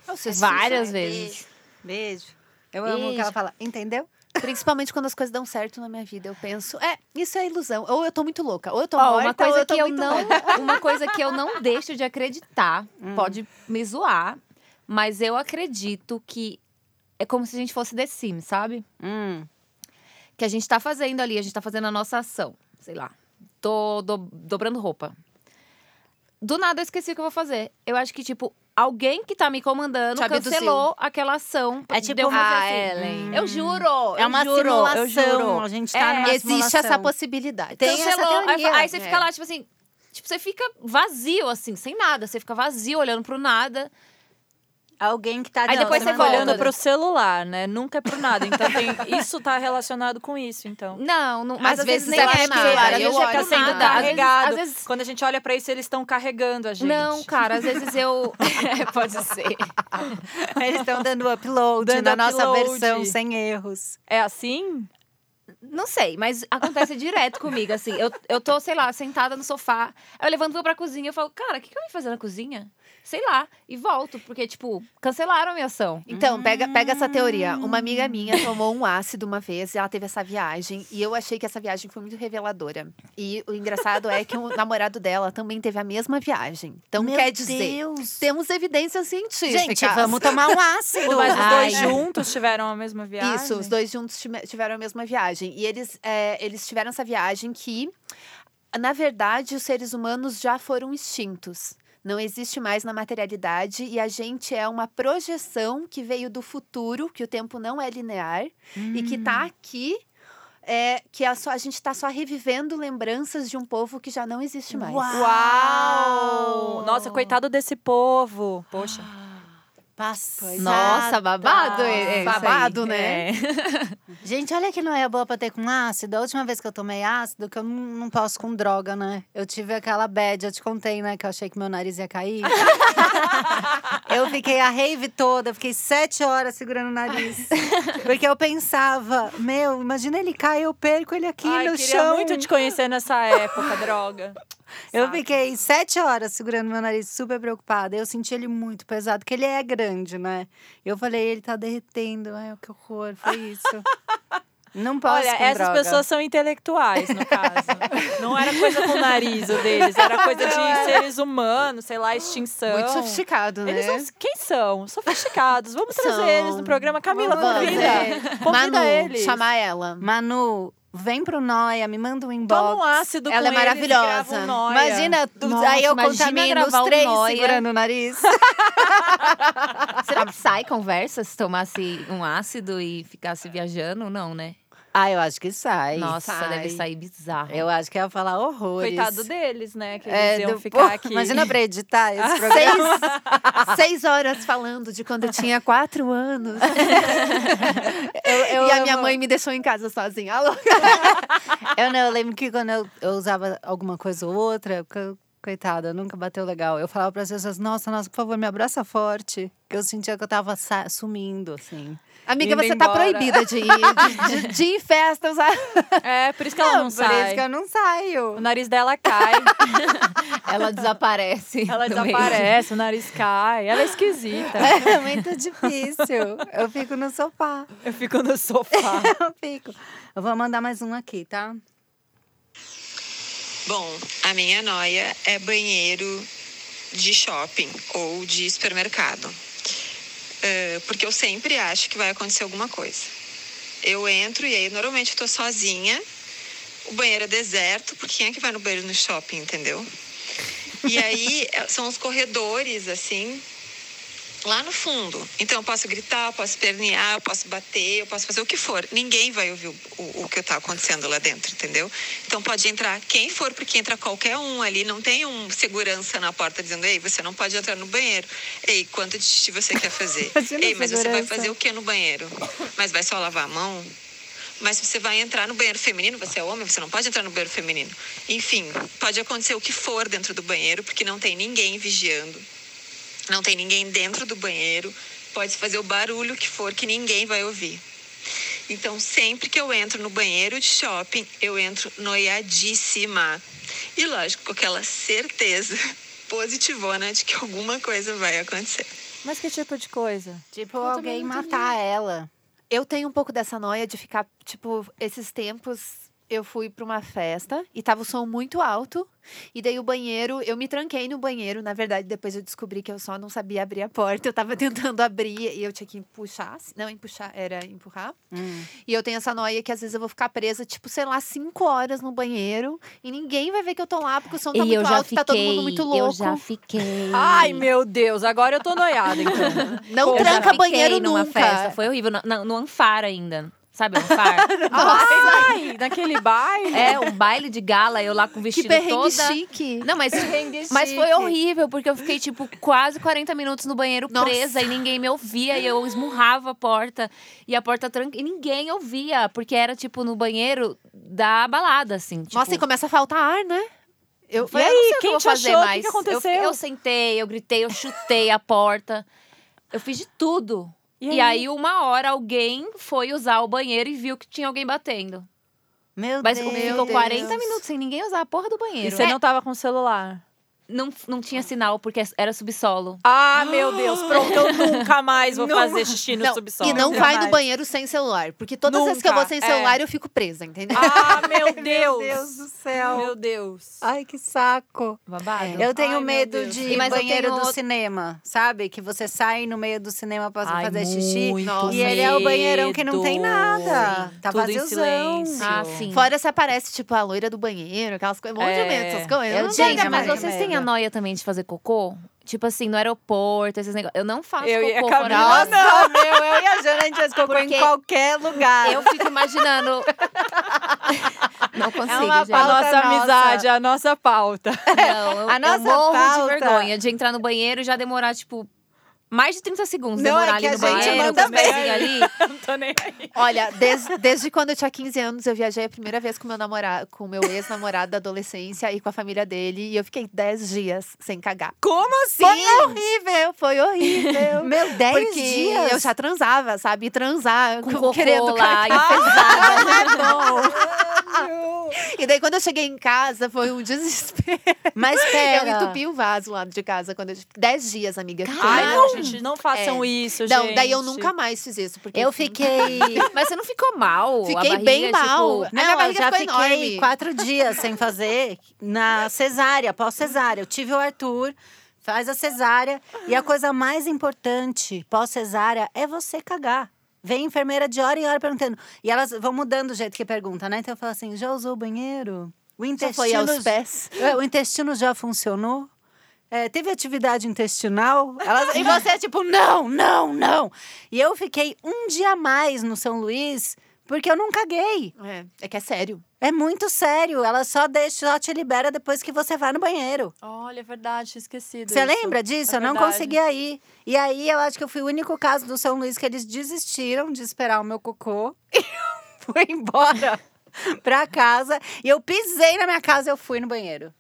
[SPEAKER 3] Vocês várias
[SPEAKER 4] é
[SPEAKER 3] vezes.
[SPEAKER 9] Beijo.
[SPEAKER 1] Beijo. Eu amo o que
[SPEAKER 3] Beijo.
[SPEAKER 1] ela fala. Entendeu?
[SPEAKER 4] Principalmente quando as coisas dão certo na minha vida. Eu penso, é, isso é ilusão. Ou eu tô muito louca, ou eu tô
[SPEAKER 3] Ó,
[SPEAKER 4] morta,
[SPEAKER 3] uma
[SPEAKER 1] então
[SPEAKER 3] coisa
[SPEAKER 4] ou tá eu tô
[SPEAKER 3] que eu
[SPEAKER 4] muito
[SPEAKER 3] não,
[SPEAKER 4] louca.
[SPEAKER 3] uma coisa que eu não deixo de acreditar,
[SPEAKER 1] Hum.
[SPEAKER 3] pode me zoar, mas eu acredito que é como se a gente fosse The Sims, sabe?
[SPEAKER 1] Hum.
[SPEAKER 3] Que a gente tá fazendo ali, a gente tá fazendo a nossa ação, sei lá. Tô do- dobrando roupa. Do nada eu esqueci o que eu vou fazer. Eu acho que tipo alguém que tá me comandando
[SPEAKER 4] Te abduziu.
[SPEAKER 3] cancelou aquela ação.
[SPEAKER 1] É tipo
[SPEAKER 3] de eu fazer
[SPEAKER 4] Ah,
[SPEAKER 1] uma-
[SPEAKER 3] assim.
[SPEAKER 1] Ellen.
[SPEAKER 3] Eu juro,
[SPEAKER 1] É uma
[SPEAKER 3] eu juro, eu
[SPEAKER 1] simulação.
[SPEAKER 3] juro.
[SPEAKER 1] A gente tá
[SPEAKER 3] É,
[SPEAKER 1] numa
[SPEAKER 4] Existe
[SPEAKER 1] simulação.
[SPEAKER 4] essa possibilidade.
[SPEAKER 1] Tem essa
[SPEAKER 3] cancelou. Aí
[SPEAKER 4] teoria,
[SPEAKER 3] fa- aí você
[SPEAKER 4] é.
[SPEAKER 3] fica lá, tipo assim, tipo, você fica vazio, assim, sem nada. Você fica vazio, olhando pro nada.
[SPEAKER 1] Alguém que tá
[SPEAKER 2] Ah,
[SPEAKER 3] Aí depois
[SPEAKER 1] dando
[SPEAKER 3] você
[SPEAKER 1] uma
[SPEAKER 3] volta.
[SPEAKER 1] olhada.
[SPEAKER 2] Olhando pro celular, né? Nunca é pro nada. Então tem- isso tá relacionado com isso, então.
[SPEAKER 3] Não, não mas
[SPEAKER 4] Às vezes
[SPEAKER 3] nem
[SPEAKER 4] eu acho
[SPEAKER 3] é
[SPEAKER 4] que
[SPEAKER 3] pro
[SPEAKER 4] eu
[SPEAKER 3] nada.
[SPEAKER 4] acho
[SPEAKER 3] Eu
[SPEAKER 4] que
[SPEAKER 3] olho
[SPEAKER 4] tá
[SPEAKER 3] pro
[SPEAKER 4] sendo
[SPEAKER 3] nada. Às vezes-
[SPEAKER 2] carregado.
[SPEAKER 3] às vezes-
[SPEAKER 2] Quando a gente olha pra isso, eles estão carregando a gente.
[SPEAKER 3] Não, cara, às vezes eu. É, pode ser.
[SPEAKER 1] Eles estão dando upload
[SPEAKER 2] Dando
[SPEAKER 1] na nossa
[SPEAKER 2] upload.
[SPEAKER 1] versão, sem erros.
[SPEAKER 2] É assim?
[SPEAKER 3] Não sei, mas acontece direto comigo, assim. Eu, eu tô, sei lá, sentada no sofá. Aí eu levanto vou pra cozinha e falo, cara, o que, que eu vim fazer na cozinha? Sei lá. E volto, porque, tipo, cancelaram a minha ação.
[SPEAKER 4] Então, pega, pega essa teoria. Uma amiga minha tomou um ácido uma vez e ela teve essa viagem. E eu achei que essa viagem foi muito reveladora. E o engraçado é que o namorado dela também teve a mesma viagem. Então,
[SPEAKER 1] Meu
[SPEAKER 4] quer dizer,
[SPEAKER 1] Deus.
[SPEAKER 4] temos evidências científicas.
[SPEAKER 1] Gente, vamos tomar um ácido.
[SPEAKER 2] Mas os dois
[SPEAKER 1] Ai.
[SPEAKER 2] juntos tiveram a mesma viagem?
[SPEAKER 4] Isso, os dois juntos time- tiveram a mesma viagem. E eles, é, eles tiveram essa viagem que, na verdade, os seres humanos já foram extintos. Não existe mais na materialidade e a gente é uma projeção que veio do futuro, que o tempo não é linear e que está
[SPEAKER 2] Hum.
[SPEAKER 4] aqui. é, que a, só, a gente está só revivendo lembranças de um povo que já não existe mais.
[SPEAKER 2] Uau! um- Nossa, coitado desse povo. Poxa.
[SPEAKER 1] Passada.
[SPEAKER 3] Nossa, babado. é- é isso aí.
[SPEAKER 4] Babado, né?
[SPEAKER 3] É.
[SPEAKER 1] Gente, olha que não é boa pra ter com ácido. A última vez que eu tomei ácido, que eu não, não posso com droga, né? Eu tive aquela bad, eu te contei, né? Que eu achei que meu nariz ia cair. eu fiquei a rave toda, fiquei sete horas segurando o nariz. porque eu pensava, meu, imagina ele cair, eu perco ele aqui
[SPEAKER 2] Ai,
[SPEAKER 1] no
[SPEAKER 2] queria
[SPEAKER 1] chão.
[SPEAKER 2] muito te conhecer nessa época, droga.
[SPEAKER 1] Eu
[SPEAKER 2] Sabe?
[SPEAKER 1] fiquei sete horas segurando meu nariz, super preocupada. Eu senti ele muito pesado, porque ele é grande, né? Eu falei, ele tá derretendo. Ai, que horror, foi isso. Não posso
[SPEAKER 2] Olha,
[SPEAKER 1] com
[SPEAKER 2] essas
[SPEAKER 1] droga.
[SPEAKER 2] pessoas são intelectuais, no caso. Não era coisa com o nariz o deles, era coisa de seres humanos, sei lá, extinção.
[SPEAKER 4] Muito sofisticado, né?
[SPEAKER 2] Eles são. Quem são? Sofisticados. Vamos trazer
[SPEAKER 4] São.
[SPEAKER 2] eles no programa. Camila,
[SPEAKER 1] Vamos,
[SPEAKER 2] convida.
[SPEAKER 4] é.
[SPEAKER 2] Convida
[SPEAKER 4] Manu,
[SPEAKER 2] eles.
[SPEAKER 4] chamar ela.
[SPEAKER 1] Manu, vem pro Noia, me manda um inbox.
[SPEAKER 2] Toma um ácido
[SPEAKER 4] Ela é
[SPEAKER 2] com eles e grava um
[SPEAKER 4] maravilhosa.
[SPEAKER 2] nóia.
[SPEAKER 1] Imagina, tu-
[SPEAKER 3] Nossa,
[SPEAKER 1] aí eu
[SPEAKER 3] imagina
[SPEAKER 1] contamino
[SPEAKER 3] gravar
[SPEAKER 1] os
[SPEAKER 3] um
[SPEAKER 1] três
[SPEAKER 3] Noia.
[SPEAKER 1] é segurando o nariz.
[SPEAKER 3] Será que sai conversa se tomasse um ácido e ficasse viajando? Não, né?
[SPEAKER 1] ah, eu acho que sai.
[SPEAKER 3] Nossa,
[SPEAKER 4] sai.
[SPEAKER 3] deve sair bizarro.
[SPEAKER 1] Eu acho que ia falar horrores.
[SPEAKER 2] Coitado deles, né? Que eles
[SPEAKER 1] É,
[SPEAKER 2] iam
[SPEAKER 1] do-
[SPEAKER 2] ficar
[SPEAKER 1] Pô,
[SPEAKER 2] aqui.
[SPEAKER 1] Imagina pra editar esse programa.
[SPEAKER 4] Seis, tá, seis horas falando de quando eu tinha quatro anos.
[SPEAKER 1] Eu- eu
[SPEAKER 4] e a minha
[SPEAKER 1] amo.
[SPEAKER 4] mãe me deixou em casa sozinha. Alô?
[SPEAKER 1] Eu não, eu lembro que quando eu, eu usava alguma coisa ou outra, porque eu- coitada, nunca bateu legal. Eu falava para as pessoas, nossa, nossa, por favor, me abraça forte. Que eu sentia que eu tava sa- sumindo, assim.
[SPEAKER 4] Amiga,
[SPEAKER 2] Indo
[SPEAKER 4] você tá
[SPEAKER 2] embora.
[SPEAKER 4] proibida de ir, de, de- de ir em festa. Usar...
[SPEAKER 2] É, por isso que ela não,
[SPEAKER 1] por isso
[SPEAKER 2] sai.
[SPEAKER 1] que eu não saio.
[SPEAKER 2] O nariz dela cai,
[SPEAKER 3] Ela desaparece.
[SPEAKER 2] ela
[SPEAKER 3] no meio.
[SPEAKER 2] desaparece, o nariz cai. Ela é esquisita.
[SPEAKER 1] É muito difícil. Eu fico no sofá.
[SPEAKER 2] Eu fico no sofá.
[SPEAKER 1] Eu fico. Eu vou mandar mais um aqui, tá?
[SPEAKER 9] Bom, a minha noia é banheiro de shopping ou de supermercado. É, porque eu sempre acho que vai acontecer alguma coisa. Eu entro e aí normalmente eu tô sozinha. O banheiro é deserto, porque quem é que vai no banheiro no shopping, entendeu? E aí é, são os corredores, assim,
[SPEAKER 10] lá no fundo. Então eu posso gritar, eu posso pernear, eu posso bater, eu posso fazer o que for. Ninguém vai ouvir o, o, o que está acontecendo lá dentro, entendeu? Então pode entrar quem for, porque entra qualquer um ali. Não tem um segurança na porta dizendo, ei, você não pode entrar no banheiro. Ei, quanto de xixi você quer fazer?
[SPEAKER 1] Imagina a
[SPEAKER 10] ei, mas você vai
[SPEAKER 1] segurança.
[SPEAKER 10] fazer o que no banheiro? Mas vai só lavar a mão? Mas você vai entrar no banheiro feminino, você é homem, você não pode entrar no banheiro feminino. Enfim, pode acontecer o que for dentro do banheiro, porque não tem ninguém vigiando não tem ninguém dentro do banheiro, pode fazer o barulho que for que ninguém vai ouvir. Então, sempre que eu entro no banheiro de shopping, eu entro noiadíssima. E lógico, com aquela certeza positivona de que alguma coisa vai acontecer.
[SPEAKER 2] Mas que tipo de coisa?
[SPEAKER 1] Tipo, alguém matar ela.
[SPEAKER 4] Eu tenho um pouco dessa noia de ficar, tipo, esses tempos eu fui pra uma festa e tava o som muito alto. E daí o banheiro, eu me tranquei no banheiro. Na verdade, depois eu descobri que eu só não sabia abrir a porta. Eu tava tentando abrir e eu tinha que puxar. Não, empuxar, era empurrar.
[SPEAKER 1] Hum.
[SPEAKER 4] E eu tenho essa noia que às vezes eu vou ficar presa, tipo, sei lá, cinco horas no banheiro e ninguém vai ver que eu tô lá,
[SPEAKER 1] então
[SPEAKER 4] porque o som tá
[SPEAKER 3] e
[SPEAKER 4] muito
[SPEAKER 3] eu já
[SPEAKER 4] alto,
[SPEAKER 3] fiquei,
[SPEAKER 4] tá todo mundo muito louco.
[SPEAKER 3] eu já fiquei.
[SPEAKER 2] Ai, meu Deus, agora eu tô noiada, então.
[SPEAKER 4] Não
[SPEAKER 3] Eu já
[SPEAKER 4] tranca
[SPEAKER 3] fiquei
[SPEAKER 4] banheiro
[SPEAKER 3] numa
[SPEAKER 4] nunca.
[SPEAKER 3] festa, foi horrível. No, no, no Anfar ainda. Sabe, o Anfar?
[SPEAKER 2] Ai, naquele baile.
[SPEAKER 3] é, um baile de gala, eu lá com o
[SPEAKER 4] Que
[SPEAKER 3] vestido
[SPEAKER 4] perrengue
[SPEAKER 3] toda.
[SPEAKER 4] chique.
[SPEAKER 3] Não, mas, mas foi horrível, porque eu fiquei, tipo, quase 40 minutos no banheiro
[SPEAKER 4] Nossa.
[SPEAKER 3] presa e ninguém me ouvia. E eu esmurrava a porta e a porta tranca. E ninguém ouvia, porque era, tipo, no banheiro da balada, assim. Tipo,
[SPEAKER 4] Nossa, e começa a faltar ar, né? Eu,
[SPEAKER 2] E
[SPEAKER 4] eu
[SPEAKER 2] aí,
[SPEAKER 4] não sei o que
[SPEAKER 2] quem
[SPEAKER 4] eu vou
[SPEAKER 2] te
[SPEAKER 4] fazer
[SPEAKER 2] achou? O que
[SPEAKER 4] mais.
[SPEAKER 2] que aconteceu?
[SPEAKER 3] eu, eu sentei, eu gritei, eu chutei a porta. Eu fiz de tudo. E aí? uma hora, alguém foi usar o banheiro e viu que tinha alguém batendo.
[SPEAKER 1] Meu
[SPEAKER 3] Mas
[SPEAKER 1] Deus.
[SPEAKER 3] ficou
[SPEAKER 4] Deus.
[SPEAKER 3] 40 minutos sem ninguém usar a porra do
[SPEAKER 2] E
[SPEAKER 3] banheiro. É,
[SPEAKER 2] você não tava com o celular.
[SPEAKER 3] não, não tinha sinal, porque era subsolo.
[SPEAKER 2] Ah, meu Deus, pronto, eu nunca mais vou
[SPEAKER 1] Não.
[SPEAKER 2] fazer xixi no
[SPEAKER 4] Não,
[SPEAKER 2] subsolo.
[SPEAKER 4] E não
[SPEAKER 2] Nunca
[SPEAKER 4] vai
[SPEAKER 2] mais.
[SPEAKER 4] no banheiro sem celular. Porque todas as vezes que eu vou
[SPEAKER 2] Nunca,
[SPEAKER 4] sem
[SPEAKER 2] é.
[SPEAKER 4] celular, eu fico presa, entendeu?
[SPEAKER 2] Ah, meu
[SPEAKER 1] Meu
[SPEAKER 2] Deus.
[SPEAKER 1] Deus do céu.
[SPEAKER 2] Meu Deus.
[SPEAKER 1] Ai, que saco.
[SPEAKER 3] Babado.
[SPEAKER 1] Eu tenho
[SPEAKER 2] Ai, meu
[SPEAKER 1] medo
[SPEAKER 2] Deus.
[SPEAKER 1] de
[SPEAKER 3] E mas eu
[SPEAKER 1] banheiro
[SPEAKER 3] tenho
[SPEAKER 1] do
[SPEAKER 3] outro-
[SPEAKER 1] cinema, sabe? Que você sai no meio do cinema pra
[SPEAKER 2] Ai,
[SPEAKER 1] fazer xixi.
[SPEAKER 2] muito
[SPEAKER 1] E ele é o banheirão que não tem
[SPEAKER 2] medo.
[SPEAKER 1] nada. Tá
[SPEAKER 2] Tudo em
[SPEAKER 1] vaziozão.
[SPEAKER 2] silêncio.
[SPEAKER 3] Ah, sim.
[SPEAKER 4] Fora se aparece, tipo, a loira do banheiro, aquelas coisas. Um monte de
[SPEAKER 2] É.
[SPEAKER 4] medo, essas coisas.
[SPEAKER 1] Eu
[SPEAKER 4] não né,
[SPEAKER 1] tinha,
[SPEAKER 4] tenho,
[SPEAKER 3] Gente, mas
[SPEAKER 1] mais
[SPEAKER 3] vocês
[SPEAKER 1] medo.
[SPEAKER 3] têm a noia também de fazer cocô? Tipo assim, no aeroporto, esses negócios. Eu não faço
[SPEAKER 2] Eu e a
[SPEAKER 3] cocô
[SPEAKER 2] Camila,
[SPEAKER 3] fora do
[SPEAKER 1] Nossa,
[SPEAKER 3] banheiro.
[SPEAKER 1] meu, eu e a Jana, a gente já se colocou em
[SPEAKER 3] Porque
[SPEAKER 1] qualquer lugar.
[SPEAKER 3] Eu fico imaginando.
[SPEAKER 1] uma pauta
[SPEAKER 2] A É
[SPEAKER 3] não consigo, gente.
[SPEAKER 2] nossa,
[SPEAKER 1] nossa.
[SPEAKER 2] amizade, a nossa pauta.
[SPEAKER 3] Não, eu,
[SPEAKER 1] A
[SPEAKER 3] eu
[SPEAKER 1] nossa
[SPEAKER 3] morro
[SPEAKER 1] pauta-
[SPEAKER 3] de vergonha de entrar no banheiro e já demorar, tipo, mais de 30 segundos.
[SPEAKER 1] Não, é
[SPEAKER 3] demorar
[SPEAKER 1] que
[SPEAKER 3] ali
[SPEAKER 1] a
[SPEAKER 3] no
[SPEAKER 1] gente
[SPEAKER 3] banheiro,
[SPEAKER 1] manda
[SPEAKER 3] com os pezinhos
[SPEAKER 2] bem.
[SPEAKER 3] ali.
[SPEAKER 2] Não tô nem aí.
[SPEAKER 4] Olha, des- desde quando eu tinha 15 anos, eu viajei a primeira vez com meu namorado, com meu ex-namorado da adolescência e com a família dele. E eu fiquei 10 dias sem cagar.
[SPEAKER 2] Como assim?
[SPEAKER 4] Foi horrível, foi horrível.
[SPEAKER 1] Meu, 10
[SPEAKER 4] Porque
[SPEAKER 1] dias?
[SPEAKER 4] eu já transava, sabe? E Transar
[SPEAKER 3] Com
[SPEAKER 4] com
[SPEAKER 3] cocô
[SPEAKER 4] querendo
[SPEAKER 3] lá,
[SPEAKER 4] cagar.
[SPEAKER 3] enfesada.
[SPEAKER 4] E daí, quando eu cheguei em casa, foi um desespero.
[SPEAKER 1] Mas
[SPEAKER 4] Eu
[SPEAKER 1] pera.
[SPEAKER 4] entupi o vaso lá de casa. quando eu... Dez dias, amiga. eu fiquei
[SPEAKER 2] Ai,
[SPEAKER 4] lá.
[SPEAKER 2] não, gente, não façam isso,
[SPEAKER 4] É. Não,
[SPEAKER 2] gente.
[SPEAKER 4] daí eu nunca mais fiz isso. Porque
[SPEAKER 1] Eu fiquei.
[SPEAKER 3] Mas você não ficou mal? A
[SPEAKER 4] Fiquei
[SPEAKER 3] barriga,
[SPEAKER 4] bem mal.
[SPEAKER 3] Tipo,
[SPEAKER 4] A minha
[SPEAKER 1] Não, eu
[SPEAKER 4] barriga
[SPEAKER 1] já fiquei
[SPEAKER 4] ficou enorme.
[SPEAKER 1] quatro dias sem fazer na cesárea, pós-cesárea. Eu tive o Arthur, faz a cesárea. E a coisa mais importante pós-cesária é você cagar. Vem a enfermeira de hora em hora perguntando. E elas vão mudando o jeito que pergunta, né? Então eu falo assim: já usou o banheiro? O
[SPEAKER 4] Já
[SPEAKER 1] intestino.
[SPEAKER 4] foi aos pés.
[SPEAKER 1] É, O intestino já funcionou? É, teve atividade intestinal? Elas- e você é tipo, não, não, não. E eu fiquei um dia a mais no São Luís porque eu não caguei.
[SPEAKER 4] É, é que é sério.
[SPEAKER 1] É muito sério. Ela só deixa, só te libera depois que você vai no banheiro.
[SPEAKER 2] Olha, é verdade, tinha esquecido.
[SPEAKER 1] Você
[SPEAKER 2] isso.
[SPEAKER 1] lembra disso?
[SPEAKER 2] É
[SPEAKER 1] eu não
[SPEAKER 2] verdade.
[SPEAKER 1] conseguia ir. E aí eu acho que eu fui o único caso do São Luís que eles desistiram de esperar o meu cocô e eu fui embora pra casa. E eu pisei na minha casa e eu fui no banheiro.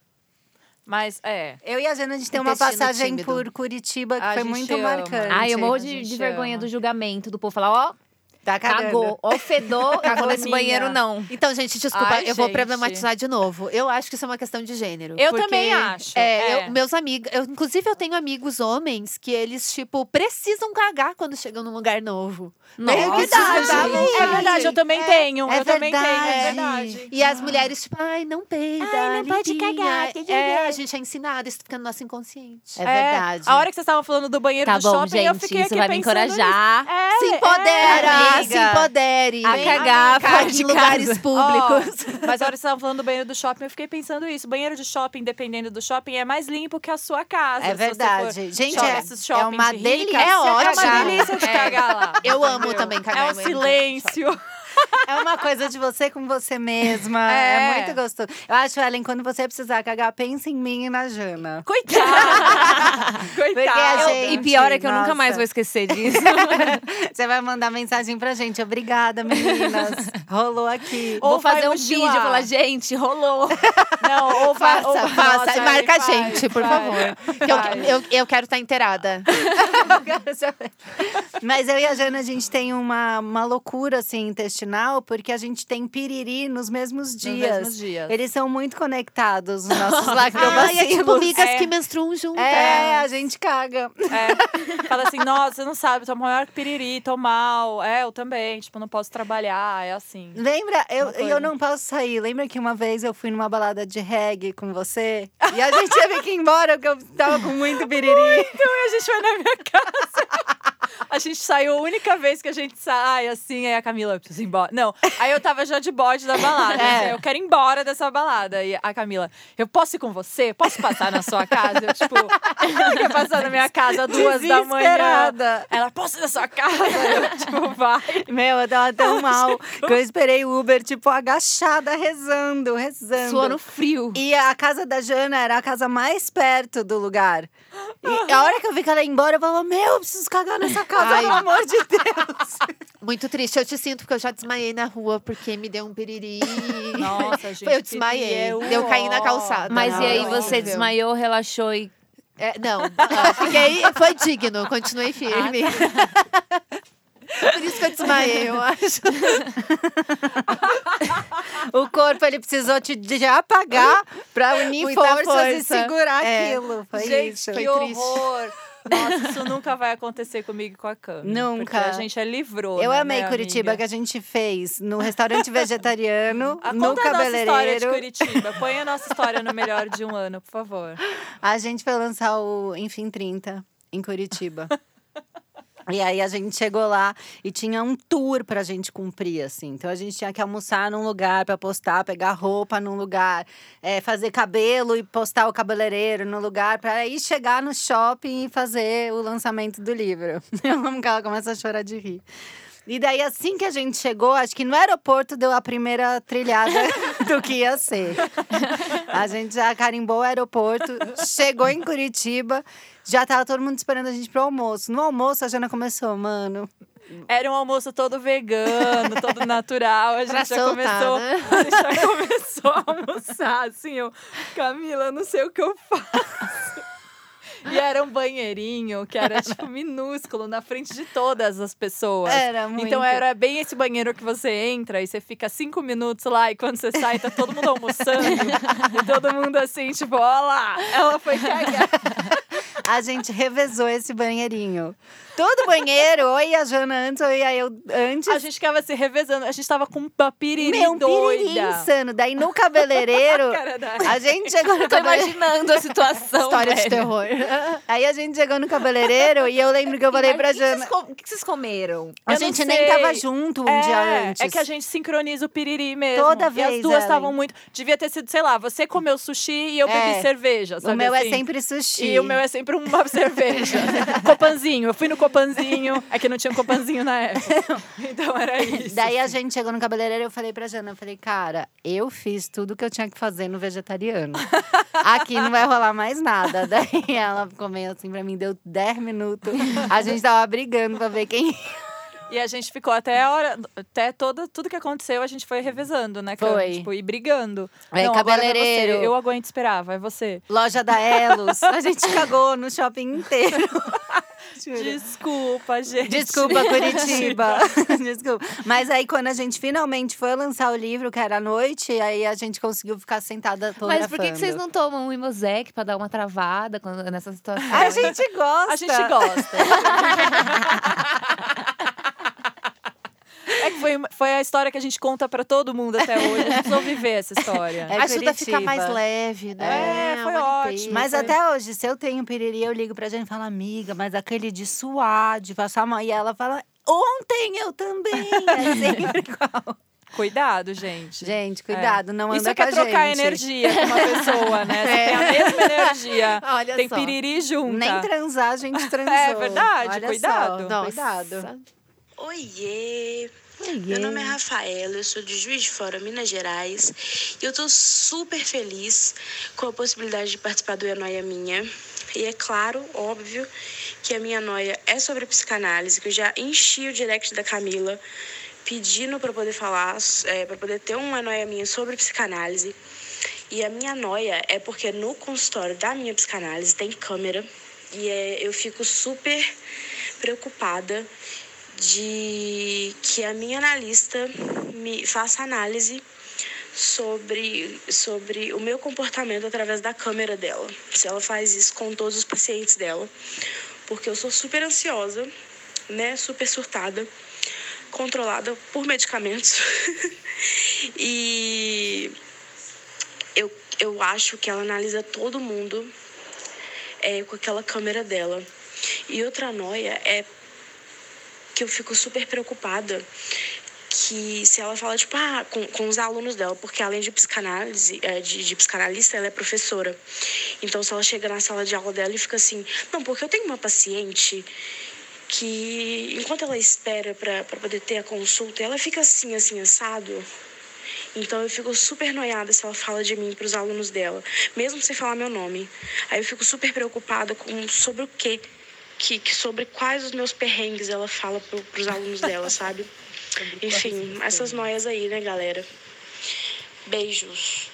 [SPEAKER 2] Mas, é.
[SPEAKER 1] Eu e a Jana, a gente tem uma
[SPEAKER 4] Intestino
[SPEAKER 1] passagem
[SPEAKER 4] tímido.
[SPEAKER 1] por Curitiba que
[SPEAKER 2] A
[SPEAKER 1] foi
[SPEAKER 2] gente
[SPEAKER 1] muito
[SPEAKER 2] ama.
[SPEAKER 1] marcante.
[SPEAKER 3] Ai, eu morro
[SPEAKER 2] A
[SPEAKER 3] de,
[SPEAKER 2] gente
[SPEAKER 3] de vergonha
[SPEAKER 2] ama.
[SPEAKER 3] do julgamento do povo falar, ó,
[SPEAKER 1] Tá cagando.
[SPEAKER 3] cagou, ó, fedor, eu vou nesse
[SPEAKER 2] Cagou,
[SPEAKER 3] banheiro
[SPEAKER 2] minha.
[SPEAKER 3] não.
[SPEAKER 4] Então, gente, desculpa,
[SPEAKER 2] Ai,
[SPEAKER 4] eu vou
[SPEAKER 2] gente.
[SPEAKER 4] problematizar de novo. Eu acho que isso é uma questão de gênero.
[SPEAKER 2] Eu
[SPEAKER 4] porque,
[SPEAKER 2] também acho,
[SPEAKER 4] É,
[SPEAKER 2] é.
[SPEAKER 4] eu- meus amigos. Eu, inclusive, eu tenho amigos homens que eles, tipo, precisam cagar quando chegam num lugar novo.
[SPEAKER 3] Nossa,
[SPEAKER 1] É verdade.
[SPEAKER 4] gente.
[SPEAKER 2] É verdade, eu também
[SPEAKER 4] É.
[SPEAKER 2] tenho.
[SPEAKER 1] É
[SPEAKER 2] eu também tenho, é
[SPEAKER 1] verdade.
[SPEAKER 2] verdade.
[SPEAKER 4] E as mulheres, tipo, ai, não peida.
[SPEAKER 3] Ai, não pode
[SPEAKER 4] amiguinha."
[SPEAKER 3] cagar, tem que
[SPEAKER 4] É,
[SPEAKER 3] ver.
[SPEAKER 4] a gente é ensinada, isso fica no nosso inconsciente.
[SPEAKER 1] É verdade.
[SPEAKER 2] A hora que vocês estavam falando do banheiro
[SPEAKER 3] Tá
[SPEAKER 2] do
[SPEAKER 3] bom,
[SPEAKER 2] shopping, eu
[SPEAKER 3] gente,
[SPEAKER 2] fiquei
[SPEAKER 3] isso
[SPEAKER 2] aqui
[SPEAKER 3] vai me
[SPEAKER 2] pensando nisso.
[SPEAKER 3] encorajar.
[SPEAKER 2] É,
[SPEAKER 4] Se empodera,
[SPEAKER 3] é,
[SPEAKER 4] se
[SPEAKER 3] amiga.
[SPEAKER 4] empodere.
[SPEAKER 3] A
[SPEAKER 4] Vem
[SPEAKER 3] cagar
[SPEAKER 4] cá
[SPEAKER 3] fora
[SPEAKER 4] em
[SPEAKER 3] de
[SPEAKER 4] lugares
[SPEAKER 3] casa.
[SPEAKER 4] públicos.
[SPEAKER 2] Ó, mas a hora que você tava falando do banheiro do shopping, eu fiquei pensando isso. Banheiro de shopping, dependendo do shopping, é mais limpo que a sua casa.
[SPEAKER 1] É
[SPEAKER 2] se você for
[SPEAKER 1] verdade. Gente,
[SPEAKER 2] shop-
[SPEAKER 1] é-
[SPEAKER 2] esses
[SPEAKER 1] é uma
[SPEAKER 2] shoppings de rica,
[SPEAKER 1] delícia
[SPEAKER 2] É uma
[SPEAKER 1] cagar.
[SPEAKER 2] delícia de
[SPEAKER 3] É.
[SPEAKER 2] cagar lá.
[SPEAKER 4] Eu amo
[SPEAKER 2] entendeu?
[SPEAKER 4] também cagar
[SPEAKER 2] É
[SPEAKER 4] em
[SPEAKER 2] um
[SPEAKER 4] banheiro de
[SPEAKER 2] silêncio.
[SPEAKER 1] É uma coisa de você com você mesma. É.
[SPEAKER 2] É.
[SPEAKER 1] muito gostoso. Eu acho, Ellen, quando você precisar cagar, pensa em mim e na Jana.
[SPEAKER 2] Coitada!
[SPEAKER 1] Porque a
[SPEAKER 2] Coitada!
[SPEAKER 1] gente-
[SPEAKER 3] e pior é que Tá, eu nunca
[SPEAKER 1] nossa.
[SPEAKER 3] mais vou esquecer disso.
[SPEAKER 1] Você vai mandar mensagem pra gente. Obrigada, meninas. Rolou aqui.
[SPEAKER 2] Ou
[SPEAKER 3] vou fazer
[SPEAKER 2] vai
[SPEAKER 3] um
[SPEAKER 2] mochilar.
[SPEAKER 3] vídeo e falar, gente, rolou.
[SPEAKER 2] Não, ou vai,
[SPEAKER 4] Faça,
[SPEAKER 2] ou-
[SPEAKER 4] faça.
[SPEAKER 2] Nossa,
[SPEAKER 4] e marca a
[SPEAKER 2] vai,
[SPEAKER 4] gente, por
[SPEAKER 2] vai.
[SPEAKER 4] favor. Que eu,
[SPEAKER 2] Vai.
[SPEAKER 4] eu, eu quero estar inteirada.
[SPEAKER 1] Mas eu e a Jana, a gente tem uma, uma loucura, assim, intestinal. Porque a gente tem piriri nos mesmos dias.
[SPEAKER 2] mesmos dias.
[SPEAKER 1] Eles são muito conectados, os nossos
[SPEAKER 4] Ah, é
[SPEAKER 1] lactobacilos.
[SPEAKER 4] tipo migas
[SPEAKER 2] É.
[SPEAKER 4] que menstruam juntas.
[SPEAKER 1] é, a gente caga.
[SPEAKER 2] É. Fala assim, nossa, você não sabe, tô maior que piriri, tô mal. É, eu também, tipo, não posso trabalhar, é assim.
[SPEAKER 1] Lembra? Eu,
[SPEAKER 2] Uma
[SPEAKER 1] e eu
[SPEAKER 2] coisa.
[SPEAKER 1] não posso sair. Lembra que uma vez eu fui numa balada de reggae com você? E a gente teve que ir embora porque eu tava com muito biriri.
[SPEAKER 2] Então a gente foi na minha casa. A gente saiu, a única vez que a gente sai, assim, aí a Camila, eu preciso ir embora. Não, aí eu tava já de bode da balada.
[SPEAKER 1] É.
[SPEAKER 2] assim, Eu quero ir embora dessa balada. E a Camila, eu posso ir com você? Posso passar na sua casa? Eu, tipo, ela quer passar na minha casa duas da manhã.
[SPEAKER 1] Desesperada.
[SPEAKER 2] Ela, posso ir na sua casa? Eu, tipo, vai.
[SPEAKER 1] Meu, eu tava tão mal que eu esperei o Uber, tipo, agachada, rezando, rezando.
[SPEAKER 3] Suou no frio.
[SPEAKER 1] E a casa da Jana era a casa mais perto do lugar. E a hora que eu vi que ela ia embora, eu falava: Meu, eu preciso cagar nessa casa,
[SPEAKER 4] Ai.
[SPEAKER 1] pelo amor de Deus.
[SPEAKER 4] Muito triste. Eu te sinto, porque eu já desmaiei na rua, porque me deu um piriri.
[SPEAKER 2] Nossa, gente.
[SPEAKER 4] eu desmaiei.
[SPEAKER 2] piriri é
[SPEAKER 4] eu caí na
[SPEAKER 2] ó.
[SPEAKER 4] calçada.
[SPEAKER 3] Mas
[SPEAKER 4] Não,
[SPEAKER 3] e aí
[SPEAKER 4] é
[SPEAKER 3] você
[SPEAKER 4] horrível.
[SPEAKER 3] desmaiou, relaxou e.
[SPEAKER 4] É, não, ah, fiquei, foi digno, continuei firme. Por isso que eu desmaiei, eu acho.
[SPEAKER 1] O corpo, ele precisou te de- de apagar pra unir
[SPEAKER 4] Muita
[SPEAKER 1] forças e
[SPEAKER 4] força.
[SPEAKER 1] segurar
[SPEAKER 4] É.
[SPEAKER 1] aquilo. Foi
[SPEAKER 2] gente,
[SPEAKER 1] isso.
[SPEAKER 2] que
[SPEAKER 4] Foi triste.
[SPEAKER 2] horror! Nossa, isso nunca vai acontecer comigo e com a Cami.
[SPEAKER 1] Nunca.
[SPEAKER 2] Porque a gente é livrou.
[SPEAKER 1] Eu amei Curitiba, que a gente fez no restaurante vegetariano,
[SPEAKER 2] a
[SPEAKER 1] no
[SPEAKER 2] Ah, conta a nossa história de
[SPEAKER 1] cabeleireiro.
[SPEAKER 2] Curitiba. Põe a nossa história no melhor de um ano, por favor.
[SPEAKER 1] A gente foi lançar o Enfim 30 em Curitiba. E aí a gente chegou lá e tinha um tour pra gente cumprir, assim. Então a gente tinha que almoçar num lugar pra postar, pegar roupa num lugar, eh, fazer cabelo e postar o cabeleireiro no lugar, pra aí chegar no shopping e fazer o lançamento do livro. Eu amo que ela começa a chorar de rir. E daí, assim que a gente chegou, acho que no aeroporto deu a primeira trilhada do que ia ser. A gente já carimbou o aeroporto, chegou em Curitiba, já tava todo mundo esperando a gente pro almoço. No almoço, a Jana começou, mano.
[SPEAKER 2] Era um almoço todo vegano, todo natural. A gente
[SPEAKER 4] Pra
[SPEAKER 2] já
[SPEAKER 4] soltar,
[SPEAKER 2] começou.
[SPEAKER 4] né?
[SPEAKER 2] A gente já começou a almoçar, assim, eu. Camila, eu não sei o que eu faço. E era um banheirinho que era, tipo, minúsculo na frente de todas as pessoas.
[SPEAKER 1] Era muito.
[SPEAKER 2] Então era bem esse banheiro que você entra e você fica cinco minutos lá e quando você sai tá todo mundo almoçando e todo mundo assim, tipo, ó lá, ela foi cagar.
[SPEAKER 1] A gente revezou esse banheirinho. Todo banheiro, ou ia a Jana antes, ou ia eu antes.
[SPEAKER 2] A gente ficava se revezando, a gente tava com uma piriri
[SPEAKER 1] Meu, um piriri
[SPEAKER 2] doida.
[SPEAKER 1] insano. Daí no cabeleireiro,
[SPEAKER 2] Cara da-
[SPEAKER 1] a gente chegou no
[SPEAKER 3] Tô
[SPEAKER 1] cabeleireiro.
[SPEAKER 3] imaginando a situação.
[SPEAKER 4] História de
[SPEAKER 3] velho.
[SPEAKER 4] terror.
[SPEAKER 1] Aí a gente chegou no cabeleireiro e eu lembro que eu falei
[SPEAKER 3] Mas
[SPEAKER 1] pra
[SPEAKER 3] o que vocês
[SPEAKER 1] Jana.
[SPEAKER 3] co- O que vocês comeram?
[SPEAKER 1] A
[SPEAKER 2] Eu não
[SPEAKER 1] gente nem
[SPEAKER 2] sei.
[SPEAKER 1] tava junto um dia
[SPEAKER 2] é,
[SPEAKER 1] antes.
[SPEAKER 2] é que a gente sincroniza o piriri mesmo.
[SPEAKER 1] Toda
[SPEAKER 2] e
[SPEAKER 1] vez,
[SPEAKER 2] as duas
[SPEAKER 1] Ellen.
[SPEAKER 2] estavam muito. Devia ter sido, sei lá, você comeu sushi e eu
[SPEAKER 1] É.
[SPEAKER 2] bebi cerveja. Sabe
[SPEAKER 1] O meu
[SPEAKER 2] assim?
[SPEAKER 1] é sempre sushi.
[SPEAKER 2] E o meu é sempre uma cerveja. Copanzinho. Eu fui no Copanzinho. É que não tinha um Copanzinho na época. Então era isso.
[SPEAKER 1] Daí a gente chegou no cabeleireiro e eu falei pra Jana, eu falei, cara, eu fiz tudo que eu tinha que fazer no vegetariano. Aqui não vai rolar mais nada. Daí ela ficou meio assim pra mim, deu 10 minutos. A gente tava brigando pra ver quem
[SPEAKER 2] E a gente ficou até a hora. Até toda, tudo que aconteceu, a gente foi revezando, né? Cam?
[SPEAKER 1] Foi.
[SPEAKER 2] Tipo, e brigando.
[SPEAKER 1] É,
[SPEAKER 2] não, agora vai
[SPEAKER 1] cabeleireiro.
[SPEAKER 2] você. Eu aguento esperar, vai você.
[SPEAKER 1] loja da Elos. A gente cagou no shopping inteiro.
[SPEAKER 2] Desculpa, gente.
[SPEAKER 1] Desculpa, Curitiba. Desculpa. Mas aí, quando a gente finalmente foi lançar o livro, que era à noite, aí a gente conseguiu ficar sentada toda.
[SPEAKER 3] Mas por que, que vocês não tomam um Imosec pra dar uma travada quando- nessa situação?
[SPEAKER 1] A gente gosta.
[SPEAKER 2] A gente gosta. É que foi, uma- foi a história que a gente conta pra todo mundo até hoje. A gente precisou viver essa história.
[SPEAKER 1] É
[SPEAKER 4] Ajuda a ficar
[SPEAKER 1] Curitiba.
[SPEAKER 4] mais leve, né?
[SPEAKER 2] É, foi
[SPEAKER 4] Uma
[SPEAKER 2] ótimo.
[SPEAKER 4] limpeza.
[SPEAKER 1] Mas até hoje, um se eu tenho piriri, eu ligo pra Jane e falo, amiga, mas aquele de suar, de passar mal. E ela fala, Ontem eu também. É sempre igual.
[SPEAKER 2] Cuidado, gente.
[SPEAKER 1] Gente, cuidado, não anda
[SPEAKER 2] Isso é
[SPEAKER 1] com
[SPEAKER 2] que
[SPEAKER 1] a
[SPEAKER 2] é trocar
[SPEAKER 1] gente.
[SPEAKER 2] energia com uma pessoa, né? Você
[SPEAKER 4] É.
[SPEAKER 2] tem a mesma energia.
[SPEAKER 4] Olha
[SPEAKER 2] tem
[SPEAKER 4] só.
[SPEAKER 2] piriri junta. É
[SPEAKER 1] Nem transar a gente transou.
[SPEAKER 2] verdade,
[SPEAKER 1] Olha
[SPEAKER 2] cuidado.
[SPEAKER 1] Só.
[SPEAKER 4] Nossa.
[SPEAKER 1] Cuidado.
[SPEAKER 9] Oiê! Meu nome é Rafaela, eu sou de Juiz de Fora, Minas Gerais, e eu tô super feliz com a possibilidade de participar do É Noia Minha. E é claro, óbvio, que a minha noia é sobre psicanálise, que eu já enchi o direct da Camila pedindo para poder falar, é, para poder ter uma noia minha sobre psicanálise. E a minha noia é porque no consultório da minha psicanálise tem câmera e é, eu fico super preocupada de que a minha analista me faça análise sobre, sobre o meu comportamento através da câmera dela. Se ela faz isso com todos os pacientes dela, porque eu sou super ansiosa, né, super surtada, controlada por medicamentos. e eu, eu acho que ela analisa todo mundo é, com aquela câmera dela. E outra noia é que eu fico super preocupada que se ela fala, tipo, ah, com, com os alunos dela, porque além de psicanálise, é, de, de psicanalista, ela é professora. Então, se ela chega na sala de aula dela e fica assim, não, porque eu tenho uma paciente que, enquanto ela espera para poder ter a consulta, ela fica assim, assim, assado. Então eu fico super noiada se ela fala de mim para os alunos dela, mesmo sem falar meu nome. Aí eu fico super preocupada com sobre o quê? que, que sobre quais os meus perrengues ela fala para os alunos dela, sabe? Enfim, essas noias aí, né, galera? Beijos.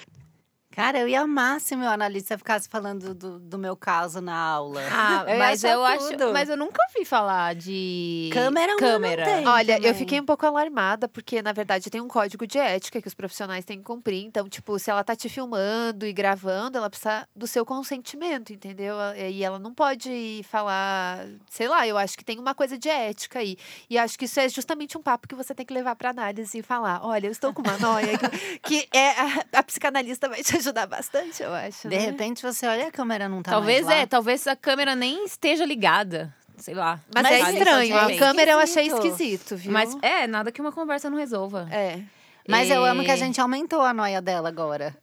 [SPEAKER 1] Cara, eu ia amar se meu analista ficasse falando do, do meu caso na aula.
[SPEAKER 3] Ah,
[SPEAKER 1] Eu ia
[SPEAKER 3] mas
[SPEAKER 1] achar
[SPEAKER 3] eu
[SPEAKER 1] tudo.
[SPEAKER 3] acho. Mas eu nunca ouvi falar de.
[SPEAKER 1] Câmera, uma
[SPEAKER 3] câmera.
[SPEAKER 1] não tem.
[SPEAKER 4] Olha, eu
[SPEAKER 1] também.
[SPEAKER 4] fiquei um pouco alarmada, porque na verdade tem um código de ética que os profissionais têm que cumprir. Então, tipo, se ela tá te filmando e gravando, ela precisa do seu consentimento, entendeu? Ah, E ela não pode falar, sei lá, eu acho que tem uma coisa de ética aí. E acho que isso é justamente um papo que você tem que levar pra análise e falar: olha, eu estou com uma noia que, que é a, a psicanalista vai te ajudar bastante, eu acho.
[SPEAKER 1] De
[SPEAKER 4] né?
[SPEAKER 1] repente você olha a câmera não tá
[SPEAKER 3] talvez
[SPEAKER 1] mais lá.
[SPEAKER 3] é, talvez a câmera nem esteja ligada. Sei lá.
[SPEAKER 4] Mas,
[SPEAKER 1] Mas
[SPEAKER 4] é
[SPEAKER 1] isso
[SPEAKER 4] estranho.
[SPEAKER 1] é
[SPEAKER 4] A câmera eu achei
[SPEAKER 1] esquisito.
[SPEAKER 4] esquisito, viu?
[SPEAKER 3] Mas é, nada que uma conversa não resolva.
[SPEAKER 4] é.
[SPEAKER 1] Mas eu amo que a
[SPEAKER 3] E-
[SPEAKER 1] gente aumentou a noia dela agora.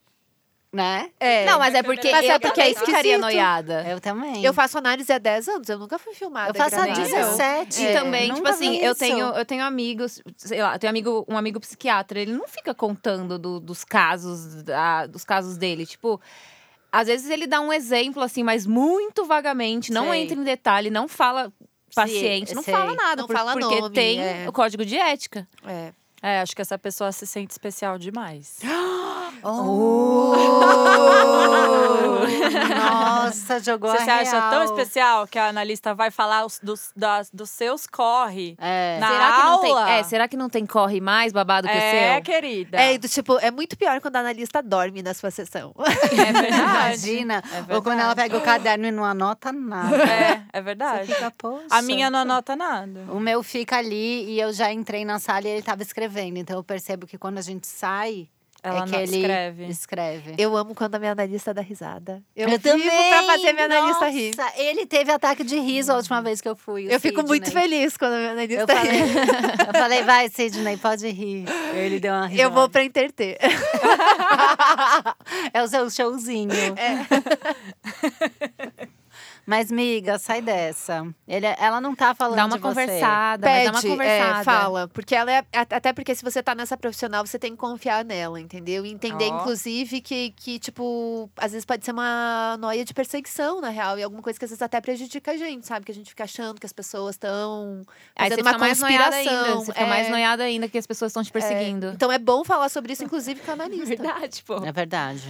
[SPEAKER 1] Né?
[SPEAKER 4] É.
[SPEAKER 3] Não, mas é porque.
[SPEAKER 4] Mas é
[SPEAKER 3] eu
[SPEAKER 4] porque
[SPEAKER 3] também
[SPEAKER 4] é
[SPEAKER 3] ficaria
[SPEAKER 4] esquisito.
[SPEAKER 3] noiada.
[SPEAKER 1] Eu também.
[SPEAKER 4] Eu faço análise há 10 anos, eu nunca fui filmada.
[SPEAKER 1] Eu faço há
[SPEAKER 4] gravada.
[SPEAKER 3] Claro.
[SPEAKER 1] 17.
[SPEAKER 3] E
[SPEAKER 1] É,
[SPEAKER 3] também, tipo
[SPEAKER 1] nunca
[SPEAKER 3] assim,
[SPEAKER 1] vi
[SPEAKER 3] eu
[SPEAKER 1] isso.
[SPEAKER 3] tenho, eu tenho amigos, sei lá, eu tenho amigo, um amigo psiquiatra, ele não fica contando do- dos casos, da- dos casos dele, tipo, às vezes ele dá um exemplo assim, mas muito vagamente, não
[SPEAKER 2] Sei.
[SPEAKER 3] entra em detalhe, não fala paciente, não
[SPEAKER 1] sei.
[SPEAKER 3] fala nada,
[SPEAKER 4] Não
[SPEAKER 3] por-
[SPEAKER 4] fala
[SPEAKER 3] porque
[SPEAKER 4] nome,
[SPEAKER 3] tem
[SPEAKER 4] é.
[SPEAKER 3] o código de ética.
[SPEAKER 4] É.
[SPEAKER 2] É, acho que essa pessoa se sente especial demais.
[SPEAKER 1] Oh! Nossa, jogou
[SPEAKER 2] Você
[SPEAKER 1] a
[SPEAKER 3] é
[SPEAKER 2] se acha
[SPEAKER 1] real.
[SPEAKER 2] tão especial que a analista vai falar os- dos, das- dos seus corre
[SPEAKER 1] É.
[SPEAKER 2] na
[SPEAKER 3] será
[SPEAKER 2] aula?
[SPEAKER 3] que não tem, é, será que não tem corre mais babado que
[SPEAKER 2] É,
[SPEAKER 3] o seu?
[SPEAKER 2] querida.
[SPEAKER 4] É, e do tipo, é muito pior quando a analista dorme na sua sessão.
[SPEAKER 2] É verdade. É
[SPEAKER 1] Imagina.
[SPEAKER 3] É
[SPEAKER 2] verdade.
[SPEAKER 1] Ou quando ela pega o caderno e não anota nada.
[SPEAKER 2] é, é verdade.
[SPEAKER 1] Fica, poxa.
[SPEAKER 2] A minha não anota nada.
[SPEAKER 1] O meu fica ali e eu já entrei na sala e ele tava escrevendo. Então eu percebo que quando a gente sai,
[SPEAKER 2] Ela
[SPEAKER 1] é que
[SPEAKER 2] não
[SPEAKER 1] ele
[SPEAKER 2] escreve.
[SPEAKER 1] escreve.
[SPEAKER 4] Eu amo quando a minha analista dá risada. Eu, vivo pra fazer minha analista rir.
[SPEAKER 1] Nossa, Ele teve ataque de riso a última vez que eu fui. o
[SPEAKER 4] Eu fico muito
[SPEAKER 1] Sidney.
[SPEAKER 4] feliz quando a minha
[SPEAKER 1] Eu
[SPEAKER 4] analista
[SPEAKER 1] falei,
[SPEAKER 4] ri.
[SPEAKER 1] eu falei, vai, Sidney, pode rir. Ele deu uma risada.
[SPEAKER 4] Eu vou pra interter.
[SPEAKER 1] É o seu showzinho.
[SPEAKER 4] É.
[SPEAKER 1] Mas, miga, sai dessa. Ele, ela não tá falando
[SPEAKER 3] Dá uma
[SPEAKER 1] de você.
[SPEAKER 3] conversada, mas
[SPEAKER 4] Pede,
[SPEAKER 3] dá uma
[SPEAKER 4] é,
[SPEAKER 3] conversada.
[SPEAKER 4] fala. Porque ela é. a- Até porque se você tá nessa profissional, você tem que confiar nela, entendeu? E entender,
[SPEAKER 2] Ó.
[SPEAKER 4] inclusive, que, que, tipo, às vezes pode ser uma noia de perseguição, na real. E alguma coisa que às vezes até prejudica a gente, sabe? Que a gente fica achando que as pessoas estão
[SPEAKER 3] Aí você
[SPEAKER 4] fazendo
[SPEAKER 3] fica
[SPEAKER 4] uma
[SPEAKER 3] mais noiada
[SPEAKER 4] conspiração.
[SPEAKER 3] ainda, você fica
[SPEAKER 4] é.
[SPEAKER 3] mais noiada ainda que as pessoas estão te
[SPEAKER 4] É,
[SPEAKER 3] perseguindo.
[SPEAKER 4] Então é bom falar sobre isso, inclusive, com a analista.
[SPEAKER 3] Verdade,
[SPEAKER 2] Tipo,
[SPEAKER 3] pô.
[SPEAKER 1] É verdade.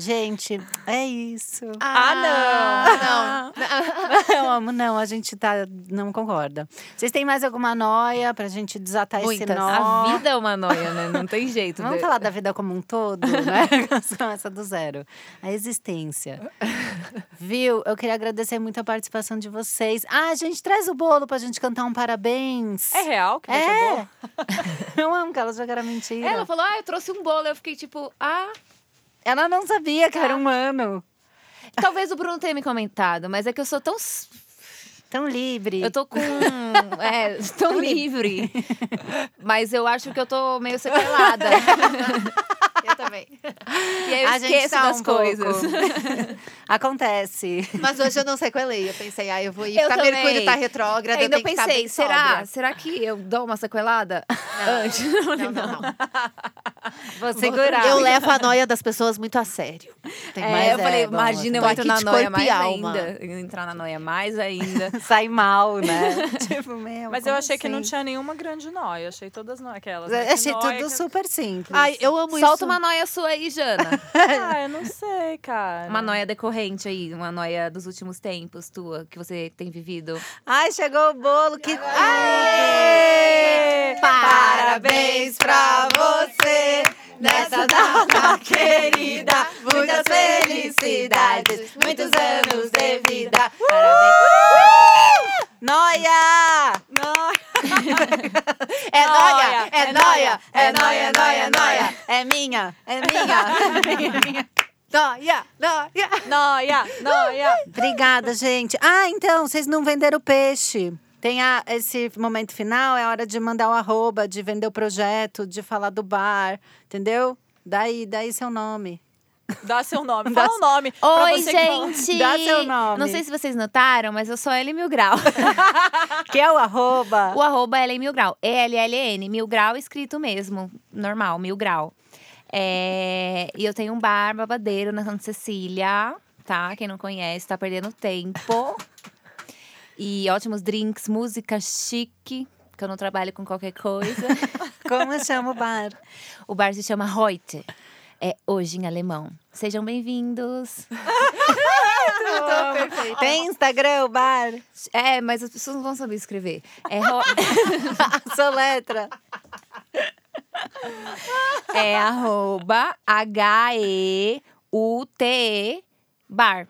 [SPEAKER 1] Gente, é isso.
[SPEAKER 2] Ah, não!
[SPEAKER 1] Eu amo, não, a gente tá, não concorda. Vocês têm mais alguma noia pra gente desatar esse
[SPEAKER 4] Muitas.
[SPEAKER 1] nó?
[SPEAKER 3] A vida é uma noia, né? Não tem jeito.
[SPEAKER 1] Vamos
[SPEAKER 3] De-
[SPEAKER 1] falar da vida como um todo, né? Não, Essa do zero. A existência. Viu? Eu queria agradecer muito a participação de vocês. Ah, gente, traz o bolo pra gente cantar um parabéns.
[SPEAKER 2] É real que vai ter
[SPEAKER 1] É.
[SPEAKER 2] bolo?
[SPEAKER 1] Eu amo que ela jogaram mentira.
[SPEAKER 3] Ela
[SPEAKER 1] Ela,
[SPEAKER 3] falou, ah, eu trouxe um bolo. Eu fiquei tipo, ah.
[SPEAKER 1] não sabia que era humano.
[SPEAKER 3] Talvez o Bruno tenha me comentado, mas é que eu sou tão. s-
[SPEAKER 1] Tão livre.
[SPEAKER 3] Eu tô com. É, tô livre. Mas eu acho que eu tô meio sequelada.
[SPEAKER 11] Eu também.
[SPEAKER 3] E aí eu
[SPEAKER 1] A gente
[SPEAKER 3] esqueço
[SPEAKER 1] tá
[SPEAKER 3] das
[SPEAKER 1] um
[SPEAKER 3] coisas.
[SPEAKER 1] pouco. Acontece.
[SPEAKER 4] Mas hoje eu não sequelei. Eu pensei, ah, eu vou ir
[SPEAKER 3] Eu
[SPEAKER 4] pra Mercúrio
[SPEAKER 3] também.
[SPEAKER 4] tá retrógrado.
[SPEAKER 3] Ainda eu
[SPEAKER 4] eu tenho que tá
[SPEAKER 3] pensei,
[SPEAKER 4] bem
[SPEAKER 3] será?
[SPEAKER 4] sóbria.
[SPEAKER 3] Será que eu dou uma sequelada? Antes.
[SPEAKER 4] Não, não, não.
[SPEAKER 3] Vou segurar.
[SPEAKER 4] Eu levo a noia das pessoas muito a sério. Tem
[SPEAKER 3] É,
[SPEAKER 4] mais
[SPEAKER 3] eu falei,
[SPEAKER 1] é bom,
[SPEAKER 3] imagina eu
[SPEAKER 4] tô
[SPEAKER 3] entro
[SPEAKER 4] aqui
[SPEAKER 3] na
[SPEAKER 4] de
[SPEAKER 3] noia
[SPEAKER 4] corpo e
[SPEAKER 3] mais
[SPEAKER 4] alma.
[SPEAKER 3] ainda. Entrar na noia mais ainda.
[SPEAKER 1] Sai mal, né? tipo, meu.
[SPEAKER 2] Mas eu
[SPEAKER 1] como
[SPEAKER 2] achei que não
[SPEAKER 1] assim?
[SPEAKER 2] tinha nenhuma grande nóia. Eu Achei todas nó- aquelas. né?
[SPEAKER 1] Eu
[SPEAKER 2] Que
[SPEAKER 1] Achei
[SPEAKER 2] nóia
[SPEAKER 1] tudo
[SPEAKER 2] que-
[SPEAKER 1] super simples.
[SPEAKER 4] Ai, eu amo isso.
[SPEAKER 3] Solta uma noia sua aí, Jana.
[SPEAKER 2] Ah, eu não sei, né? cara.
[SPEAKER 3] Uma noia decorrente aí, uma noia dos últimos tempos tua, que você tem vivido.
[SPEAKER 1] Ai, chegou o bolo. Que.
[SPEAKER 2] Aê!
[SPEAKER 1] Parabéns pra você nessa data querida. Muitas felicidades, muitos anos de vida. Parabéns. Noia!
[SPEAKER 4] É noia, é noia,
[SPEAKER 1] É noia, noia, noia. É minha, é minha.
[SPEAKER 4] noia, noia.
[SPEAKER 2] Noia, noia.
[SPEAKER 1] Obrigada, gente. Ah, então, vocês não venderam peixe. Tem a- esse momento final, é hora de mandar o arroba, de vender o projeto, de falar do bar, entendeu? Daí, daí seu nome.
[SPEAKER 2] Dá seu nome. Fala o nome. pra
[SPEAKER 3] Oi,
[SPEAKER 2] você que falou.
[SPEAKER 3] gente!
[SPEAKER 1] Dá seu nome.
[SPEAKER 3] Não sei se vocês notaram, mas eu sou L Mil Grau.
[SPEAKER 1] Que é o arroba.
[SPEAKER 3] o arroba é L Mil Grau. E-L-L-N, Mil Grau escrito mesmo. Normal, Mil Grau. É, e eu tenho um bar babadeiro na Santa Cecília, tá? Quem não conhece, tá perdendo tempo. E ótimos drinks, música chique, que eu não trabalho com qualquer coisa.
[SPEAKER 1] Como chama o bar?
[SPEAKER 3] O bar se chama Heute. É hoje em alemão. Sejam bem-vindos.
[SPEAKER 1] Tem Instagram, o bar?
[SPEAKER 3] É, mas as pessoas não vão saber escrever. É, ro-
[SPEAKER 1] Sua letra.
[SPEAKER 3] é arroba H-E-U-T-E bar.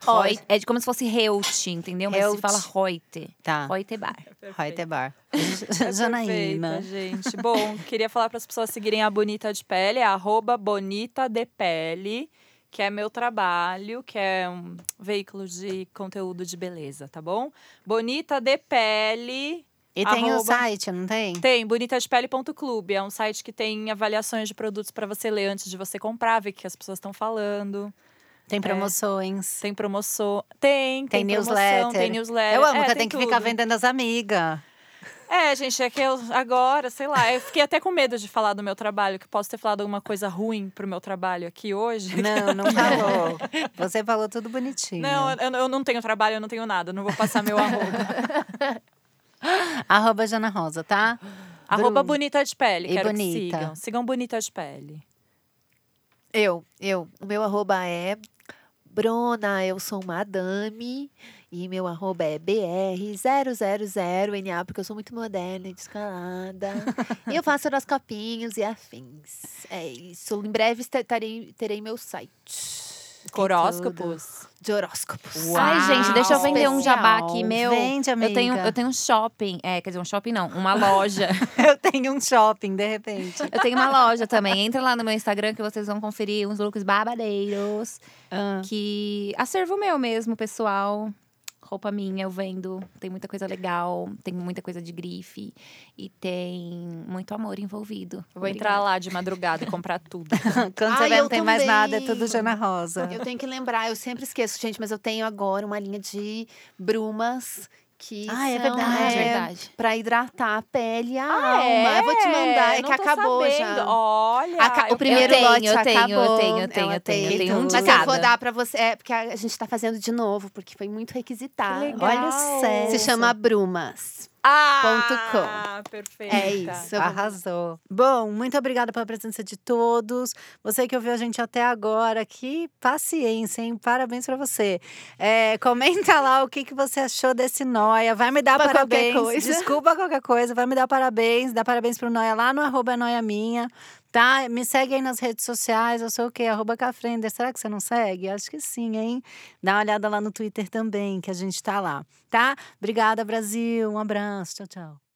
[SPEAKER 3] Reut. É de como se fosse Reut, entendeu? Mas
[SPEAKER 1] Reut.
[SPEAKER 3] se fala Reute.
[SPEAKER 1] Tá.
[SPEAKER 3] Reute bar.
[SPEAKER 1] Reuter Bar.
[SPEAKER 2] É
[SPEAKER 1] Janaína.
[SPEAKER 2] perfeita, gente. Bom, queria falar para as pessoas seguirem a Bonita de Pele, é arroba Bonita de Pele, que é meu trabalho, que é um veículo de conteúdo de beleza, tá bom? Bonita de Pele.
[SPEAKER 1] E tem o
[SPEAKER 2] Arroba.
[SPEAKER 1] site, não tem?
[SPEAKER 2] Tem bonitadepele.clube, é um site que tem avaliações de produtos para você ler antes de você comprar, ver o que as pessoas estão falando.
[SPEAKER 1] Tem promoções.
[SPEAKER 2] É. Tem promoção. Tem,
[SPEAKER 1] Tem
[SPEAKER 2] tem, promoção,
[SPEAKER 1] newsletter.
[SPEAKER 2] Tem newsletter.
[SPEAKER 1] Eu amo
[SPEAKER 2] é,
[SPEAKER 1] que eu tenho que ficar
[SPEAKER 2] tudo.
[SPEAKER 1] vendendo as amigas.
[SPEAKER 2] É, gente, é que eu agora, sei lá, eu fiquei até com medo de falar do meu trabalho, que eu posso ter falado alguma coisa ruim pro meu trabalho aqui hoje.
[SPEAKER 1] Não, não falou. Você falou tudo bonitinho.
[SPEAKER 2] Oh. Não, eu, eu não tenho trabalho, eu não tenho nada, não vou passar meu arroba.
[SPEAKER 1] Arroba Jana Rosa, tá?
[SPEAKER 2] arroba
[SPEAKER 1] Bru-
[SPEAKER 2] Bonita de Pele,
[SPEAKER 1] E
[SPEAKER 2] quero
[SPEAKER 1] bonita.
[SPEAKER 2] que sigam. Sigam Bonita de Pele.
[SPEAKER 4] Eu, eu. O meu arroba é Bruna, eu sou madame. E meu arroba é BR000NA, porque eu sou muito moderna e descalada. e eu faço horoscopinhos e afins. É isso. Em breve esta- tarei- terei meu site
[SPEAKER 2] Coróscopos.
[SPEAKER 4] de horóscopos.
[SPEAKER 3] Ai, gente, deixa eu
[SPEAKER 4] Uau.
[SPEAKER 3] vender um jabá aqui
[SPEAKER 1] Especial.
[SPEAKER 3] meu.
[SPEAKER 1] Vende, amiga.
[SPEAKER 3] Eu tenho, eu tenho um shopping. É, quer dizer, um shopping não, uma loja.
[SPEAKER 1] Eu tenho um shopping, de repente.
[SPEAKER 3] eu tenho uma loja também. Entra lá no meu Instagram que vocês vão conferir uns looks babadeiros.
[SPEAKER 4] Ah.
[SPEAKER 3] que acervo meu mesmo, pessoal. Roupa minha, eu vendo. Tem muita coisa legal, tem muita coisa de grife e tem muito amor envolvido.
[SPEAKER 2] Eu vou entrar lá de madrugada e comprar tudo.
[SPEAKER 1] Quando você
[SPEAKER 4] Ai,
[SPEAKER 1] vê, não
[SPEAKER 4] eu
[SPEAKER 1] tem mais nada, é
[SPEAKER 4] também.
[SPEAKER 1] tudo Jana Rosa.
[SPEAKER 4] Eu tenho que lembrar, eu sempre esqueço, gente, mas eu tenho agora uma linha de brumas que
[SPEAKER 1] Ah, é
[SPEAKER 4] são,
[SPEAKER 1] verdade.
[SPEAKER 3] É
[SPEAKER 4] é,
[SPEAKER 3] verdade.
[SPEAKER 4] Pra hidratar a pele e a
[SPEAKER 2] Ah,
[SPEAKER 4] alma. Eu vou te mandar, é
[SPEAKER 2] Não
[SPEAKER 4] que
[SPEAKER 2] tô
[SPEAKER 4] acabou
[SPEAKER 2] sabendo.
[SPEAKER 4] já.
[SPEAKER 2] Olha,
[SPEAKER 4] Aca-
[SPEAKER 2] eu-
[SPEAKER 4] o primeiro
[SPEAKER 3] eu tenho,
[SPEAKER 4] lote
[SPEAKER 3] eu tenho,
[SPEAKER 4] acabou.
[SPEAKER 3] eu tenho, eu tenho,
[SPEAKER 4] Ela
[SPEAKER 3] eu tenho, eu
[SPEAKER 4] tem.
[SPEAKER 3] tenho um de
[SPEAKER 4] Mas eu vou
[SPEAKER 3] cada.
[SPEAKER 4] dar pra você, é porque a gente tá fazendo de novo, porque foi muito requisitado.
[SPEAKER 2] Que Ah, legal.
[SPEAKER 1] Olha o céu.
[SPEAKER 4] Se chama Brumas.
[SPEAKER 2] Ah, perfeito.
[SPEAKER 4] É isso.
[SPEAKER 1] Arrasou. Bom, muito obrigada pela presença de todos. Você que ouviu a gente até agora, que paciência, hein? Parabéns pra você. É, comenta lá o que, que você achou desse Noia. Vai me dar
[SPEAKER 4] Pra qualquer
[SPEAKER 1] parabéns.
[SPEAKER 4] coisa.
[SPEAKER 1] Desculpa qualquer coisa, vai me dar parabéns. Dá parabéns pro Noia lá no arroba Noia Minha. Tá? Me segue aí nas redes sociais, eu sou o quê? Arroba Cafrender. Será que você não segue? Acho que sim, hein? Dá uma olhada lá no Twitter também, que a gente tá lá. Tá? Obrigada, Brasil. Um abraço. Tchau, tchau.